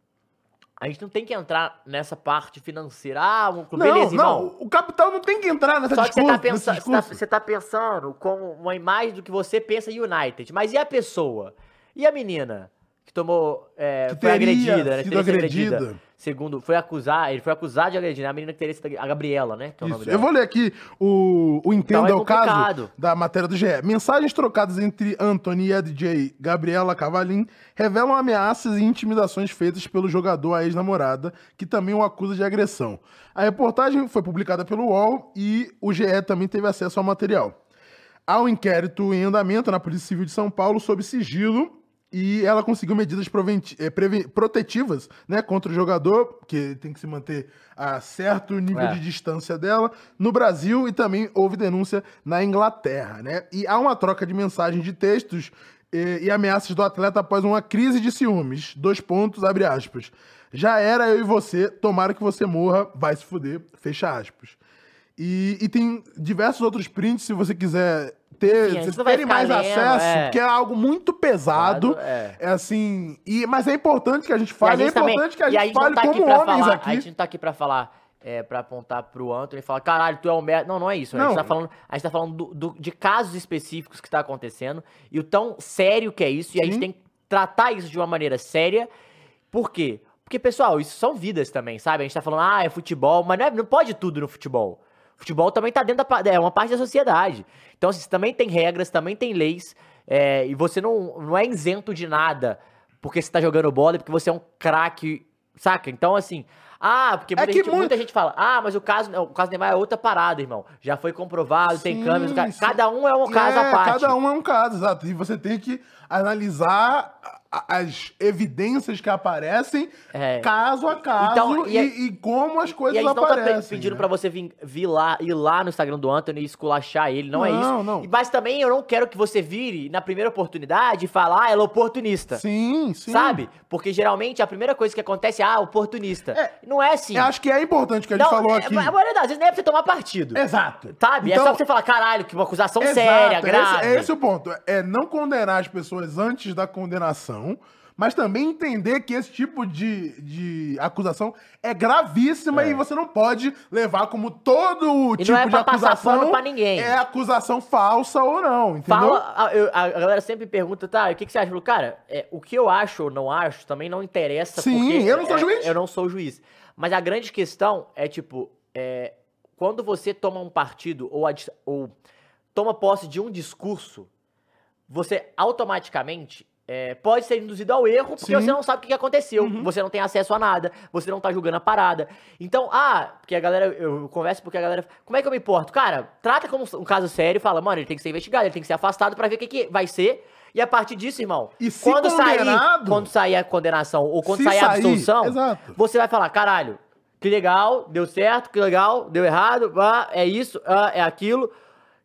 S2: A gente não tem que entrar nessa parte financeira. Ah, um clube,
S1: Não,
S2: beleza,
S1: não,
S2: irmão.
S1: o capital não tem que entrar nessa
S2: Só que você tá,
S1: discurso, nesse
S2: pensando, você, tá,
S1: discurso.
S2: você tá pensando como uma imagem do que você pensa em United. Mas e a pessoa? E a menina que tomou. é,
S1: Que
S2: foi
S1: teria
S2: agredida, né?
S1: sido
S2: Teria sido agredida.
S1: agredida.
S2: Segundo, foi acusar, ele foi acusado de agredir, né? A menina que teria sido agredida, a Gabriela, né? Que é o nome
S1: Isso.
S2: dela.
S1: Eu vou ler aqui o, o Entenda
S2: Então é
S1: o Caso
S2: complicado.
S1: da matéria do GE. Mensagens trocadas entre Anthony e a DJ Gabriela Cavalim revelam ameaças e intimidações feitas pelo jogador à ex-namorada, que também o acusa de agressão. A reportagem foi publicada pelo UOL e o GE também teve acesso ao material. Há um inquérito em andamento na Polícia Civil de São Paulo sob sigilo e ela conseguiu medidas proventi- eh, preven- protetivas né, contra o jogador, que tem que se manter a certo nível
S2: É.
S1: de distância dela, no Brasil e também houve denúncia na Inglaterra. Né? E há uma troca de mensagens de textos eh, e, ameaças do atleta após uma crise de ciúmes. Dois pontos, abre aspas. Já era eu e você, tomara que você morra, vai se fuder, fecha aspas. E, e tem diversos outros prints, se você quiser ter,
S2: Sim, a gente
S1: se
S2: não vai
S1: terem
S2: ficar
S1: mais
S2: lendo,
S1: acesso,
S2: é.
S1: porque é algo muito pesado.
S2: É.
S1: É assim. E, mas é importante que a gente
S2: E a
S1: fale, é
S2: gente também-
S1: importante que a
S2: e
S1: gente, fale
S2: não tá
S1: como
S2: pra
S1: homens
S2: falar, A
S1: aqui.
S2: gente não tá aqui pra falar é, pra apontar pro Anthony e falar, caralho, tu é o merda. Não, não é isso. A
S1: Não.
S2: gente tá falando, a gente tá falando do- do- de casos específicos que tá acontecendo e o tão sério que é isso. E a gente
S1: Sim.
S2: tem que tratar isso de uma maneira séria. Por quê? Porque, pessoal, isso são vidas também, sabe? A gente tá falando, ah, é futebol, mas não, é- não pode tudo no futebol. Futebol também tá dentro da. pa- É uma parte da sociedade. Então, assim, também tem regras, também tem leis. é, e você não, não é isento de nada porque você tá jogando bola, e porque você é um craque, saca? Então, assim. Ah, porque muita,
S1: É que
S2: gente,
S1: muito-
S2: muita gente fala, ah, mas o caso, o caso Neymar é outra parada, irmão. Já foi comprovado, tem
S1: Sim,
S2: câmeras. o ca-
S1: sim.
S2: Cada um é um caso à parte.
S1: Cada um é um caso, exato. E você tem que analisar a- a- as evidências que aparecem
S2: É.
S1: caso a caso
S2: Então, e
S1: e,
S2: a-
S1: e como as
S2: E
S1: coisas
S2: a gente não tá pe-
S1: aparecem.
S2: pedindo
S1: né?
S2: pra você vir, vir lá, ir lá no Instagram do Anthony e esculachar ele, não, é
S1: Não,
S2: isso.
S1: não.
S2: E- Mas também eu não quero que você vire na primeira oportunidade e falar, ah, ela é oportunista.
S1: Sim, sim.
S2: Sabe? Porque geralmente a primeira coisa que acontece é, ah, oportunista.
S1: É.
S2: não é assim.
S1: Eu acho que é importante o que a gente
S2: não,
S1: falou
S2: é-
S1: aqui.
S2: A maioria das vezes nem é pra você tomar partido.
S1: Exato. Então,
S2: Sabe? é só pra você falar, caralho, que uma acusação séria,
S1: Exato,
S2: grave.
S1: É esse, é esse o ponto. É não condenar as pessoas antes da condenação, mas também entender que esse tipo de, de acusação é gravíssima e você não pode levar como todo
S2: E
S1: tipo
S2: não é
S1: de
S2: pra passar
S1: acusação
S2: pano pra ninguém.
S1: é acusação falsa ou não, entendeu?
S2: Fala, a, eu- a galera sempre pergunta, tá, o que, que você acha? Eu falo, cara, é, o que eu acho ou não acho também não interessa.
S1: Sim,
S2: porque
S1: eu não sou
S2: é,
S1: juiz.
S2: Eu não sou juiz. Mas a grande questão é, tipo, é, quando você toma um partido ou, adi- ou toma posse de um discurso, você automaticamente é, pode ser induzido ao erro porque
S1: Sim. Uhum.
S2: você não sabe o que que aconteceu. Você não tem acesso a nada, você não tá julgando a parada. Então, ah, porque a galera, eu converso porque a galera. Como é que eu me importo? Cara, trata como um caso sério e fala, mano, ele tem que ser investigado, ele tem que ser afastado pra ver o que, que vai ser. E a partir disso, irmão,
S1: E se
S2: quando, sair,
S1: condenado-
S2: quando sair a condenação ou quando
S1: Se
S2: sair a
S1: sair,
S2: absolução,
S1: exato.
S2: você vai falar, caralho, que legal, deu certo, que legal, deu errado, ah, é isso, ah, é aquilo.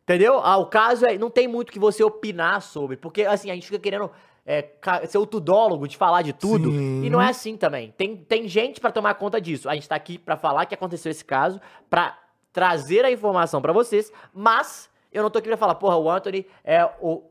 S2: Entendeu? Ah, o caso é. Não tem muito que você opinar sobre. Porque, assim, a gente fica querendo é, ca- ser o tudólogo de falar de tudo.
S1: Sim.
S2: E não é assim também. Tem, tem gente pra tomar conta disso. A gente tá aqui pra falar que aconteceu esse caso, pra trazer a informação pra vocês, mas eu não tô aqui pra falar, porra, o Anthony é o.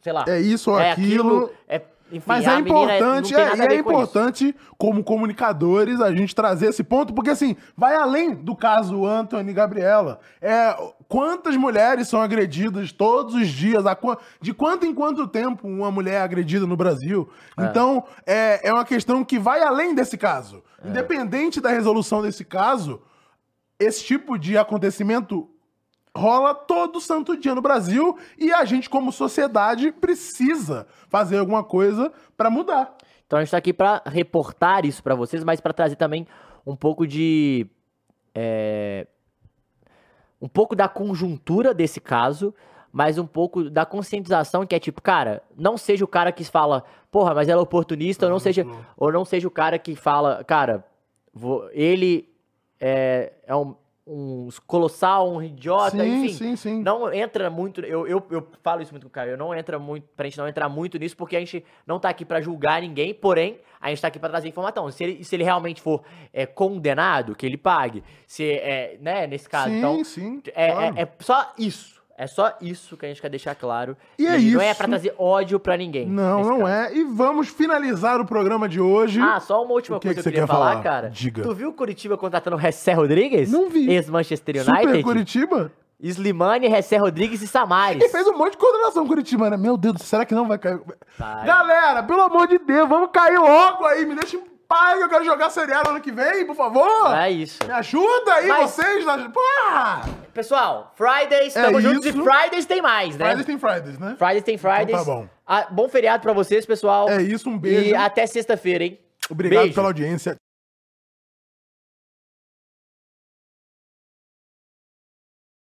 S2: Sei lá.
S1: É isso ou
S2: é
S1: aquilo.
S2: é, enfim,
S1: Mas
S2: a
S1: é
S2: menina não
S1: importante,
S2: tem
S1: é,
S2: nada
S1: e
S2: a
S1: é
S2: ver com isso.
S1: importante, como comunicadores, a gente trazer esse ponto, porque assim, vai além do caso Anthony e Gabriela. É, quantas mulheres são agredidas todos os dias? Há qua- De quanto em quanto tempo uma mulher é agredida no Brasil? Então, é, é uma questão que vai além desse caso.
S2: É.
S1: Independente da resolução desse caso, esse tipo de acontecimento rola todo santo dia no Brasil e a gente, como sociedade, precisa fazer alguma coisa pra mudar.
S2: Então a gente tá aqui pra reportar isso pra vocês, mas pra trazer também um pouco de. é, um pouco da conjuntura desse caso, mas um pouco da conscientização que é tipo, cara, não seja o cara que fala, porra, mas ela é oportunista, ou não seja, ou não seja o cara que fala, cara, vo- ele é, é um, um colossal, um idiota,
S1: sim,
S2: enfim.
S1: sim, sim.
S2: Não entra muito. Eu, eu, eu falo isso muito com o Caio. Eu não entra muito. Pra gente não entrar muito nisso, porque a gente não tá aqui pra julgar ninguém, porém, a gente tá aqui pra trazer informação. Se ele, se ele realmente for é, condenado, que ele pague. Se é, né, nesse caso.
S1: sim,
S2: então,
S1: sim.
S2: é,
S1: claro.
S2: é, é só isso. É só isso que a gente quer deixar claro.
S1: E é
S2: Não é
S1: isso.
S2: pra trazer ódio pra ninguém.
S1: Não,
S2: nesse
S1: não
S2: caso.
S1: é. E vamos finalizar o programa de hoje.
S2: Ah, só uma última
S1: O que que
S2: coisa que
S1: você
S2: eu queria
S1: quer
S2: falar,
S1: falar?
S2: cara.
S1: Diga.
S2: Tu viu o Curitiba contratando o Ressé Rodrigues?
S1: Não vi.
S2: Ex-Manchester
S1: Super
S2: United?
S1: Curitiba?
S2: Slimane, Ressé Rodrigues e Samares.
S1: E fez um monte de condenação Curitiba, né? Meu Deus, do céu, será que não vai cair?
S2: Vai.
S1: Galera, pelo amor de Deus, vamos cair logo aí. Me deixa em paz, eu quero jogar seriado ano que vem, por favor.
S2: É isso.
S1: Me ajuda aí,
S2: Mas-
S1: vocês. da- Porra!
S2: Pessoal, Fridays,
S1: É
S2: tamo juntos e
S1: isso.
S2: Fridays tem mais, né?
S1: Fridays tem Fridays, né?
S2: Fridays tem Fridays.
S1: Então tá bom.
S2: Ah, bom feriado pra vocês, pessoal.
S1: É isso, um beijo.
S2: E até sexta-feira, hein?
S1: Obrigado
S2: Beijo.
S1: pela audiência.